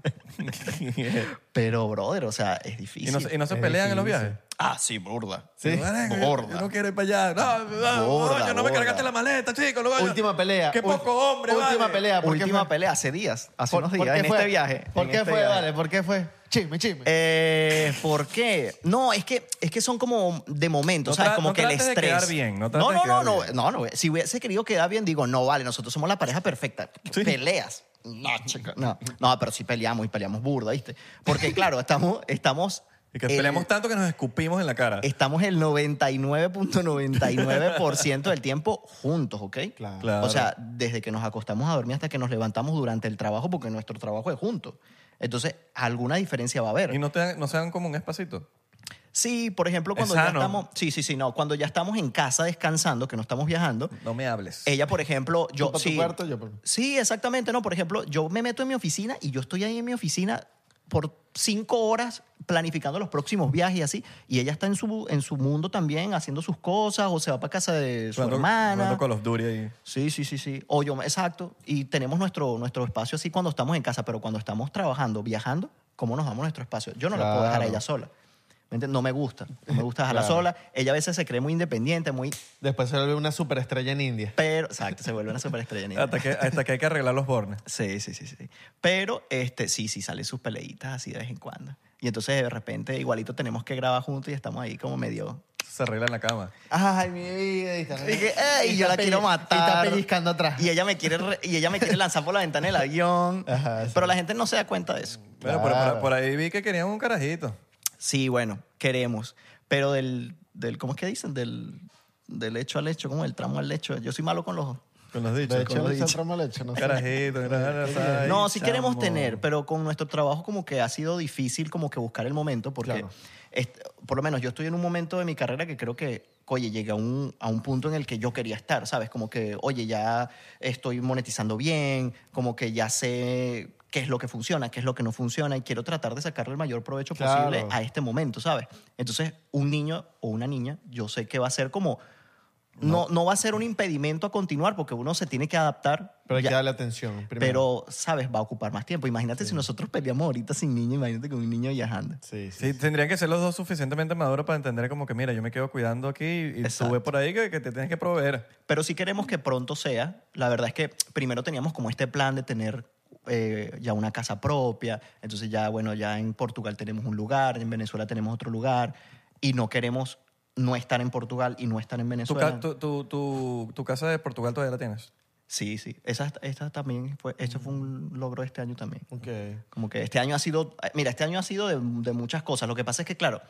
Speaker 2: Pero, brother, o sea, es
Speaker 3: y
Speaker 2: difícil.
Speaker 3: no, se- y no se pelean en los viajes.
Speaker 2: Ah, sí, burda.
Speaker 4: Sí.
Speaker 3: Marico, yo-
Speaker 2: Gorda.
Speaker 3: Yo no quiero ir para allá. No, no, no,
Speaker 2: Gorda,
Speaker 3: yo no me
Speaker 2: gorda.
Speaker 3: cargaste la maleta, chico. no vaya.
Speaker 4: Última pelea.
Speaker 3: Qué
Speaker 4: Ul-
Speaker 3: poco hombre,
Speaker 4: Última
Speaker 3: vale.
Speaker 4: pelea. ¿por qué
Speaker 2: Última
Speaker 4: fue?
Speaker 2: pelea hace días, hace
Speaker 4: ¿Por-
Speaker 2: unos
Speaker 4: por
Speaker 2: días,
Speaker 4: qué
Speaker 2: en
Speaker 4: fue?
Speaker 2: este viaje.
Speaker 4: ¿Por
Speaker 2: en
Speaker 4: qué
Speaker 2: este
Speaker 4: fue, pues.
Speaker 2: viaje.
Speaker 4: vale? ¿Por qué fue? Chisme, chisme.
Speaker 2: Eh, ¿Por qué? No, es que, es que son como de momento,
Speaker 3: No
Speaker 2: ¿sabes?
Speaker 3: tra-
Speaker 2: Como
Speaker 3: no
Speaker 2: que el
Speaker 3: trates de
Speaker 2: estrés.
Speaker 3: quedar bien, no trates
Speaker 2: no,
Speaker 3: de
Speaker 2: no,
Speaker 3: quedar
Speaker 2: no,
Speaker 3: bien.
Speaker 2: no, no, no. Si hubiese querido quedar bien, digo, no, vale, nosotros somos la pareja perfecta. Peleas. No, chica, no. No, pero sí peleamos y peleamos burda, ¿viste? Porque, claro, estamos. estamos
Speaker 3: Y que
Speaker 2: el-
Speaker 3: peleamos tanto que nos escupimos en la cara.
Speaker 2: Estamos el 99.99% del tiempo juntos, ¿ok?
Speaker 4: Claro.
Speaker 3: Claro.
Speaker 2: O sea, desde que nos acostamos a dormir hasta que nos levantamos durante el trabajo, porque nuestro trabajo es juntos. Entonces, alguna diferencia va a haber.
Speaker 3: Y no, te dan- no se dan como un espacito.
Speaker 2: Sí, por ejemplo, cuando
Speaker 3: Es
Speaker 2: ya
Speaker 3: sano.
Speaker 2: estamos. Sí, sí, sí, no. Cuando ya estamos en casa descansando, que no estamos viajando.
Speaker 3: No me hables.
Speaker 2: Ella, por ejemplo, yo.
Speaker 4: pa' tu
Speaker 2: sí,
Speaker 4: cuarto, yo pa'-
Speaker 2: sí, exactamente, no. Por ejemplo, yo me meto en mi oficina y yo estoy ahí en mi oficina por cinco horas planificando los próximos viajes y así. Y ella está en su, en su mundo también haciendo sus cosas o se va para casa de su
Speaker 3: Jugando-
Speaker 2: hermana.
Speaker 3: jugando Call of Duty ahí.
Speaker 2: Sí, sí, sí, sí. O yo, exacto. Y tenemos nuestro, nuestro espacio así cuando estamos en casa, pero cuando estamos trabajando, viajando, ¿cómo nos damos nuestro espacio? Yo no la puedo dejar a
Speaker 4: Claro.
Speaker 2: ella sola. ¿Me entiendes? No me gusta. No me gusta dejarla
Speaker 4: Claro.
Speaker 2: sola. Ella a veces se cree muy independiente, muy...
Speaker 4: Después se vuelve una superestrella en India.
Speaker 2: Pero, exacto, se vuelve una superestrella. niña.
Speaker 3: Hasta que, hasta que hay que arreglar los bornes.
Speaker 2: Sí, sí, sí, sí. Pero, este, sí, sí, salen sus peleitas así de vez en cuando. Y entonces, de repente, igualito tenemos que grabar juntos y estamos ahí como medio...
Speaker 3: Se arregla en la cama.
Speaker 4: Ay, mi vida. Y, está-
Speaker 2: Y que, "Ey,
Speaker 4: y
Speaker 2: yo
Speaker 4: está
Speaker 2: la
Speaker 4: pelli-
Speaker 2: quiero matar.
Speaker 4: Y está pellizcando atrás.
Speaker 2: Y ella me quiere, re- y ella me quiere lanzar por la ventana del avión.
Speaker 4: Ajá, sí.
Speaker 2: Pero la gente no se da cuenta de eso.
Speaker 3: Bueno, por- por, por ahí vi que querían un carajito.
Speaker 2: Sí, bueno, queremos. Pero del, del ¿cómo es que dicen? Del, del hecho al hecho, como del tramo al lecho. Yo soy malo con los...
Speaker 3: Con los dichos.
Speaker 4: De hecho,
Speaker 3: Con los
Speaker 4: le
Speaker 3: dichos.
Speaker 4: echó tramo leche, no sé.
Speaker 3: Carajito, mira, ay,
Speaker 2: no, sí
Speaker 3: chamo.
Speaker 2: queremos tener, pero con nuestro trabajo como que ha sido difícil como que buscar el momento porque,
Speaker 4: Claro.
Speaker 2: est- por lo menos yo estoy en un momento de mi carrera que creo que, oye, llegué a un, a un punto en el que yo quería estar, ¿sabes? Como que, oye, ya estoy monetizando bien, como que ya sé qué es lo que funciona, qué es lo que no funciona y quiero tratar de sacarle el mayor provecho
Speaker 4: Claro.
Speaker 2: posible a este momento, ¿sabes? Entonces, un niño o una niña, yo sé que va a ser como No, no va a ser un impedimento a continuar porque uno se tiene que adaptar.
Speaker 4: Pero hay
Speaker 2: ya.
Speaker 4: que darle atención primero.
Speaker 2: pero, ¿sabes? Va a ocupar más tiempo. Imagínate si nosotros peleamos ahorita sin niño, imagínate con un niño viajando.
Speaker 4: Sí, sí.
Speaker 3: Sí, tendrían que ser los dos suficientemente maduros para entender como que, mira, yo me quedo cuidando aquí y
Speaker 2: Exacto.
Speaker 3: tú ve por ahí que, que te tienes que proveer.
Speaker 2: Pero sí queremos que pronto sea. La verdad es que primero teníamos como este plan de tener eh, ya una casa propia. Entonces ya, bueno, ya en Portugal tenemos un lugar, en Venezuela tenemos otro lugar. Y no queremos no estar en Portugal y no estar en
Speaker 3: Tu,
Speaker 2: Venezuela.
Speaker 3: ca- tu, tu- tu- tu casa de Portugal todavía la tienes.
Speaker 2: Sí, sí. Esa, esta también fue, eso fue un logro de este año también.
Speaker 4: Ok.
Speaker 2: Como que este año ha sido, eh, mira, este año ha sido de, de muchas cosas. Lo que pasa es que, claro,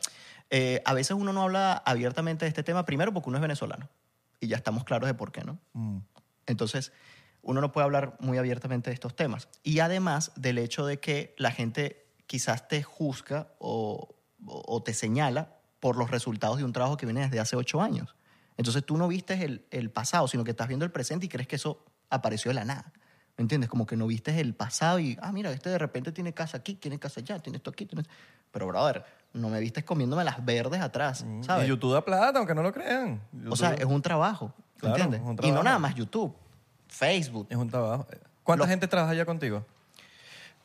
Speaker 2: eh, a veces uno no habla abiertamente de este tema, primero porque uno es venezolano y ya estamos claros de por qué, ¿no?
Speaker 3: Mm.
Speaker 2: Entonces, uno no puede hablar muy abiertamente de estos temas. Y además del hecho de que la gente quizás te juzga o, o- o te señala por los resultados de un trabajo que viene desde hace ocho años. Entonces tú no vistes el, el pasado, sino que estás viendo el presente y crees que eso apareció de la nada. ¿Me entiendes? Como que no vistes el pasado y, ah, mira, este de repente tiene casa aquí, tiene casa allá, tiene esto aquí, tiene... Pero, brother, no me vistes comiéndome las verdes atrás, ¿sabes?
Speaker 3: Mm, Y YouTube da plata, aunque no lo crean.
Speaker 2: O sea,
Speaker 3: YouTube
Speaker 2: es un trabajo, ¿me
Speaker 3: Claro,
Speaker 2: ¿entiendes?
Speaker 3: es un
Speaker 2: Y no
Speaker 3: trabajo.
Speaker 2: nada más YouTube, Facebook.
Speaker 3: es un trabajo. ¿Cuánta
Speaker 2: Lo-
Speaker 3: gente trabaja allá contigo?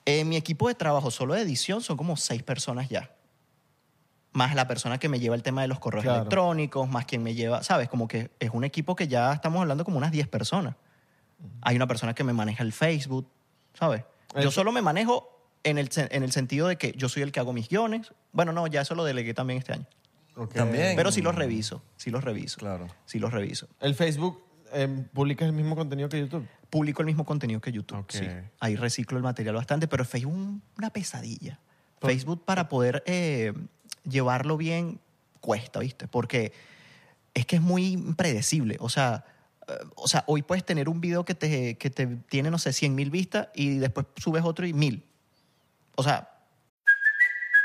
Speaker 2: Eh, mi equipo de trabajo solo de edición son como seis personas ya. Más la persona que me lleva el tema de los correos
Speaker 4: Claro.
Speaker 2: electrónicos, más quien me lleva, ¿sabes? Como que es un equipo que ya estamos hablando como unas 10 personas. Hay una persona que me maneja el Facebook, ¿sabes? Yo
Speaker 4: Eso-
Speaker 2: solo me manejo en el, sen- en el sentido de que yo soy el que hago mis guiones. Bueno, no, ya eso lo delegué también este año.
Speaker 4: ok.
Speaker 3: También.
Speaker 2: Pero sí
Speaker 4: Mm.
Speaker 2: los reviso, sí los reviso.
Speaker 3: Claro.
Speaker 2: Sí los reviso.
Speaker 4: ¿El Facebook eh, publica el mismo contenido que YouTube?
Speaker 2: publico el mismo contenido que YouTube.
Speaker 4: Ok.
Speaker 2: sí. Ahí reciclo el material bastante, pero Facebook un- una pesadilla. Facebook para poder eh, llevarlo bien cuesta, ¿viste? Porque es que es muy impredecible. O sea, eh, o sea hoy puedes tener un video que te, que te tiene, no sé, 100 mil vistas y después subes otro y mil. O sea,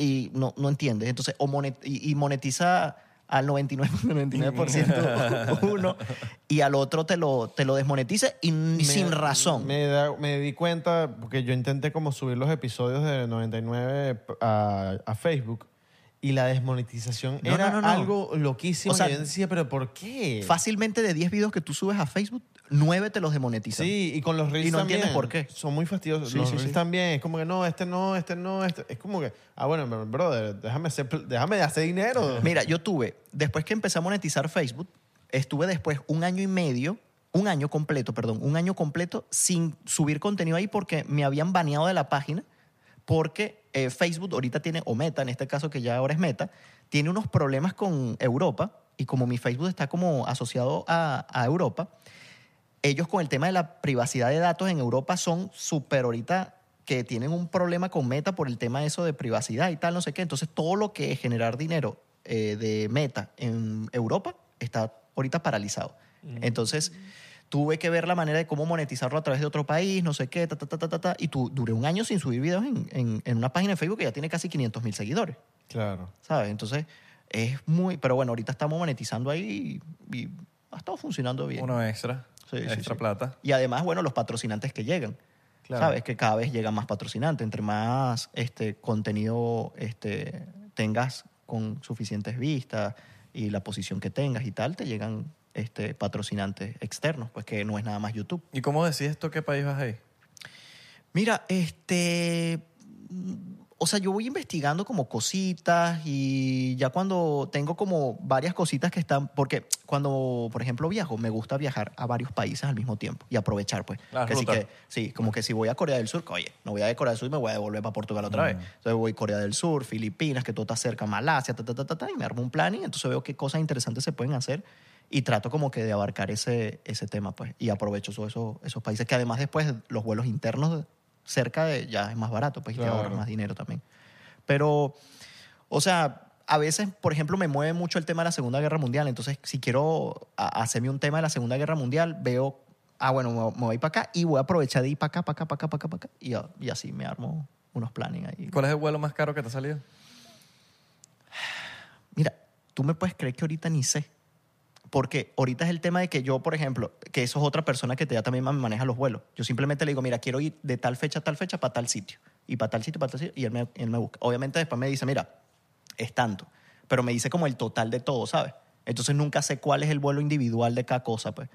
Speaker 2: y no, no entiendes. Entonces, o monet- y, y monetiza al 99.99% uno y al otro te lo, te lo desmonetiza y, n- sin razón.
Speaker 4: Me, da- me di cuenta, porque yo intenté como subir los episodios de 99 a, a Facebook y la desmonetización
Speaker 2: No,
Speaker 4: era
Speaker 2: no, no, no.
Speaker 4: algo loquísimo.
Speaker 2: O sea,
Speaker 4: y yo decía, ¿pero por qué?
Speaker 2: Fácilmente de 10 videos que tú subes a Facebook, 9 te los desmonetizan.
Speaker 4: Sí, y con los reels
Speaker 2: Y no
Speaker 4: también.
Speaker 2: entiendes por qué.
Speaker 4: Son muy fastidiosos.
Speaker 2: Sí,
Speaker 4: los
Speaker 2: sí,
Speaker 4: reels
Speaker 2: sí.
Speaker 4: también. Es como que no, este no, este no, este. Es como que, ah, bueno, bro- brother, déjame hacer, pl- déjame de hacer dinero.
Speaker 2: Mira, yo tuve, después que empecé a monetizar Facebook, estuve después un año y medio, un año completo, perdón, un año completo sin subir contenido ahí porque me habían baneado de la página porque eh, Facebook ahorita tiene, o Meta, en este caso que ya ahora es Meta, tiene unos problemas con Europa y como mi Facebook está como asociado a, a Europa, ellos con el tema de la privacidad de datos en Europa son súper ahorita que tienen un problema con Meta por el tema eso de privacidad y tal, no sé qué. Entonces, todo lo que es generar dinero eh, de Meta en Europa está ahorita paralizado. Entonces, tuve que ver la manera de cómo monetizarlo a través de otro país, no sé qué, ta, ta, ta, ta, ta, ta. Y tu, duré un año sin subir videos en, en- en una página de Facebook que ya tiene casi 500 mil seguidores.
Speaker 4: Claro.
Speaker 2: ¿sabes? Entonces, es muy... Pero bueno, ahorita estamos monetizando ahí y, y ha estado funcionando bien.
Speaker 3: Uno extra.
Speaker 2: Sí, sí,
Speaker 3: extra
Speaker 2: sí.
Speaker 3: plata.
Speaker 2: Y además, bueno, los patrocinantes que llegan.
Speaker 4: Claro.
Speaker 2: Sabes que cada vez llegan más patrocinantes. Entre más este, contenido este, tengas con suficientes vistas y la posición que tengas y tal, te llegan este, patrocinantes externos, pues que no es nada más YouTube.
Speaker 3: ¿Y cómo decides tú qué país vas a ir?
Speaker 2: Mira, este. mm, O sea, yo voy investigando como cositas y ya cuando tengo como varias cositas que están. Porque cuando, por ejemplo, viajo, me gusta viajar a varios países al mismo tiempo y aprovechar, pues.
Speaker 3: La
Speaker 2: que sí,
Speaker 3: ruta.
Speaker 2: que, sí, como que si voy a Corea del Sur, que, oye, no voy a ir a Corea del Sur y me voy a devolver para Portugal otra vez. Entonces voy a Corea del Sur, Filipinas, que todo está cerca, Malasia, ta, ta, ta, ta, ta, y me armo un plan y entonces veo qué cosas interesantes se pueden hacer y trato como que de abarcar ese, ese tema, pues, y aprovecho eso- eso- esos países que además después los vuelos internos cerca de ya es más barato, pues, y te
Speaker 4: Claro.
Speaker 2: ahorras más dinero también. Pero, o sea, a veces, por ejemplo, me mueve mucho el tema de la Segunda Guerra Mundial. Entonces, si quiero a- hacerme un tema de la Segunda Guerra Mundial, veo, ah, bueno, me, me voy para acá y voy a aprovechar de ir para acá, para acá, para acá, para acá, para acá. Y, a- y así me armo unos planning ahí.
Speaker 3: ¿Cuál es el vuelo más caro que te ha salido?
Speaker 2: Mira, tú me puedes creer que ahorita ni sé. Porque ahorita es el tema de que yo, por ejemplo, que eso es otra persona que te ya también me maneja los vuelos. Yo simplemente le digo, mira, quiero ir de tal fecha a tal fecha para tal sitio. Y para tal sitio, para tal sitio. Y él me, él me busca. Obviamente después me dice, mira, es tanto. Pero me dice como el total de todo, ¿sabes? Entonces nunca sé cuál es el vuelo individual de cada cosa, pues.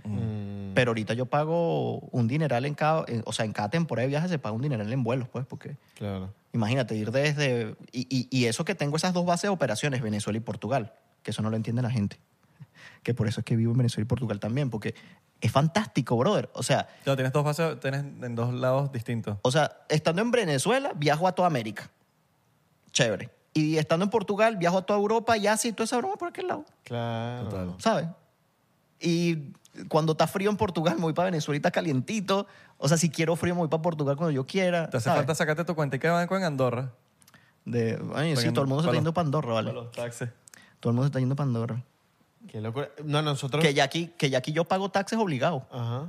Speaker 2: Pero ahorita yo pago un dineral en cada... en- o sea, en cada temporada de viaje se paga un dineral en vuelos, pues, porque...
Speaker 4: Claro.
Speaker 2: Imagínate ir desde... Y, y- y eso que tengo esas dos bases de operaciones, Venezuela y Portugal, que eso no lo entiende la gente. Que por eso es que vivo en Venezuela y Portugal también, porque es fantástico, brother. O sea,
Speaker 3: No, tienes dos bases, tienes en dos lados distintos.
Speaker 2: o sea, estando en Venezuela, viajo a toda América. Chévere. Y estando en Portugal, viajo a toda Europa y Asia y toda esa broma por aquel lado,
Speaker 4: Claro.
Speaker 3: Total.
Speaker 2: ¿sabes? Y cuando está frío en Portugal, me voy para Venezuela y está calientito. O sea, si quiero frío, me voy para Portugal cuando yo quiera.
Speaker 3: Te hace
Speaker 2: ¿sabes?
Speaker 3: falta sacarte tu cuenta de banco en Andorra.
Speaker 2: De, Ay, sí,
Speaker 3: Pagando-
Speaker 2: todo el mundo se
Speaker 3: para
Speaker 2: está yendo
Speaker 3: los-
Speaker 2: a Pandorra, ¿vale?
Speaker 3: Para los taxis.
Speaker 2: Todo el mundo se está yendo a Pandorra.
Speaker 4: Qué locura. No, nosotros.
Speaker 2: Que ya aquí, que ya aquí yo pago taxes obligado.
Speaker 4: Ajá.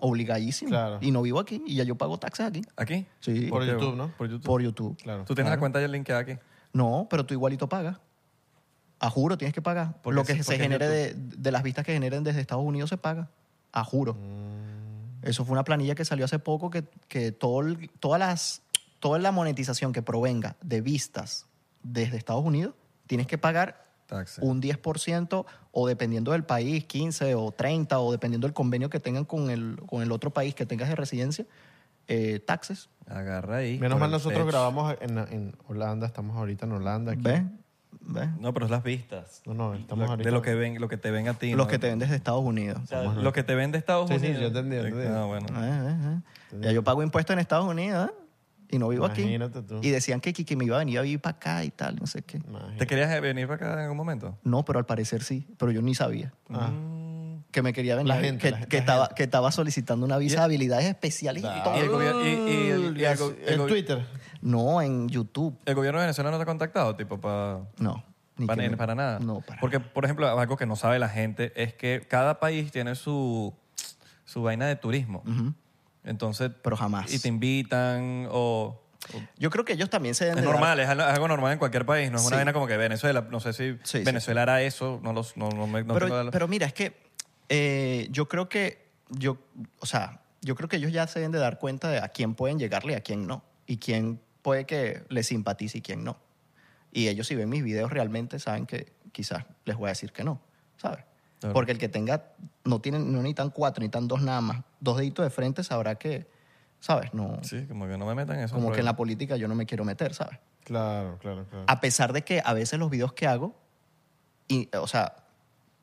Speaker 2: Obligadísimo.
Speaker 4: Claro.
Speaker 2: Y no vivo aquí. Y ya yo pago taxes aquí.
Speaker 3: ¿Aquí?
Speaker 2: Sí.
Speaker 4: Por
Speaker 2: Por,
Speaker 3: qué?
Speaker 4: YouTube, ¿no?
Speaker 3: Por YouTube.
Speaker 2: YouTube.
Speaker 4: Claro.
Speaker 3: Tú tienes la cuenta ya linkeada aquí.
Speaker 2: No, pero tú igualito pagas. A juro tienes que pagar. Por
Speaker 3: Porque
Speaker 2: lo que
Speaker 3: sí,
Speaker 2: se
Speaker 3: porque en
Speaker 2: genere de, de las vistas que generen desde Estados Unidos se paga. A juro. Eso fue una planilla que salió hace poco que, que todo el- todas las, toda la monetización que provenga de vistas desde Estados Unidos tienes que pagar
Speaker 3: Taxi.
Speaker 2: un 10% o dependiendo del país, 15 o 30 o dependiendo del convenio que tengan con el, con el otro país que tengas de residencia, eh, taxes.
Speaker 3: Agarra ahí.
Speaker 4: Menos
Speaker 3: por
Speaker 4: mal
Speaker 3: el
Speaker 4: nosotros
Speaker 3: pecho.
Speaker 4: grabamos en, en Holanda, estamos ahorita en Holanda. Aquí.
Speaker 2: ¿Ves? ¿Ves?
Speaker 3: No, pero es las vistas.
Speaker 4: No, no, estamos
Speaker 3: Lo-
Speaker 4: ahorita.
Speaker 3: de lo que, ven, lo que te ven a ti.
Speaker 2: Los
Speaker 3: ¿no?
Speaker 2: que te ven desde Estados Unidos.
Speaker 3: O sea, lo que te ven de Estados
Speaker 4: Sí, sí,
Speaker 3: Unidos.
Speaker 4: yo entendí, entendí.
Speaker 3: Ah, bueno.
Speaker 2: Eh, eh, eh. Ya yo pago impuestos en Estados Unidos ¿eh? y no vivo
Speaker 4: Imagínate
Speaker 2: aquí.
Speaker 4: tú.
Speaker 2: Y decían que, que, que me iba a venir a vivir para acá y tal, no sé qué.
Speaker 4: Imagínate.
Speaker 3: ¿Te querías venir para acá en algún momento?
Speaker 2: No, pero al parecer sí, pero yo ni sabía.
Speaker 4: Ah.
Speaker 3: Mm.
Speaker 2: Que me quería venir,
Speaker 4: La
Speaker 2: a vivir,
Speaker 4: gente,
Speaker 2: que,
Speaker 4: la gente,
Speaker 2: que
Speaker 4: la
Speaker 2: estaba, que estaba solicitando una visa de habilidades especiales y todo.
Speaker 3: Y el, gobier- y- y el- y el go- el
Speaker 4: en
Speaker 3: go-
Speaker 4: Twitter.
Speaker 2: No, en YouTube,
Speaker 3: ¿El gobierno venezolano no te ha contactado? Tipo, para.
Speaker 2: no. ni
Speaker 3: Para,
Speaker 2: que me-
Speaker 3: para nada.
Speaker 2: No, para
Speaker 3: Porque, por ejemplo, algo que no sabe la gente es que cada país tiene su, su vaina de turismo. Entonces.
Speaker 2: Pero jamás.
Speaker 3: Y te invitan o. o-
Speaker 2: Yo creo que ellos también se deben
Speaker 3: es
Speaker 2: de dar-
Speaker 3: normal, es algo, es algo normal en cualquier país. No es
Speaker 2: Sí.
Speaker 3: una vaina como que Venezuela. No sé si
Speaker 2: Sí, sí.
Speaker 3: Venezuela hará eso. No, los, no, no me- no
Speaker 2: pero,
Speaker 3: tengo la-
Speaker 2: pero mira, es que eh, yo creo que yo, o sea, yo creo que ellos ya se deben de dar cuenta de a quién pueden llegarle y a quién no. Y quién puede que les simpatice y quién no. Y ellos si ven mis videos realmente saben que quizás les voy a decir que no, ¿sabes?
Speaker 3: Claro.
Speaker 2: Porque el que tenga, no tienen, no necesitan cuatro, necesitan dos nada más, dos deditos de frente sabrá que, ¿sabes? No,
Speaker 3: Sí, como que no me metan en eso.
Speaker 2: como que en
Speaker 3: rollo.
Speaker 2: la política yo no me quiero meter, ¿sabes?
Speaker 4: Claro, claro, claro.
Speaker 2: A pesar de que a veces los videos que hago, y, o sea,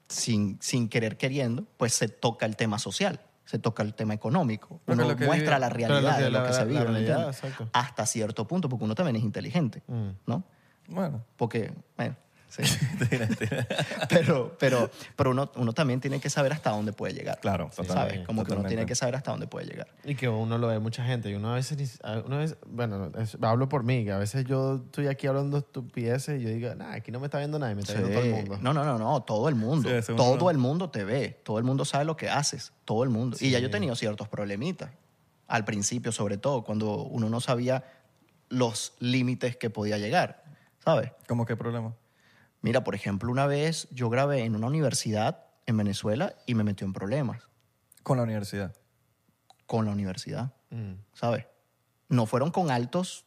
Speaker 2: sin, sin querer queriendo, pues se toca el tema social, se toca el tema económico.
Speaker 3: Lo que-
Speaker 2: Uno
Speaker 3: lo que
Speaker 2: muestra
Speaker 3: vive-
Speaker 2: la
Speaker 4: Pero lo
Speaker 2: realidad
Speaker 4: que-
Speaker 2: de lo
Speaker 4: la-
Speaker 2: que se
Speaker 4: la-
Speaker 2: vive,
Speaker 4: la
Speaker 2: ¿me
Speaker 4: realidad,
Speaker 2: entiendes?
Speaker 4: exacto.
Speaker 2: Hasta cierto punto, porque uno también es inteligente, ¿no?
Speaker 3: Bueno.
Speaker 2: Porque, bueno, sí.
Speaker 3: Tira, tira.
Speaker 2: pero, pero, pero uno, uno también tiene que saber hasta dónde puede llegar.
Speaker 3: Claro,
Speaker 2: ¿sabes?
Speaker 3: totalmente,
Speaker 2: Como que uno tiene
Speaker 3: totalmente.
Speaker 2: que saber hasta dónde puede llegar.
Speaker 4: Y que uno lo ve mucha gente. Y uno a veces, ni- a- uno a veces- bueno, es- hablo por mí, que a veces yo estoy aquí hablando estupideces y yo digo, nah, aquí no me está viendo nadie, me está viendo todo el
Speaker 2: Sí.
Speaker 4: mundo.
Speaker 2: No, no, no, no, todo el mundo.
Speaker 3: Sí, ese uno
Speaker 2: todo
Speaker 3: no.
Speaker 2: el mundo te ve, todo el mundo sabe lo que haces, todo el mundo. Y ya yo he tenido ciertos problemitas, al principio sobre todo, cuando uno no sabía los límites que podía llegar, ¿sabes?
Speaker 3: ¿Cómo qué problema?
Speaker 2: Mira, por ejemplo, una vez yo grabé en una universidad en Venezuela y me metió en problemas
Speaker 3: Con la universidad.
Speaker 2: con la universidad,
Speaker 4: Mm.
Speaker 2: ¿sabes? No fueron con altos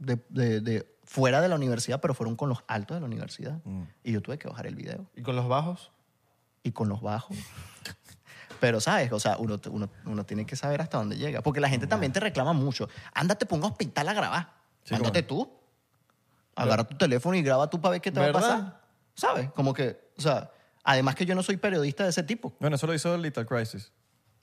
Speaker 2: de, de- de fuera de la universidad, pero fueron con los altos de la universidad.
Speaker 3: Mm.
Speaker 2: Y yo tuve que bajar el video.
Speaker 4: ¿Y con los bajos?
Speaker 2: y con los bajos. Pero, ¿sabes? O sea, uno, uno, uno tiene que saber hasta dónde llega. Porque la gente también te reclama mucho. Ándate por un hospital a grabar.
Speaker 3: Sí,
Speaker 2: Ándate tú. Agarra tu teléfono y graba tú para ver qué te va a
Speaker 4: ¿Verdad?
Speaker 2: pasar. ¿Sabes? Como que, o sea, además que yo no soy periodista de ese tipo,
Speaker 3: Bueno, eso lo hizo Little Crisis.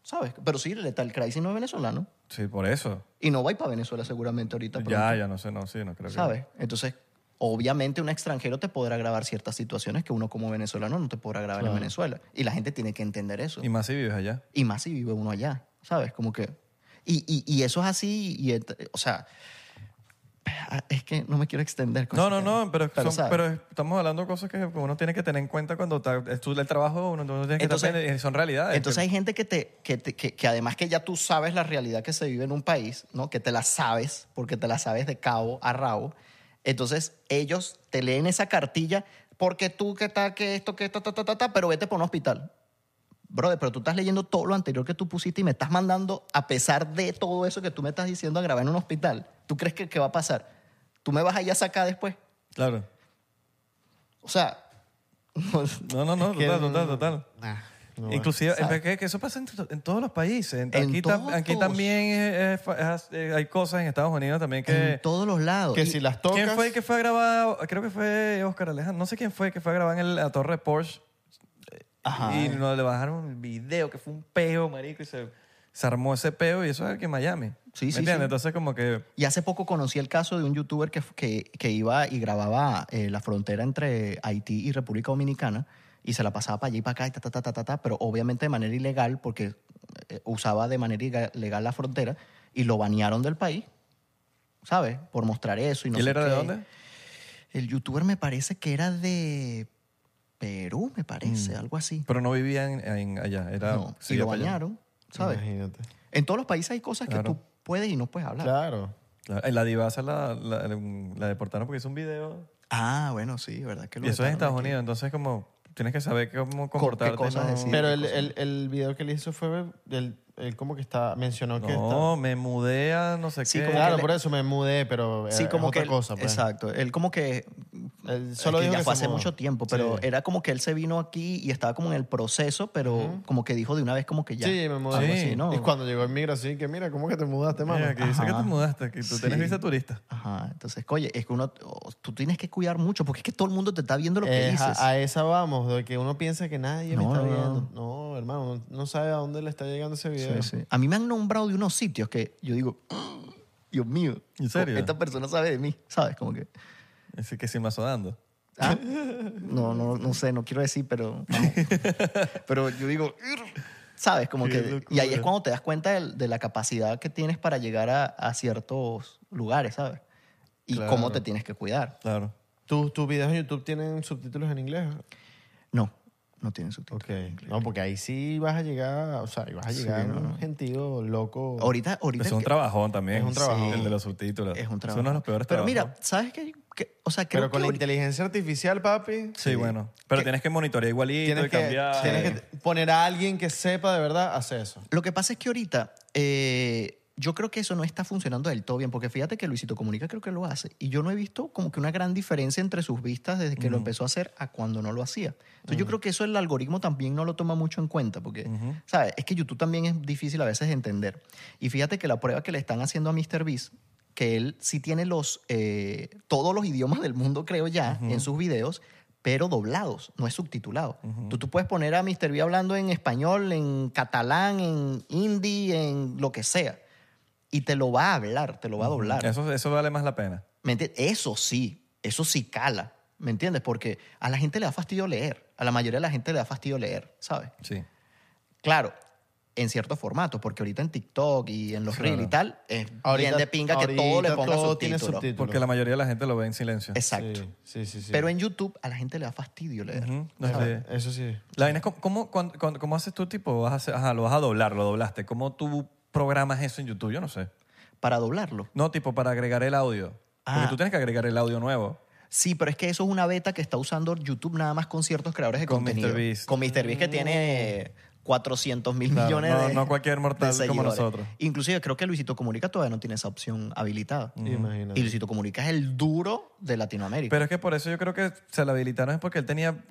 Speaker 2: ¿sabes? Pero sí, Letal Crisis no es venezolano.
Speaker 3: Sí, por eso.
Speaker 2: Y no va a ir para Venezuela seguramente ahorita.
Speaker 3: Ya,
Speaker 2: pronto,
Speaker 3: ya no sé, no, sí, no creo que.
Speaker 2: ¿Sabes? Entonces, obviamente un extranjero te podrá grabar ciertas situaciones que uno como venezolano no te podrá grabar en Venezuela. Y la gente tiene que entender eso.
Speaker 3: Y más si vives allá.
Speaker 2: y más si vive uno allá, ¿sabes? Como que... Y, y- y eso es así, y, et- o sea, ah, es que no me quiero extender. con
Speaker 3: No,
Speaker 2: ese
Speaker 3: no,
Speaker 2: tema.
Speaker 3: no, pero,
Speaker 2: Pero,
Speaker 3: son-
Speaker 2: ¿sabes?
Speaker 3: pero estamos hablando de cosas que que uno tiene que tener en cuenta cuando está- estudia el trabajo, uno uno tiene que estar
Speaker 2: Entonces-
Speaker 3: pendiente, y son realidades.
Speaker 2: Entonces hay gente que, te, que, te- que- que además que ya tú sabes la realidad que se vive en un país, ¿no? que te la sabes, porque te la sabes de cabo a rabo, entonces ellos te leen esa cartilla porque tú que está, que esto, que esto, ta, ta, ta, ta, pero vete por un hospital. Brother, pero tú estás leyendo todo lo anterior que tú pusiste y me estás mandando, a pesar de todo eso que tú me estás diciendo, a grabar en un hospital. ¿Tú crees que, que va a pasar? ¿Tú me vas a ir a sacar después?
Speaker 3: Claro.
Speaker 2: O sea,
Speaker 3: No, no, no,
Speaker 4: Es que
Speaker 3: total,
Speaker 4: no,
Speaker 3: total,
Speaker 4: no,
Speaker 3: total.
Speaker 4: nah,
Speaker 2: Ah,
Speaker 4: no va.
Speaker 3: Inclusive,
Speaker 2: ¿sabes?
Speaker 3: es que, que eso pasa en, to- en todos los países. En-
Speaker 2: En
Speaker 3: aquí, tam-
Speaker 2: todos.
Speaker 3: aquí también es- es fa- es- eh, hay cosas en Estados Unidos también que...
Speaker 2: en todos los lados.
Speaker 4: que
Speaker 2: Y-
Speaker 4: si las tocas...
Speaker 3: ¿Quién fue el que fue a grabar? Creo que fue Oscar Alejandro. No sé quién fue el que fue a grabar en el- la torre Porsche.
Speaker 2: Ajá.
Speaker 3: Y nos le bajaron el video, que fue un peo, marico, y se, se armó ese peo, y eso es aquí en Miami.
Speaker 2: Sí,
Speaker 3: ¿Me
Speaker 2: sí,
Speaker 3: entiendes?
Speaker 2: sí.
Speaker 3: Entonces, como que.
Speaker 2: Y hace poco conocí el caso de un youtuber que, que, que iba y grababa eh, la frontera entre Haití y República Dominicana y se la pasaba para allí y para acá, y ta, ta, ta, ta, ta, ta, pero obviamente de manera ilegal porque eh, usaba de manera iga- legal la frontera y lo banearon del país, ¿sabes? Por mostrar eso. ¿Y, no
Speaker 3: ¿Y él
Speaker 2: sé
Speaker 3: era de
Speaker 2: qué.
Speaker 3: dónde?
Speaker 2: El youtuber me parece que era de Perú, me parece, algo así.
Speaker 3: Pero no vivía en, en- allá. Era,
Speaker 2: No,
Speaker 3: sí,
Speaker 2: y lo
Speaker 3: para allá.
Speaker 2: bañaron, ¿sabes?
Speaker 4: Imagínate.
Speaker 2: En todos los países hay cosas que
Speaker 3: Claro.
Speaker 2: tú puedes y no puedes hablar.
Speaker 4: Claro.
Speaker 3: Claro, en La divasa la, la, la deportaron porque hizo un video.
Speaker 2: Ah, bueno, sí, ¿verdad? Que lo
Speaker 3: Y eso es
Speaker 2: vetaron
Speaker 3: en Estados
Speaker 2: aquí.
Speaker 3: Unidos. Entonces, como tienes que saber cómo comportarte.
Speaker 2: cosas
Speaker 3: no,
Speaker 2: decir.
Speaker 4: Pero el,
Speaker 2: cosa.
Speaker 4: el, el video que le hizo fue... El, el como que está... Mencionó que
Speaker 3: no
Speaker 4: está...
Speaker 3: me mudé a no sé
Speaker 2: Sí,
Speaker 3: qué.
Speaker 2: como
Speaker 4: Claro,
Speaker 2: que le-
Speaker 4: por eso me mudé, pero
Speaker 2: Sí,
Speaker 4: es
Speaker 2: como
Speaker 4: otra
Speaker 2: que él-
Speaker 4: cosa. pues.
Speaker 2: Exacto. Él como que... Solo
Speaker 4: Él solo dijo
Speaker 2: ya
Speaker 4: que
Speaker 2: fue
Speaker 4: se
Speaker 2: hace
Speaker 4: mudó.
Speaker 2: mucho tiempo, pero
Speaker 4: Sí.
Speaker 2: era como que él se vino aquí y estaba como en el proceso, pero como que dijo de una vez como que ya.
Speaker 4: Sí, me mudé.
Speaker 3: Algo
Speaker 2: así,
Speaker 4: Sí.
Speaker 2: ¿no?
Speaker 4: Y cuando llegó el migra, sí, que mira, ¿cómo que te mudaste, mano?
Speaker 3: Mira, que dice que
Speaker 2: Ajá.
Speaker 3: te mudaste, que tú tienes
Speaker 2: Sí.
Speaker 3: visa turista.
Speaker 2: Ajá, entonces, oye, es que uno, oh, tú tienes que cuidar mucho porque es que todo el mundo te está viendo lo que
Speaker 4: Es
Speaker 2: dices.
Speaker 4: Eh, a, a esa vamos, de que uno piensa que nadie me
Speaker 2: No,
Speaker 4: está
Speaker 2: no, no.
Speaker 4: viendo. No, hermano, uno no sabe a dónde le está llegando ese video.
Speaker 2: Sí, sí. A mí me han nombrado de unos sitios que yo digo, "Ah, Dios mío,
Speaker 3: ¿En serio?
Speaker 2: esta persona sabe de mí, ¿sabes? Como que,
Speaker 3: Así que sí, más sudando.
Speaker 2: ah, no, no, no sé, no quiero decir, pero, pero yo digo, "Ir", ¿sabes? Como
Speaker 3: Qué
Speaker 2: que, y ahí es
Speaker 3: locura.
Speaker 2: cuando te das cuenta del- de, la capacidad que tienes para llegar a, a ciertos lugares, ¿sabes? Y cómo
Speaker 4: Claro.
Speaker 2: te tienes que cuidar.
Speaker 3: Claro.
Speaker 4: ¿Tus, tus videos en YouTube tienen subtítulos en inglés?
Speaker 2: No, no tienes subtítulos.
Speaker 4: Ok. No, porque ahí sí vas a llegar, o sea, ahí vas a llegar a un gentío loco.
Speaker 2: Ahorita, ahorita
Speaker 3: Es
Speaker 2: el
Speaker 3: un
Speaker 2: que-
Speaker 3: trabajón también.
Speaker 4: Es un trabajón.
Speaker 3: El de los subtítulos.
Speaker 2: es un trabajo.
Speaker 3: Es uno de los peores
Speaker 2: Pero
Speaker 3: trabajos.
Speaker 2: mira, ¿sabes qué? Que- o sea, creo
Speaker 4: Pero con
Speaker 2: que
Speaker 4: la
Speaker 2: ahorita-
Speaker 4: inteligencia artificial, papi,
Speaker 3: Sí, bueno. Pero tienes que monitorear igualito
Speaker 4: tienes
Speaker 3: y
Speaker 4: que,
Speaker 3: cambiar.
Speaker 4: tienes que poner a alguien que sepa de verdad, hace eso.
Speaker 2: Lo que pasa es que ahorita eh, yo creo que eso no está funcionando del todo bien, porque fíjate que Luisito Comunica creo que lo hace. Y yo no he visto como que una gran diferencia entre sus vistas desde que lo empezó a hacer a cuando no lo hacía. Entonces yo creo que eso el algoritmo también no lo toma mucho en cuenta, porque, ¿sabes? Es que YouTube también es difícil a veces de entender. Y fíjate que la prueba que le están haciendo a Mr. Beast que él sí tiene los, eh, todos los idiomas del mundo, creo ya, en sus videos, pero doblados, no es subtitulado. tú, tú puedes poner a Mr. B hablando en español, en catalán, en hindi, en lo que sea, y te lo va a hablar, te lo va a doblar.
Speaker 3: Eso, eso vale más la pena.
Speaker 2: ¿Me entiendes? Eso sí, eso sí cala, ¿me entiendes? Porque a la gente le da fastidio leer, a la mayoría de la gente le da fastidio leer, ¿sabes?
Speaker 3: Sí.
Speaker 2: Claro, en ciertos formatos, porque ahorita en TikTok y en los reels y tal, es bien
Speaker 4: Ahorita-
Speaker 2: de pinga que todo le
Speaker 4: ahorita
Speaker 2: ponga
Speaker 4: todo tiene
Speaker 2: subtítulo.
Speaker 4: subtítulo.
Speaker 3: Porque la mayoría de la gente lo ve en silencio.
Speaker 2: Exacto.
Speaker 4: Sí, sí, sí. sí.
Speaker 2: Pero en YouTube a la gente le da fastidio leer.
Speaker 3: Ujú, no sé.
Speaker 4: Eso sí.
Speaker 3: La vaina es cómo, cómo- cuan- cuan- cómo haces tú, tipo, vas a hacer- ajá, lo vas a doblar, lo doblaste. ¿Cómo tú programas eso en YouTube? Yo no sé.
Speaker 2: Para doblarlo.
Speaker 3: No, tipo, para agregar el audio.
Speaker 2: Ah.
Speaker 3: Porque tú tienes que agregar el audio nuevo.
Speaker 2: Sí, pero es que eso es una beta que está usando YouTube nada más con ciertos creadores de
Speaker 3: Con
Speaker 2: contenido.
Speaker 3: MrBeast.
Speaker 2: Con MrBeast que tiene 400 mil
Speaker 3: Claro,
Speaker 2: millones
Speaker 3: no-
Speaker 2: de
Speaker 3: no cualquier mortal
Speaker 2: de
Speaker 3: como
Speaker 2: seguidores.
Speaker 3: nosotros.
Speaker 2: Inclusive creo que Luisito Comunica todavía no tiene esa opción habilitada.
Speaker 4: Imagínate.
Speaker 2: Y Luisito Comunica es el duro de Latinoamérica.
Speaker 3: Pero es que por eso yo creo que se lo habilitaron es porque él tenía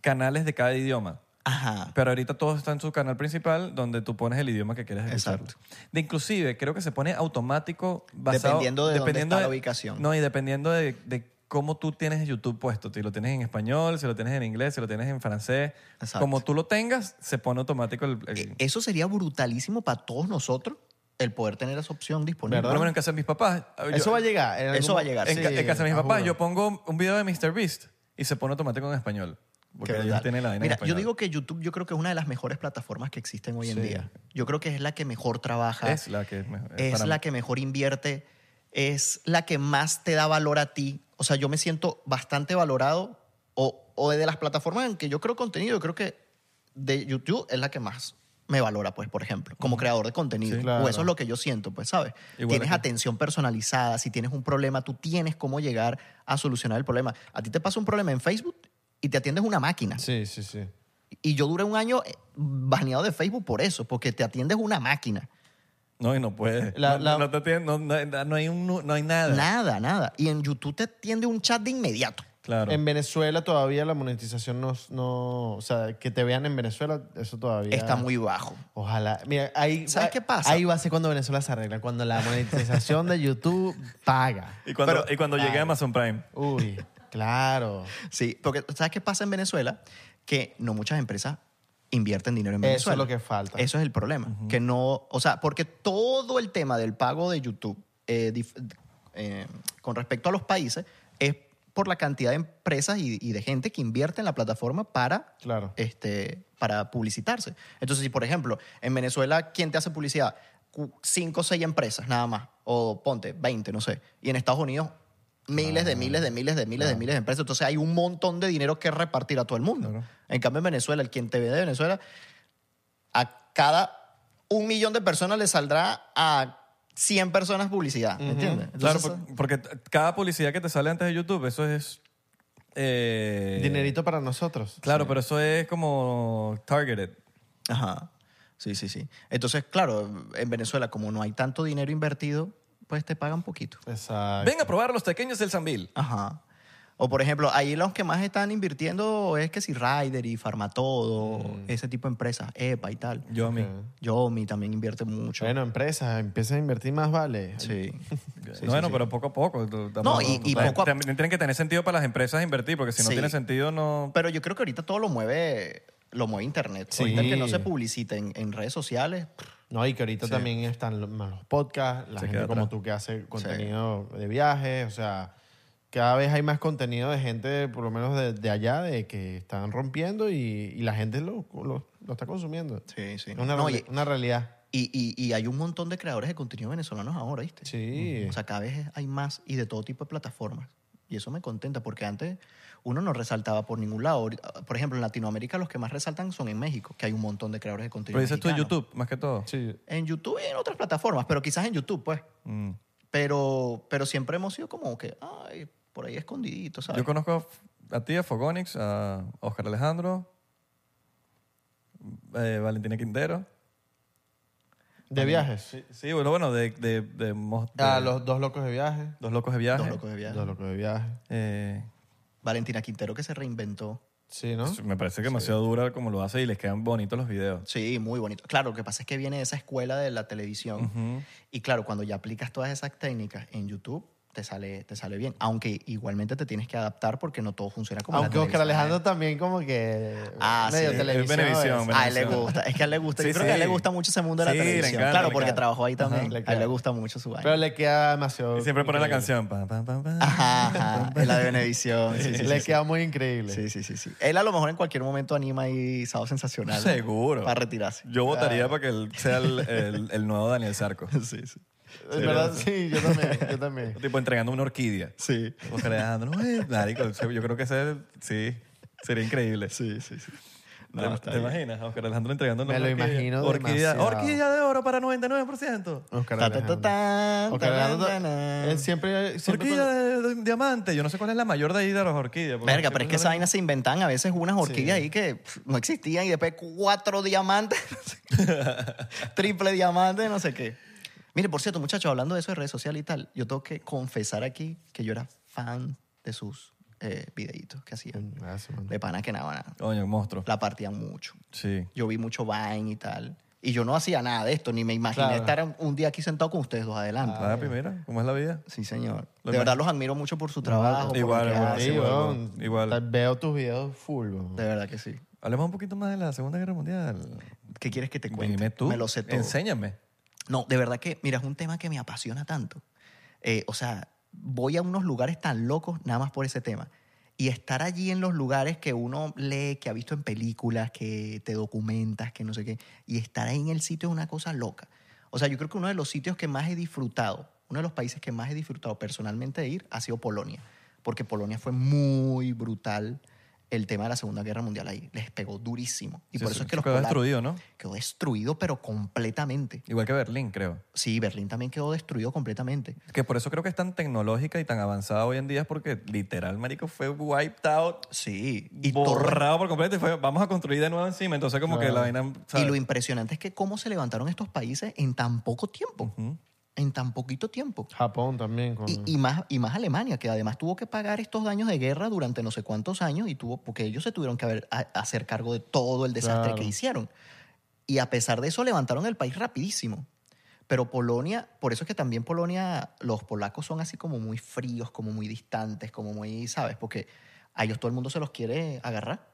Speaker 3: canales de cada idioma.
Speaker 2: Ajá.
Speaker 3: Pero ahorita todo está en su canal principal donde tú pones el idioma que quieres escuchar.
Speaker 2: Exacto.
Speaker 3: De inclusive, creo que se pone automático basado...
Speaker 2: Dependiendo de dónde está la ubicación.
Speaker 3: No, y dependiendo de, de cómo tú tienes YouTube puesto. Si lo tienes en español, si lo tienes en inglés, si lo tienes en francés.
Speaker 2: Exacto.
Speaker 3: Como tú lo tengas, se pone automático el... el-
Speaker 2: E- Eso sería brutalísimo para todos nosotros el poder tener esa opción disponible.
Speaker 3: por lo menos en casa de mis papás. yo-
Speaker 4: Eso va a llegar. en
Speaker 2: Eso
Speaker 4: algún-
Speaker 2: va a llegar,
Speaker 3: En,
Speaker 2: sí,
Speaker 3: ca- en casa de mis
Speaker 4: ah,
Speaker 3: papás
Speaker 4: juro.
Speaker 3: yo pongo un video de Mr. Beast y se pone automático en español. Porque
Speaker 2: Qué
Speaker 3: ellos
Speaker 2: brutal.
Speaker 3: tienen la vaina en
Speaker 2: Mira, yo
Speaker 3: español.
Speaker 2: digo que YouTube yo creo que es una de las mejores plataformas que existen hoy en día. Yo creo que es la que mejor trabaja.
Speaker 3: Es la que es mejor, eh,
Speaker 2: es
Speaker 3: para-
Speaker 2: la que mejor invierte es la que más te da valor a ti. O sea, yo me siento bastante valorado o, o de las plataformas en que yo creo contenido, yo creo que de YouTube es la que más me valora, pues, por ejemplo, como creador de contenido.
Speaker 4: Sí, claro.
Speaker 2: O eso es lo que yo siento, pues, ¿sabes?
Speaker 3: Igual
Speaker 2: tienes
Speaker 3: aquí.
Speaker 2: atención personalizada, si tienes un problema, tú tienes cómo llegar a solucionar el problema. A ti te pasa un problema en Facebook y te atiendes una máquina.
Speaker 4: Sí, sí, sí.
Speaker 2: Y yo duré un año eh, baneado de Facebook por eso, porque te atiendes una máquina.
Speaker 3: No, y no puede.
Speaker 4: La-
Speaker 3: no,
Speaker 4: la-
Speaker 3: no te atiende- no- no- no hay un nu- no hay nada.
Speaker 2: Nada, nada. Y en YouTube te atiende un chat de inmediato.
Speaker 3: Claro.
Speaker 2: Em,
Speaker 4: En Venezuela todavía la monetización no, no... O sea, que te vean en Venezuela, eso todavía...
Speaker 2: Está muy bajo.
Speaker 4: Ojalá. Mira, ahí...
Speaker 2: ¿Sabes
Speaker 4: ah,
Speaker 2: qué pasa?
Speaker 4: Ahí va a ser cuando Venezuela se arregla, cuando la monetización de YouTube paga.
Speaker 3: y cuando,
Speaker 2: pero-
Speaker 3: y cuando llegué a Amazon Prime.
Speaker 4: Uy, claro.
Speaker 2: Sí, porque ¿sabes qué pasa en Venezuela? Que no muchas empresas invierten dinero en
Speaker 4: Eso es
Speaker 2: Venezuela.
Speaker 4: lo que falta.
Speaker 2: Eso es el problema. Que no, o sea, porque todo el tema del pago de YouTube eh, dif- eh, con respecto a los países es por la cantidad de empresas y, y de gente que invierte en la plataforma para,
Speaker 4: Claro.
Speaker 2: este, para publicitarse. Entonces, si por ejemplo, en Venezuela, ¿quién te hace publicidad? Cu- Cinco o seis empresas nada más, o ponte, 20, no sé. Y en Estados Unidos, miles
Speaker 3: Ah,
Speaker 2: de miles de miles de miles de miles de empresas. Entonces hay un montón de dinero que repartir a todo el mundo. En cambio, en Venezuela, el quien te ve de Venezuela, a cada un millón de personas le saldrá a 100 personas publicidad. ¿Me entiendes?
Speaker 3: Claro,
Speaker 2: Entonces,
Speaker 3: por- porque t- cada publicidad que te sale antes de YouTube, eso es... eh,
Speaker 4: Dinerito para nosotros.
Speaker 3: Claro, pero eso es como targeted.
Speaker 2: Ajá. Sí, sí, sí. Entonces, claro, en Venezuela, como no hay tanto dinero invertido, pues te pagan poquito. Ah,
Speaker 4: Exacto.
Speaker 3: Ven a probar los pequeños del Sambil.
Speaker 2: Ajá. O por ejemplo, ahí los que más están invirtiendo es que si Ryder y Farmatodo, ese tipo de empresas, EPA y tal.
Speaker 3: Yo a mí.
Speaker 2: Yomi también invierte mucho.
Speaker 4: Bueno, empresas, empieza a invertir más, vale.
Speaker 2: Sí. Sí,
Speaker 3: bueno,
Speaker 2: sí, sí.
Speaker 3: pero poco a poco. tú- tampoco-
Speaker 2: No, y- y
Speaker 3: también-
Speaker 2: poco a-
Speaker 3: también tienen que tener sentido para las empresas invertir, porque si no
Speaker 2: Sí.
Speaker 3: tiene sentido, no.
Speaker 2: Pero yo creo que ahorita todo lo mueve, lo mueve Internet.
Speaker 4: Sí.
Speaker 2: Ahorita el que no se publicita en, en redes sociales,
Speaker 4: No, y que ahorita también están los, más los podcasts, la
Speaker 3: Se
Speaker 4: gente
Speaker 3: queda
Speaker 4: como
Speaker 3: atrás.
Speaker 4: tú que hace contenido de viajes, o sea, cada vez hay más contenido de gente, por lo menos de, de allá, de que están rompiendo y, y la gente lo, lo, lo está consumiendo.
Speaker 2: Sí, sí.
Speaker 4: Es Una,
Speaker 2: No,
Speaker 4: reali-
Speaker 2: y-
Speaker 4: una realidad.
Speaker 2: y, y- y hay un montón de creadores de contenido venezolanos ahora, ¿viste?
Speaker 4: Sí.
Speaker 2: O sea, cada vez hay más y de todo tipo de plataformas. Y eso me contenta porque antes uno no resaltaba por ningún lado. Ahorita- Por ejemplo, en Latinoamérica los que más resaltan son en México, que hay un montón de creadores de contenido.
Speaker 3: Pero dices tú en
Speaker 2: mexicanos.
Speaker 3: YouTube, más que todo.
Speaker 4: sí.
Speaker 2: En YouTube y en otras plataformas, pero quizás en YouTube, pues.
Speaker 3: Mm.
Speaker 2: Pero, pero siempre hemos sido como que, ay, por ahí escondidito, ¿sabes?
Speaker 3: Yo conozco a ti, a Fogonix, a Oscar Alejandro, eh, Valentina Quintero.
Speaker 4: De viajes.
Speaker 3: Sí, bueno, bueno, de. de, de mos- de-
Speaker 4: Ah, los dos locos de viajes.
Speaker 3: Dos locos de viaje.
Speaker 2: Dos locos de viaje.
Speaker 4: Dos locos de viajes.
Speaker 3: Eh,
Speaker 2: Valentina Quintero que se reinventó.
Speaker 4: Sí, ¿no?
Speaker 3: Me parece que demasiado dura como lo hace y les quedan bonitos los videos.
Speaker 2: Sí, muy bonito. Claro, lo que pasa es que viene de esa escuela de la televisión. Y claro, cuando ya aplicas todas esas técnicas en YouTube, te sale, te sale bien. Aunque igualmente te tienes que adaptar porque no todo funciona como la
Speaker 4: Aunque Oscar
Speaker 2: televisión.
Speaker 4: Alejandro también como que
Speaker 2: Ah,
Speaker 4: medio
Speaker 2: sí.
Speaker 4: televisión.
Speaker 3: Es Venevisión,
Speaker 4: es-
Speaker 3: Venevisión.
Speaker 2: A él le gusta, es que a él le gusta.
Speaker 3: Sí,
Speaker 2: Yo creo que a él le
Speaker 3: sí.
Speaker 2: gusta mucho ese mundo de
Speaker 3: Sí,
Speaker 2: la
Speaker 3: le
Speaker 2: televisión.
Speaker 3: encanta,
Speaker 2: claro,
Speaker 3: le
Speaker 2: porque
Speaker 3: encanta.
Speaker 2: trabajó ahí también.
Speaker 4: le
Speaker 2: a él le
Speaker 4: encanta.
Speaker 2: gusta mucho su
Speaker 4: Pero
Speaker 2: baño.
Speaker 4: le queda demasiado...
Speaker 3: Y siempre pone la
Speaker 4: increíble.
Speaker 3: canción. pa, pa, pa, pa.
Speaker 2: Ajá, ajá, es la de Venevisión. Sí, sí, sí,
Speaker 4: le
Speaker 2: sí.
Speaker 4: queda muy increíble.
Speaker 2: Sí, sí, sí, sí. Él a lo mejor en cualquier momento anima ahí Sábado Sensacional.
Speaker 3: Seguro.
Speaker 2: Para retirarse.
Speaker 3: Yo votaría para que él sea el, el- el nuevo Daniel Sarco.
Speaker 2: Sí, sí.
Speaker 4: Es verdad, sí, yo también, yo también.
Speaker 3: tipo entregando una orquídea.
Speaker 2: Sí.
Speaker 3: Oscar Alejandro, eh, marico, yo creo que ese sí, sería increíble.
Speaker 2: Sí, sí, sí.
Speaker 3: ¿Te, te imaginas? Oscar Alejandro entregando
Speaker 4: Me
Speaker 3: una
Speaker 4: lo
Speaker 3: orquídea?
Speaker 4: imagino
Speaker 3: Orquídea,
Speaker 4: demasiado.
Speaker 3: orquídea de oro para 99%.
Speaker 4: Oscar
Speaker 2: Ta, ta, ta,
Speaker 4: Alejandro.
Speaker 2: tan,
Speaker 4: Oscar
Speaker 2: ta,
Speaker 4: Alejandro,
Speaker 2: tan, tan.
Speaker 4: él siempre... siempre
Speaker 3: Orquídea
Speaker 4: cuando-
Speaker 3: de, de- diamante. Yo no sé cuál es la mayor de ahí de las orquídeas. porque
Speaker 2: Verga,
Speaker 3: siempre
Speaker 2: pero es que esa
Speaker 3: salen-
Speaker 2: vaina se inventan a veces unas orquídeas ahí que pf, no existían y después cuatro diamantes, triple diamante, no sé qué. Mire, por cierto, muchachos, hablando de eso de redes sociales y tal, yo tengo que confesar aquí que yo era fan de sus eh, videitos que hacían.
Speaker 4: Gracias,
Speaker 3: Mm,
Speaker 4: mano.
Speaker 2: De pana que nada, nada,
Speaker 3: Coño, monstruo.
Speaker 2: la partían mucho.
Speaker 3: Sí.
Speaker 2: Yo vi mucho Vine y tal. Y yo no hacía nada de esto, ni me imaginé
Speaker 4: Claro.
Speaker 2: estar un- un día aquí sentado con ustedes dos adelante.
Speaker 3: Ah, mira, ¿cómo es la vida?
Speaker 2: Sí, señor.
Speaker 3: Lo
Speaker 2: de verdad
Speaker 3: imagino.
Speaker 2: los admiro mucho por su trabajo. por lo
Speaker 3: Igual,
Speaker 2: que
Speaker 3: igual.
Speaker 2: hacen.
Speaker 4: Ah, Sí,
Speaker 3: igual,
Speaker 4: weón.
Speaker 3: igual.
Speaker 4: Ta- Veo tus videos full, weón.
Speaker 2: De verdad que sí.
Speaker 3: Hablemos un poquito más de la Segunda Guerra Mundial.
Speaker 2: ¿Qué quieres que te cuente?
Speaker 3: Dime tú.
Speaker 2: Me lo sé todo.
Speaker 3: Enséñame.
Speaker 2: No, de verdad que, mira, es un tema que me apasiona tanto. Eh, o sea, voy a unos lugares tan locos nada más por ese tema. Y estar allí en los lugares que uno lee, que ha visto en películas, que te documentas, que no sé qué. Y estar ahí en el sitio es una cosa loca. O sea, yo creo que uno de los sitios que más he disfrutado uno de los países que más he disfrutado personalmente de ir ha sido Polonia, porque Polonia fue muy brutal el tema de la Segunda Guerra Mundial ahí. Les pegó durísimo. Y
Speaker 3: Sí,
Speaker 2: por eso
Speaker 3: eso-
Speaker 2: es que
Speaker 3: eso
Speaker 2: los
Speaker 3: quedó
Speaker 2: polacos-
Speaker 3: destruido, ¿no?
Speaker 2: Quedó destruido, pero completamente.
Speaker 3: Igual que Berlín, creo.
Speaker 2: Sí, Berlín también quedó destruido completamente.
Speaker 3: Que por eso creo que es tan tecnológica y tan avanzada hoy en día, es porque literal, marico, fue wiped out,
Speaker 2: Sí. Y todo
Speaker 3: borrado por completo y fue, vamos a construir de nuevo encima. Entonces, como que la vaina.
Speaker 2: Y
Speaker 3: ¿sabes?
Speaker 2: lo impresionante es que cómo se levantaron estos países en tan poco tiempo. En tan poquito tiempo.
Speaker 4: Japón también. Con...
Speaker 2: Y, y más, y más Alemania, que además tuvo que pagar estos daños de guerra durante no sé cuántos años y tuvo, porque ellos se tuvieron que haber- a- hacer cargo de todo el desastre
Speaker 4: Claro.
Speaker 2: que hicieron. Y a pesar de eso, levantaron el país rapidísimo. Pero Polonia, por eso es que también Polonia, los polacos son así como muy fríos, como muy distantes, como muy, ¿sabes? Porque a ellos todo el mundo se los quiere agarrar.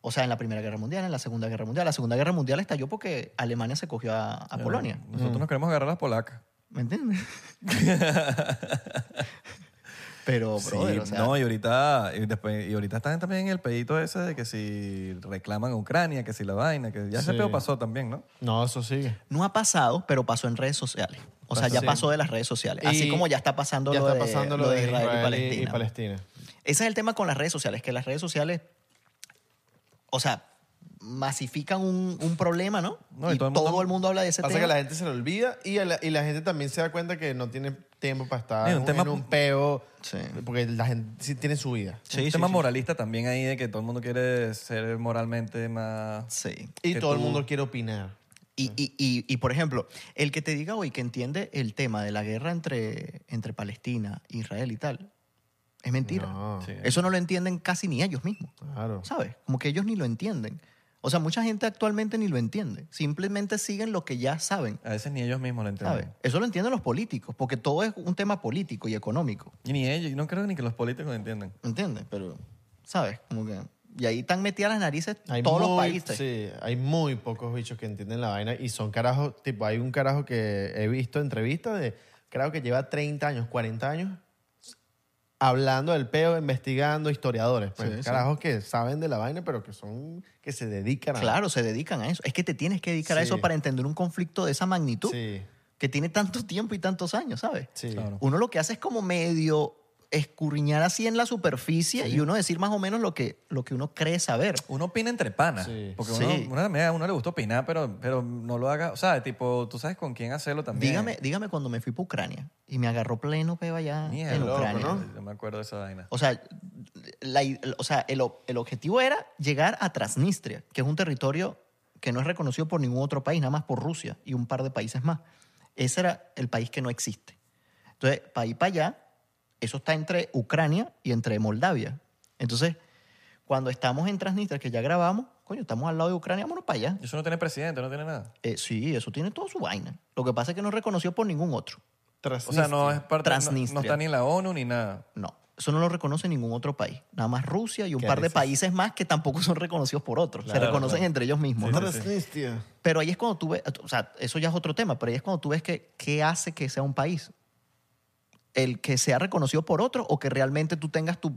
Speaker 2: O sea, en la Primera Guerra Mundial, en la Segunda Guerra Mundial. La Segunda Guerra Mundial estalló porque Alemania se cogió a, a Polonia.
Speaker 3: Nosotros nos queremos agarrar a las polacas.
Speaker 2: ¿Me entiendes? Pero,
Speaker 3: Sí,
Speaker 2: Oh, brother, o sea,
Speaker 3: no, y ahorita, y, después- y ahorita están también en el pedito ese de que si reclaman a Ucrania, que si la vaina, que ya ese
Speaker 4: Sí.
Speaker 3: pedo pasó también, ¿no?
Speaker 4: No, eso sigue.
Speaker 2: no ha pasado, pero pasó en redes sociales. O sea, ya
Speaker 4: Sí.
Speaker 2: pasó de las redes sociales. Así
Speaker 4: Y
Speaker 2: como ya está pasando,
Speaker 4: ya
Speaker 2: lo,
Speaker 4: está
Speaker 2: de-
Speaker 4: pasando
Speaker 2: lo de, Israel, y, Palestina.
Speaker 4: Palestina.
Speaker 2: Ese es el tema con las redes sociales, que las redes sociales, o sea, masifican un, un problema, ¿no?
Speaker 3: No, y
Speaker 2: y todo el mundo, habla de ese
Speaker 4: Pasa
Speaker 2: tema.
Speaker 4: que la gente se lo olvida y, a la, y la gente también se da cuenta que no tiene tiempo para estar
Speaker 3: Sí, un
Speaker 4: un-
Speaker 3: tema-
Speaker 4: en un peo.
Speaker 2: Sí.
Speaker 4: Porque la gente sí tiene su vida.
Speaker 3: Sí, un tema moralista también ahí de que todo el mundo quiere ser moralmente más...
Speaker 2: Sí.
Speaker 4: Y
Speaker 3: Que
Speaker 4: todo el
Speaker 3: tú-
Speaker 4: mundo quiere opinar.
Speaker 2: Y, y, y, y, por ejemplo, el que te diga hoy que entiende el tema de la guerra entre, entre Palestina, Israel y tal, es mentira.
Speaker 4: No,
Speaker 3: Sí.
Speaker 2: Eso no lo entienden casi ni ellos mismos,
Speaker 4: claro.
Speaker 2: ¿sabes? Como que ellos ni lo entienden. O sea, mucha gente actualmente ni lo entiende. Simplemente siguen lo que ya saben,
Speaker 3: A veces ni ellos mismos lo entienden.
Speaker 2: ¿sabes? Eso lo entienden los políticos, porque todo es un tema político y económico,
Speaker 3: Y ni ellos, yo no creo ni que los políticos lo entiendan.
Speaker 2: ¿entiendes? Pero, ¿sabes? Como que... Y ahí están metidas las narices
Speaker 4: Hay
Speaker 2: todos los
Speaker 4: muy-
Speaker 2: países.
Speaker 4: Sí, hay muy pocos bichos que entienden la vaina y son carajos, tipo, hay un carajo que he visto entrevista de, creo que lleva 30 años, 40 años hablando del peo, investigando, historiadores, pues, carajos que saben de la vaina pero que son, que se dedican a...
Speaker 2: Claro, se dedican a eso. Es que te tienes que dedicar a
Speaker 4: Sí.
Speaker 2: eso para entender un conflicto de esa magnitud.
Speaker 4: Sí,
Speaker 2: que tiene tanto tiempo y tantos años, ¿sabes?
Speaker 4: sí.
Speaker 3: Claro.
Speaker 2: Uno lo que hace es como medio escurriñar así en la superficie y uno decir más o menos lo que, lo que uno cree saber.
Speaker 3: Uno opina entre panas.
Speaker 4: Sí.
Speaker 3: Porque
Speaker 2: Sí.
Speaker 3: uno, una manera, a uno le gusta opinar, pero, pero no lo haga... O sea, tipo, tú sabes con quién hacerlo también.
Speaker 2: Dígame, dígame cuando me fui para Ucrania y me agarró pleno peo allá
Speaker 3: Mierda,
Speaker 2: en
Speaker 3: loco,
Speaker 2: Ucrania.
Speaker 3: ¿no? Yo me acuerdo de esa vaina.
Speaker 2: O sea, la i- o sea el, o- el objetivo era llegar a Transnistria, que es un territorio que no es reconocido por ningún otro país, nada más por Rusia y un par de países más. Ese era el país que no existe. Entonces, para ir para allá, eso está entre Ucrania y entre Moldavia. Entonces, cuando estamos en Transnistria, que ya grabamos, coño, estamos al lado de Ucrania, vámonos para allá.
Speaker 3: Eso no tiene presidente, no tiene nada.
Speaker 2: Eh, sí, eso tiene toda su vaina. Lo que pasa es que no es reconocido por ningún otro.
Speaker 3: O sea, no es parte... no- No,
Speaker 2: Transnistria.
Speaker 3: está ni en la ONU ni nada.
Speaker 2: No, eso no lo reconoce ningún otro país. Nada más Rusia y un
Speaker 4: Qué
Speaker 2: par de
Speaker 4: risa.
Speaker 2: países más que tampoco son reconocidos por otros. Se reconocen entre ellos mismos. ¿no?
Speaker 4: Transnistria.
Speaker 2: Pero ahí es cuando tú ves, o sea, eso ya es otro tema, pero ahí es cuando tú ves que qué hace que sea un país. El que sea reconocido por otro o que realmente tú tengas tu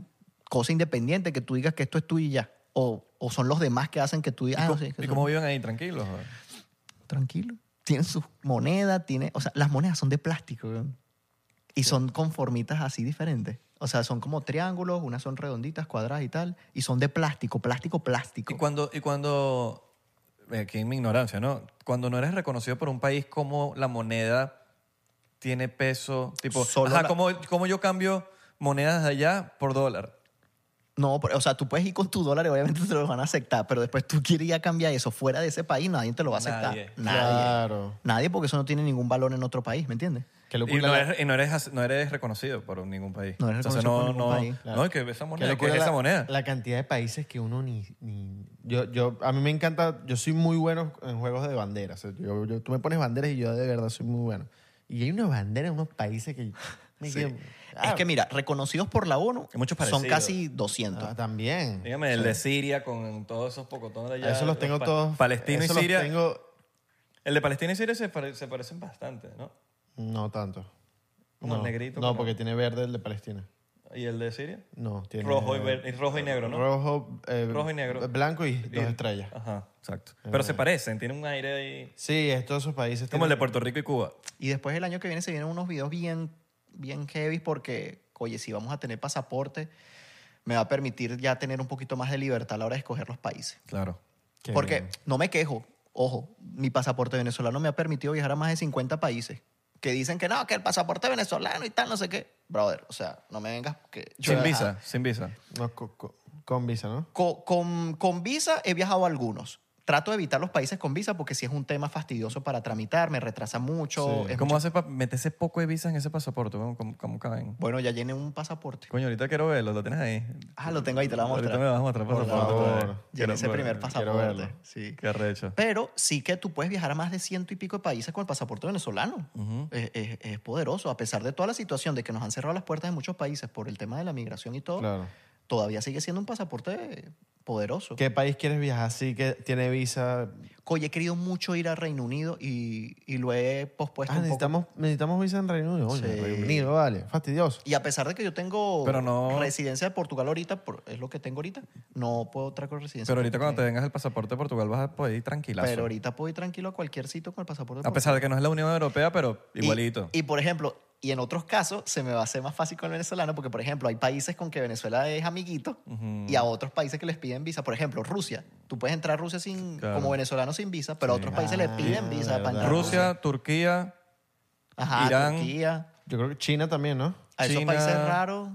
Speaker 2: cosa independiente, que tú digas que esto es tuyo y ya. O, o son los demás que hacen que tú digas, ah,
Speaker 3: ¿Cómo-
Speaker 2: sí, es que
Speaker 3: ¿Y
Speaker 2: son-
Speaker 3: cómo viven ahí? Tranquilos. joder.
Speaker 2: tranquilo. Tienen sus monedas, tiene, o sea, las monedas son de plástico weón. y son conformitas así diferentes. O sea, son como triángulos, unas son redonditas, cuadradas y tal, y son de plástico, plástico, plástico.
Speaker 3: Y cuando, y cuando, eh, aquí en mi ignorancia, ¿no? Cuando no eres reconocido por un país, ¿cómo la moneda tiene peso? Tipo,
Speaker 2: Solo
Speaker 3: ajá,
Speaker 2: la-
Speaker 3: ¿cómo, cómo yo cambio monedas de allá por dólar?
Speaker 2: No, pero, o sea, tú puedes ir con tu dólar y obviamente te lo van a aceptar, pero después tú quieres ir a cambiar eso fuera de ese país, nadie te lo va a aceptar.
Speaker 3: Nadie.
Speaker 2: Nadie.
Speaker 4: Claro.
Speaker 2: Nadie porque eso no tiene ningún valor en otro país, ¿me entiendes?
Speaker 4: Qué
Speaker 3: Y
Speaker 4: locura
Speaker 3: no
Speaker 4: la-
Speaker 3: eres, y no eres, no eres reconocido por ningún país.
Speaker 2: No eres
Speaker 3: Entonces,
Speaker 2: reconocido
Speaker 3: no,
Speaker 2: por ningún
Speaker 3: no,
Speaker 2: país.
Speaker 3: No, es que esa
Speaker 4: Qué
Speaker 3: moneda, que
Speaker 4: locura
Speaker 3: es
Speaker 4: la,
Speaker 3: esa moneda.
Speaker 4: la cantidad de países que uno ni, ni- yo, yo, a mí me encanta, yo soy muy bueno en juegos de banderas. O sea, yo- yo- tú me pones banderas y yo de verdad soy muy bueno. Y hay una bandera en unos países que... me
Speaker 2: Sí.
Speaker 4: quedo-
Speaker 2: es
Speaker 4: Ah,
Speaker 2: que mira, reconocidos por la ONU
Speaker 3: Hay muchos
Speaker 2: son
Speaker 3: parecidos.
Speaker 2: casi 200.
Speaker 4: ah, también.
Speaker 3: Dígame, el de Siria con todos esos pocotones de allá.
Speaker 4: eso los tengo
Speaker 3: pa-
Speaker 4: todos...
Speaker 3: Palestino y
Speaker 4: eso los
Speaker 3: Siria.
Speaker 4: tengo-
Speaker 3: El de Palestina y Siria se, pare- se parecen bastante, ¿no?
Speaker 4: No tanto.
Speaker 3: Como
Speaker 4: no,
Speaker 3: el negrito,
Speaker 4: No,
Speaker 3: como-
Speaker 4: porque tiene verde el de Palestina.
Speaker 3: ¿Y el de Siria?
Speaker 4: No, tiene...
Speaker 3: Rojo y, ver- y rojo y negro, ¿no?
Speaker 4: Rojo, eh,
Speaker 3: Rojo y negro.
Speaker 4: Blanco y dos
Speaker 3: Y-
Speaker 4: estrellas.
Speaker 3: Ajá. Exacto. Pero se parecen, tienen un aire ahí.
Speaker 4: Sí, es todos esos países.
Speaker 3: Como el de
Speaker 4: tienen-
Speaker 3: Puerto Rico y Cuba.
Speaker 2: Y después el año que viene se vienen unos videos bien, bien heavy porque, oye, si vamos a tener pasaporte, me va a permitir ya tener un poquito más de libertad a la hora de escoger los países.
Speaker 3: Claro.
Speaker 4: Qué
Speaker 2: porque
Speaker 4: bien.
Speaker 2: no me quejo, ojo, mi pasaporte venezolano me ha permitido viajar a más de 50 países que dicen que no, que el pasaporte venezolano y tal, no sé qué. Brother, o sea, no me vengas que... yo
Speaker 3: Sin
Speaker 2: he
Speaker 3: visa,
Speaker 2: viajado-
Speaker 3: sin visa.
Speaker 4: No, co- co- con visa, ¿no?
Speaker 2: Co- Con, con visa he viajado a algunos. Trato de evitar los países con visa porque si es un tema fastidioso para tramitar, me retrasa mucho. es
Speaker 3: ¿Cómo
Speaker 2: mucho-
Speaker 3: hace para meterse poco de visa en ese pasaporte? weón? ¿Cómo, cómo caben?
Speaker 2: Bueno, ya llené un pasaporte.
Speaker 3: Coño, ahorita quiero verlo, lo tienes ahí.
Speaker 2: Ah, lo tengo ahí, te lo voy a mostrar.
Speaker 3: Ahorita me vas a mostrar
Speaker 4: Por
Speaker 3: pasaporte.
Speaker 4: favor.
Speaker 3: todavía.
Speaker 2: Ya en
Speaker 3: Quiero-
Speaker 2: ese primer
Speaker 4: quiero verlo.
Speaker 2: pasaporte. Sí.
Speaker 3: Qué arrecho.
Speaker 2: Pero sí que tú puedes viajar a más de ciento y pico de países con el pasaporte venezolano. es, es- es poderoso. A pesar de toda la situación de que nos han cerrado las puertas en muchos países por el tema de la migración y todo,
Speaker 4: Claro.
Speaker 2: todavía sigue siendo un pasaporte poderoso.
Speaker 4: ¿Qué país quieres viajar así que tiene visa?
Speaker 2: Oye, he querido mucho ir a Reino Unido y, y lo he pospuesto
Speaker 4: Ah,
Speaker 2: un poco.
Speaker 4: necesitamos, necesitamos visa en Reino Unido. Oye,
Speaker 2: Sí.
Speaker 4: Reino Unido, vale. Fastidioso.
Speaker 2: Y a pesar de que yo tengo
Speaker 3: Pero no-
Speaker 2: residencia de Portugal ahorita, por- es lo que tengo ahorita, no puedo traer con residencia.
Speaker 3: Pero ahorita cuando te
Speaker 2: portuguesa.
Speaker 3: vengas el pasaporte de Portugal vas a poder ir tranquilazo.
Speaker 2: Pero ahorita puedo ir tranquilo a cualquier sitio con el pasaporte.
Speaker 3: A pesar de que no es la Unión Europea, pero
Speaker 2: Y-
Speaker 3: igualito.
Speaker 2: Y, por ejemplo, y en otros casos se me va a hacer más fácil con el venezolano porque, por ejemplo, hay países con que Venezuela es amiguito y a otros países que les piden visa. Por ejemplo, Rusia. Tú puedes entrar a Rusia sin,
Speaker 3: Claro. Ah,
Speaker 2: como venezolano sin visa, pero a otros países les piden visa para entrar. a
Speaker 3: Rusia, Turquía,
Speaker 2: Ajá,
Speaker 3: Irán,
Speaker 2: Turquía.
Speaker 4: Yo creo que China también, ¿no?
Speaker 2: A esos
Speaker 3: China,
Speaker 2: países raros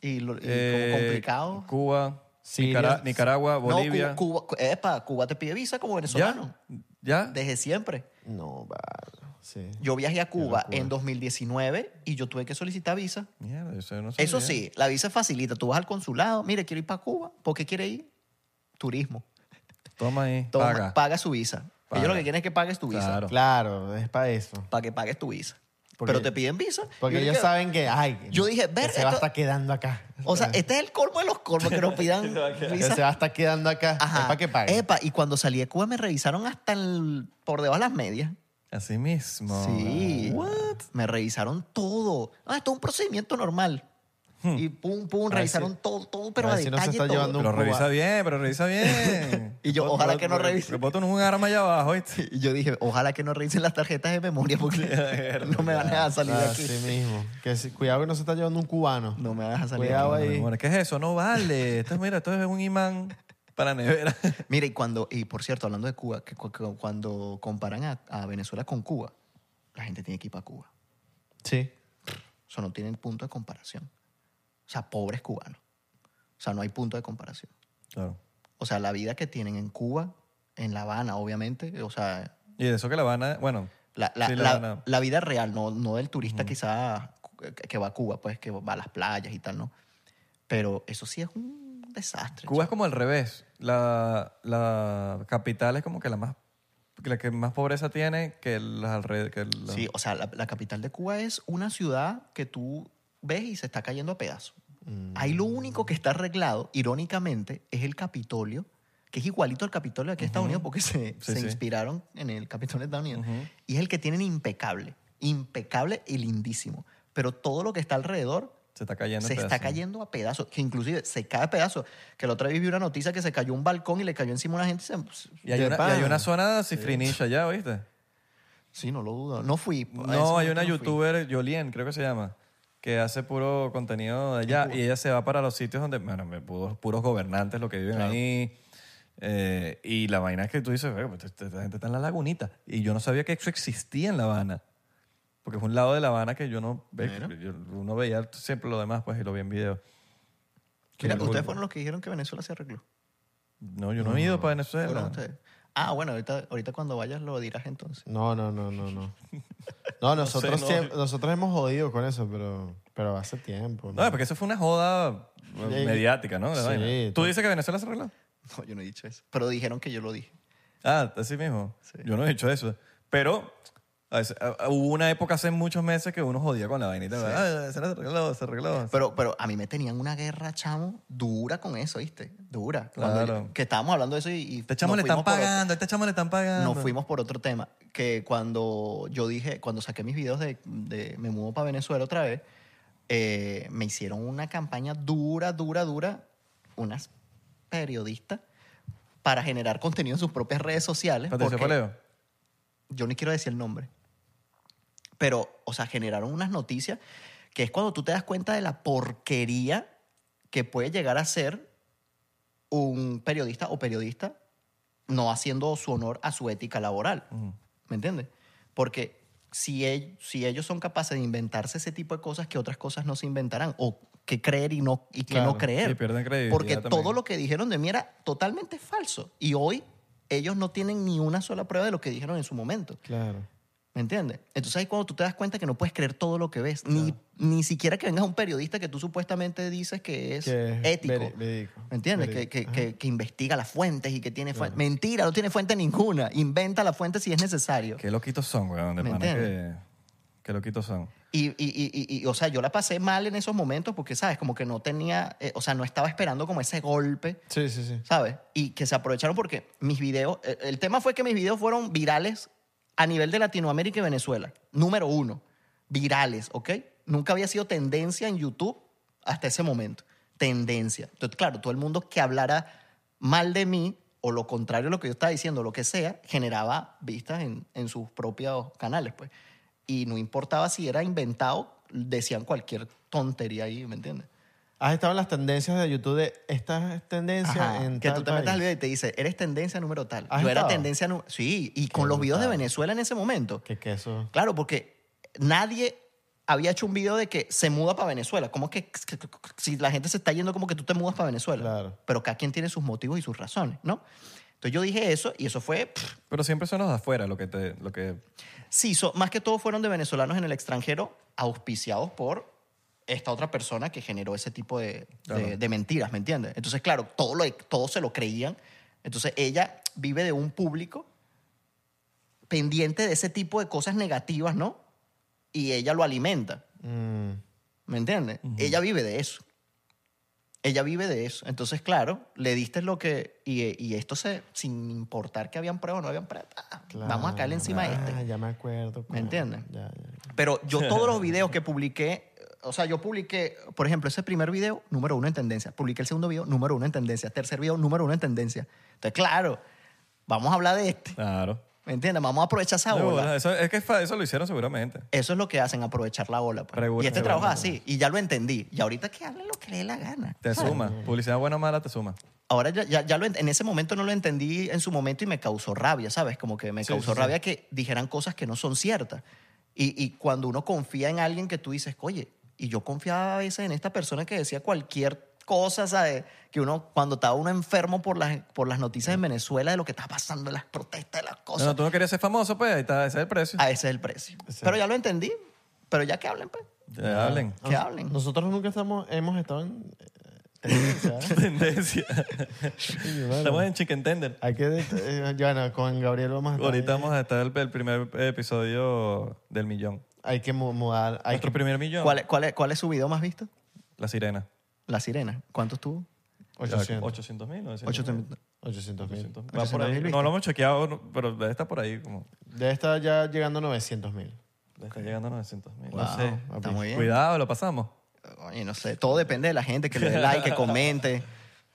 Speaker 2: y, lo- y
Speaker 3: eh,
Speaker 2: como complicados.
Speaker 3: Cuba,
Speaker 4: Siria.
Speaker 3: Nicara- Nicaragua,
Speaker 2: No, Cu-
Speaker 3: Bolivia.
Speaker 2: Cuba, epa, Cuba te pide visa como venezolano.
Speaker 3: ¿Ya? ¿Ya?
Speaker 2: Desde siempre.
Speaker 4: No, vale. Sí.
Speaker 2: Yo viajé a Cuba en 2019 y yo tuve que solicitar visa.
Speaker 3: Mierda, eso no
Speaker 2: Eso
Speaker 3: sabía.
Speaker 2: sí, la visa facilita. Tú vas al consulado, mire, quiero ir para Cuba. ¿Por qué quiere ir? Turismo.
Speaker 3: Toma ahí,
Speaker 2: Toma-
Speaker 3: paga.
Speaker 2: su visa.
Speaker 3: Paga.
Speaker 2: Ellos lo que quieren es que pagues tu visa.
Speaker 3: Claro.
Speaker 4: Claro, es para eso.
Speaker 2: Para que pagues tu visa.
Speaker 4: Porque-
Speaker 2: Pero te piden visa.
Speaker 4: Porque
Speaker 2: Yo
Speaker 4: ellos
Speaker 2: dije,
Speaker 4: saben que, ay,
Speaker 2: Yo dije,
Speaker 4: que
Speaker 2: "Ver,
Speaker 4: se va a
Speaker 2: esto-
Speaker 4: estar quedando acá.
Speaker 2: O sea, este es el colmo de los colmos que nos pidan
Speaker 4: Que
Speaker 2: visa.
Speaker 4: se va a estar quedando acá.
Speaker 2: Ajá.
Speaker 4: Es para que pague.
Speaker 2: Epa, y cuando salí de Cuba me revisaron hasta el- por debajo de las medias.
Speaker 3: Así mismo.
Speaker 2: Sí. Me revisaron todo. Ah, esto es un procedimiento normal. Y pum, pum,
Speaker 4: Hmm. A ver
Speaker 2: revisaron
Speaker 4: si-
Speaker 2: todo, todo, pero
Speaker 4: a
Speaker 2: a,
Speaker 4: ver si no se
Speaker 2: detalle
Speaker 4: está
Speaker 2: todo.
Speaker 4: llevando un-
Speaker 3: Pero
Speaker 4: Cuba.
Speaker 3: revisa bien, pero revisa bien.
Speaker 2: Y yo,
Speaker 4: Bot-
Speaker 2: ojalá
Speaker 4: bot-
Speaker 2: que no
Speaker 4: bot-
Speaker 2: revisen.
Speaker 3: Porque botan un arma allá abajo, ¿viste?
Speaker 2: Y yo dije, ojalá que no revisen las tarjetas de memoria porque no me van a dejar salir de aquí.
Speaker 4: Así mismo. Que si- cuidado que no se está llevando un cubano.
Speaker 2: No me van a dejar salir de
Speaker 4: Cuidado
Speaker 2: aquí.
Speaker 4: ahí.
Speaker 3: Bueno, ¿Qué es eso? No vale. Esto, es- mira, esto es un imán para nevera.
Speaker 2: Mira, y cuando, y por cierto, hablando de Cuba, que cu- cu- cuando comparan a, a Venezuela con Cuba, la gente tiene que ir para Cuba.
Speaker 4: Sí.
Speaker 2: O sea, no tienen punto de comparación. O sea, pobres cubanos. O sea, no hay punto de comparación.
Speaker 3: Claro.
Speaker 2: O sea, la vida que tienen en Cuba, en La Habana, obviamente, o sea,
Speaker 3: Y de eso que la van a... Bueno,
Speaker 2: La, la-
Speaker 3: Sí, la
Speaker 2: la-
Speaker 3: Habana.
Speaker 2: la vida real, no, no del turista quizá que- que va a Cuba, pues que va a las playas y tal, ¿no? Pero eso sí es un desastre.
Speaker 3: Cuba es como al revés. La, la capital es como que la más la que más pobreza tiene que las alrededor. Que la-
Speaker 2: Sí, o sea, la, la capital de Cuba es una ciudad que tú ves y se está cayendo a pedazos. Ahí lo único
Speaker 3: Mm.
Speaker 2: que está arreglado, irónicamente, es el Capitolio, que es igualito al Capitolio de aquí de Estados Unidos porque se,
Speaker 3: Sí,
Speaker 2: se
Speaker 3: sí.
Speaker 2: inspiraron en el Capitolio de Estados Unidos. Y es el que tienen impecable, impecable y lindísimo. Pero todo lo que está alrededor
Speaker 3: se está cayendo.
Speaker 2: se
Speaker 3: en
Speaker 2: está
Speaker 3: pedazos.
Speaker 2: cayendo a pedazos, que inclusive se cae a pedazos. Que la otra vez vi una noticia que se cayó un balcón y le cayó encima a una gente. y se- pues,
Speaker 3: Y hay,
Speaker 4: De
Speaker 3: una, y
Speaker 4: pana.
Speaker 3: hay una zona cifrinilla ya, ¿viste?
Speaker 2: sí, no lo dudo. No fui. a ese
Speaker 3: No, hay
Speaker 2: momento
Speaker 3: una
Speaker 2: no fui.
Speaker 3: youtuber, Yolien, creo que se llama, que hace puro contenido de allá y ella se va para los sitios donde, bueno, me- puros, puros gobernantes los que viven ahí. eh, y la vaina es que tú dices, "Verga, pues, esta esta gente está en la lagunita. Y yo no sabía que eso existía en La Habana. Porque es un lado de La Habana que yo no ve- yo- uno veía siempre lo demás, pues, y lo vi en video.
Speaker 2: Mira,
Speaker 3: Qué
Speaker 2: ustedes
Speaker 3: cool.
Speaker 2: fueron los que dijeron que Venezuela se arregló.
Speaker 3: No, yo no, he ido para
Speaker 2: Fueron
Speaker 3: Venezuela.
Speaker 2: ustedes. Ah, bueno, ahorita, ahorita cuando vayas lo dirás entonces.
Speaker 4: No, no, no, no, no. No, nosotros,
Speaker 3: no.
Speaker 4: siem- nosotros hemos jodido con eso, pero, pero hace tiempo.
Speaker 3: No, porque eso fue una joda eh,
Speaker 4: Sí.
Speaker 3: mediática, ¿no? La
Speaker 4: Sí,
Speaker 3: vaina. ¿Tú
Speaker 4: tú-
Speaker 3: dices que Venezuela se arregló?
Speaker 2: No, yo no he dicho eso. Pero dijeron que yo lo dije.
Speaker 3: Ah, así mismo. Yo no he hecho eso. Pero a veces- a- a- hubo una época hace muchos meses que uno jodía con la vainita. Ah, se arregló, se arregló.
Speaker 2: Pero, pero a mí me tenían una guerra, chamo, dura con eso, ¿viste? Dura. Cuando
Speaker 3: Claro.
Speaker 2: yo- que estábamos hablando de eso y... y
Speaker 3: este chamo
Speaker 2: nos
Speaker 3: le están
Speaker 2: fuimos por otro-
Speaker 3: pagando, este chamo le están pagando.
Speaker 2: Nos fuimos por otro tema, que cuando yo dije, cuando saqué mis videos de, de Me mudo para Venezuela otra vez, eh, me hicieron una campaña dura, dura, dura, unas periodistas para generar contenido en sus propias redes sociales.
Speaker 3: Patricio
Speaker 2: porque-
Speaker 3: Paleo.
Speaker 2: yo ni quiero decir el nombre, pero, o sea, generaron unas noticias que es cuando tú te das cuenta de la porquería que puede llegar a ser un periodista o periodista no haciendo su honor a su ética laboral. ¿Me entiendes? Porque si, ell- si ellos son capaces de inventarse ese tipo de cosas que otras cosas no se inventarán o que creer y no y que
Speaker 4: Claro,
Speaker 2: no creer
Speaker 3: sí, pierden credibilidad
Speaker 2: porque
Speaker 3: también.
Speaker 2: todo lo que dijeron de mí era totalmente falso y hoy ellos no tienen ni una sola prueba de lo que dijeron en su momento
Speaker 4: Claro.
Speaker 2: ¿Me entiendes? Entonces ahí cuando tú te das cuenta que no puedes creer todo lo que ves. Ni, ni siquiera que vengas un periodista que tú supuestamente dices que es
Speaker 4: Que es
Speaker 2: ético.
Speaker 4: veri- verídico,
Speaker 2: ¿Me entiendes? Que,
Speaker 4: verídico,
Speaker 2: que- que- que investiga las fuentes y que tiene fuente. Mentira, no tiene fuente ninguna. Inventa la fuente si es necesario.
Speaker 3: Qué loquitos son, weón. De
Speaker 2: ¿Me
Speaker 3: pana que,
Speaker 2: entiendes?
Speaker 3: qué loquitos son.
Speaker 2: Y, y- y- y- y, o sea, yo la pasé mal en esos momentos porque, ¿sabes? Como que no tenía, eh, o sea, no estaba esperando como ese golpe.
Speaker 4: Sí, sí, sí.
Speaker 2: ¿sabes? Y que se aprovecharon porque mis videos, eh, el tema fue que mis videos fueron virales a nivel de Latinoamérica y Venezuela, número uno, virales, ¿ok? Nunca había sido tendencia en YouTube hasta ese momento, tendencia. Entonces, claro, todo el mundo que hablara mal de mí o lo contrario a lo que yo estaba diciendo, lo que sea, generaba vistas en, en sus propios canales, pues. Y no importaba si era inventado, decían cualquier tontería ahí, ¿me entiendes?
Speaker 4: Has estado en las tendencias de YouTube de estas tendencias
Speaker 2: Ajá,
Speaker 4: en
Speaker 2: que
Speaker 4: tal
Speaker 2: tú te metas al
Speaker 4: país.
Speaker 2: video y te dice, eres tendencia número tal.
Speaker 4: ¿Has
Speaker 2: Yo era
Speaker 4: estado?
Speaker 2: tendencia número... Sí, y con los videos de
Speaker 4: brutal.
Speaker 2: Venezuela en ese momento.
Speaker 4: Que queso.
Speaker 2: Claro, porque nadie había hecho un video de que se muda para Venezuela. ¿Cómo que que- que- si la gente se está yendo como que tú te mudas para Venezuela?
Speaker 4: Claro.
Speaker 2: Pero cada quien tiene sus motivos y sus razones, ¿no? Entonces yo dije eso y eso fue... pff,
Speaker 3: Pero siempre son los de afuera lo que te... Lo que,
Speaker 2: Sí, so- más que todo fueron de venezolanos en el extranjero auspiciados por esta otra persona que generó ese tipo de, de-
Speaker 3: Claro.
Speaker 2: de mentiras, ¿me entiendes? Entonces, claro, todo lo, todos se lo creían. Entonces, ella vive de un público pendiente de ese tipo de cosas negativas, ¿no? Y ella lo alimenta,
Speaker 4: Mm.
Speaker 2: ¿me entiendes? Ella vive de eso. Ella vive de eso. Entonces, claro, le diste lo que... Y, y esto se... Sin importar que habían pruebas o no habían pruebas, ah, vamos a caerle encima de este.
Speaker 4: Ah, ya me acuerdo. coño.
Speaker 2: entiendes?
Speaker 3: Ah,
Speaker 4: Ya, ya.
Speaker 2: Pero yo todos los videos que publiqué, o sea, yo publiqué, por ejemplo, ese primer video, número uno en tendencia. Publiqué el segundo video, número uno en tendencia. Tercer video, número uno en tendencia. Entonces, claro, vamos a hablar de este.
Speaker 3: claro.
Speaker 2: ¿Me entiendes? Vamos a aprovechar esa
Speaker 3: De bola,
Speaker 2: ola.
Speaker 3: Eso, es que fa- eso lo hicieron seguramente.
Speaker 2: Eso es lo que hacen, aprovechar la ola. pues.
Speaker 3: Pregunta,
Speaker 2: y este trabajo es
Speaker 3: pregunta.
Speaker 2: así. Y ya lo entendí. Y ahorita que hable lo que le dé la gana.
Speaker 3: Te
Speaker 2: ¿sabes?
Speaker 3: suma. Publicidad buena o mala te suma.
Speaker 2: Ahora ya, ya, ya lo ent- en ese momento no lo entendí en su momento y me causó rabia, ¿sabes? Como que me
Speaker 4: Sí,
Speaker 2: causó
Speaker 4: sí, sí.
Speaker 2: rabia que dijeran cosas que no son ciertas. Y, y cuando uno confía en alguien que tú dices, oye, y yo confiaba a veces en esta persona que decía cualquier cosa, ¿sabes? Que uno, cuando estaba uno enfermo por las, por las noticias en Venezuela de lo que está pasando, las protestas, las
Speaker 3: No,
Speaker 2: cosas,
Speaker 3: no, tú no querías ser famoso, pues ahí está, ese es el precio.
Speaker 2: a ese es el precio. Pero ya lo entendí. Pero ya que hablen, pues.
Speaker 3: Ya hablen.
Speaker 2: Que hablen.
Speaker 4: Nosotros nunca estamos, hemos estado en eh, tendencia. ¿eh?
Speaker 3: Tendencia.
Speaker 4: Sí, bueno.
Speaker 3: Estamos en Chicken Tender.
Speaker 4: Hay que, eh, Joana, con Gabriel vamos a estar
Speaker 3: Ahorita
Speaker 4: ahí.
Speaker 3: vamos a estar el, el primer episodio del millón.
Speaker 4: Hay que mu- mudar. Hay
Speaker 3: Nuestro
Speaker 4: que,
Speaker 3: primer millón.
Speaker 2: ¿Cuál, es- cuál, es- ¿Cuál es su video más visto?
Speaker 3: La sirena.
Speaker 2: La sirena. ¿Cuántos tuvo?
Speaker 4: 800.
Speaker 3: 800 mil.
Speaker 2: 800.
Speaker 4: 800 mil.
Speaker 3: No lo hemos chequeado, no, pero debe estar por ahí. Como,
Speaker 4: Debe estar ya llegando a 900 mil.
Speaker 3: debe estar llegando a 900 mil.
Speaker 2: Wow,
Speaker 3: No sé.
Speaker 2: Está muy bien.
Speaker 3: Cuidado, lo pasamos.
Speaker 2: Oye, no sé, todo depende de la gente, que le dé like, que comente.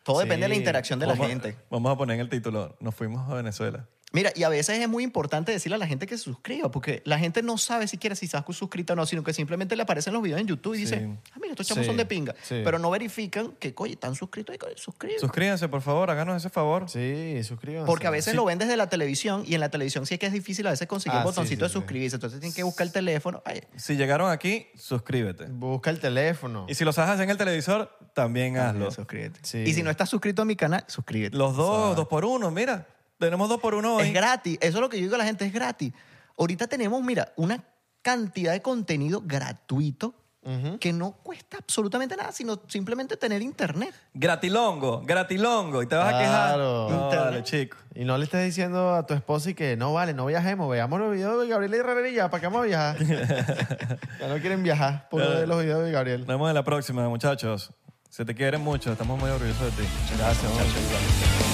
Speaker 2: Todo depende de la
Speaker 4: Sí,
Speaker 2: interacción de la
Speaker 3: Vamos-
Speaker 2: gente.
Speaker 3: Vamos a poner en el título, nos fuimos a Venezuela.
Speaker 2: Mira, y a veces es muy importante decirle a la gente que se suscriba, porque la gente no sabe siquiera si se ha suscrito o no, sino que simplemente le aparecen los videos en YouTube y
Speaker 3: Sí.
Speaker 2: dice, ah, mira, estos chamos
Speaker 4: Sí,
Speaker 2: son de pinga.
Speaker 4: sí.
Speaker 2: Pero no verifican que, oye, están suscritos y coño, suscríbete.
Speaker 3: Suscríbanse, por favor, háganos ese favor.
Speaker 4: Sí, suscríbanse.
Speaker 2: Porque a veces lo ven desde la televisión y en la televisión sí es que es difícil a veces conseguir
Speaker 4: Ah,
Speaker 2: el
Speaker 4: sí,
Speaker 2: botoncito
Speaker 4: sí, sí.
Speaker 2: de suscribirse. Entonces tienen que buscar el teléfono. Ay,
Speaker 3: Si llegaron aquí, suscríbete.
Speaker 4: Busca el teléfono.
Speaker 3: Y si los haces en el televisor, también hazlo.
Speaker 2: suscríbete.
Speaker 4: Sí.
Speaker 2: Y si no estás suscrito a mi canal, suscríbete.
Speaker 3: Los dos, dos por uno, mira. Tenemos dos por uno hoy.
Speaker 2: Es gratis. Eso es lo que yo digo a la gente, es gratis. Ahorita tenemos, mira, una cantidad de contenido gratuito que no cuesta absolutamente nada, sino simplemente tener internet.
Speaker 3: Gratilongo, gratilongo. Y te vas
Speaker 4: Claro.
Speaker 3: a quejar. No,
Speaker 4: Internet.
Speaker 3: dale, chico.
Speaker 4: Y no le estés diciendo a tu esposa y que no vale, no viajemos, veamos los videos de Gabriel Herrera y ya, ¿para qué vamos a viajar? ya no quieren viajar por ver los videos de Gabriel.
Speaker 3: Nos vemos en la próxima, muchachos. Se te quieren mucho. Estamos muy orgullosos de ti.
Speaker 4: Gracias, muchachos.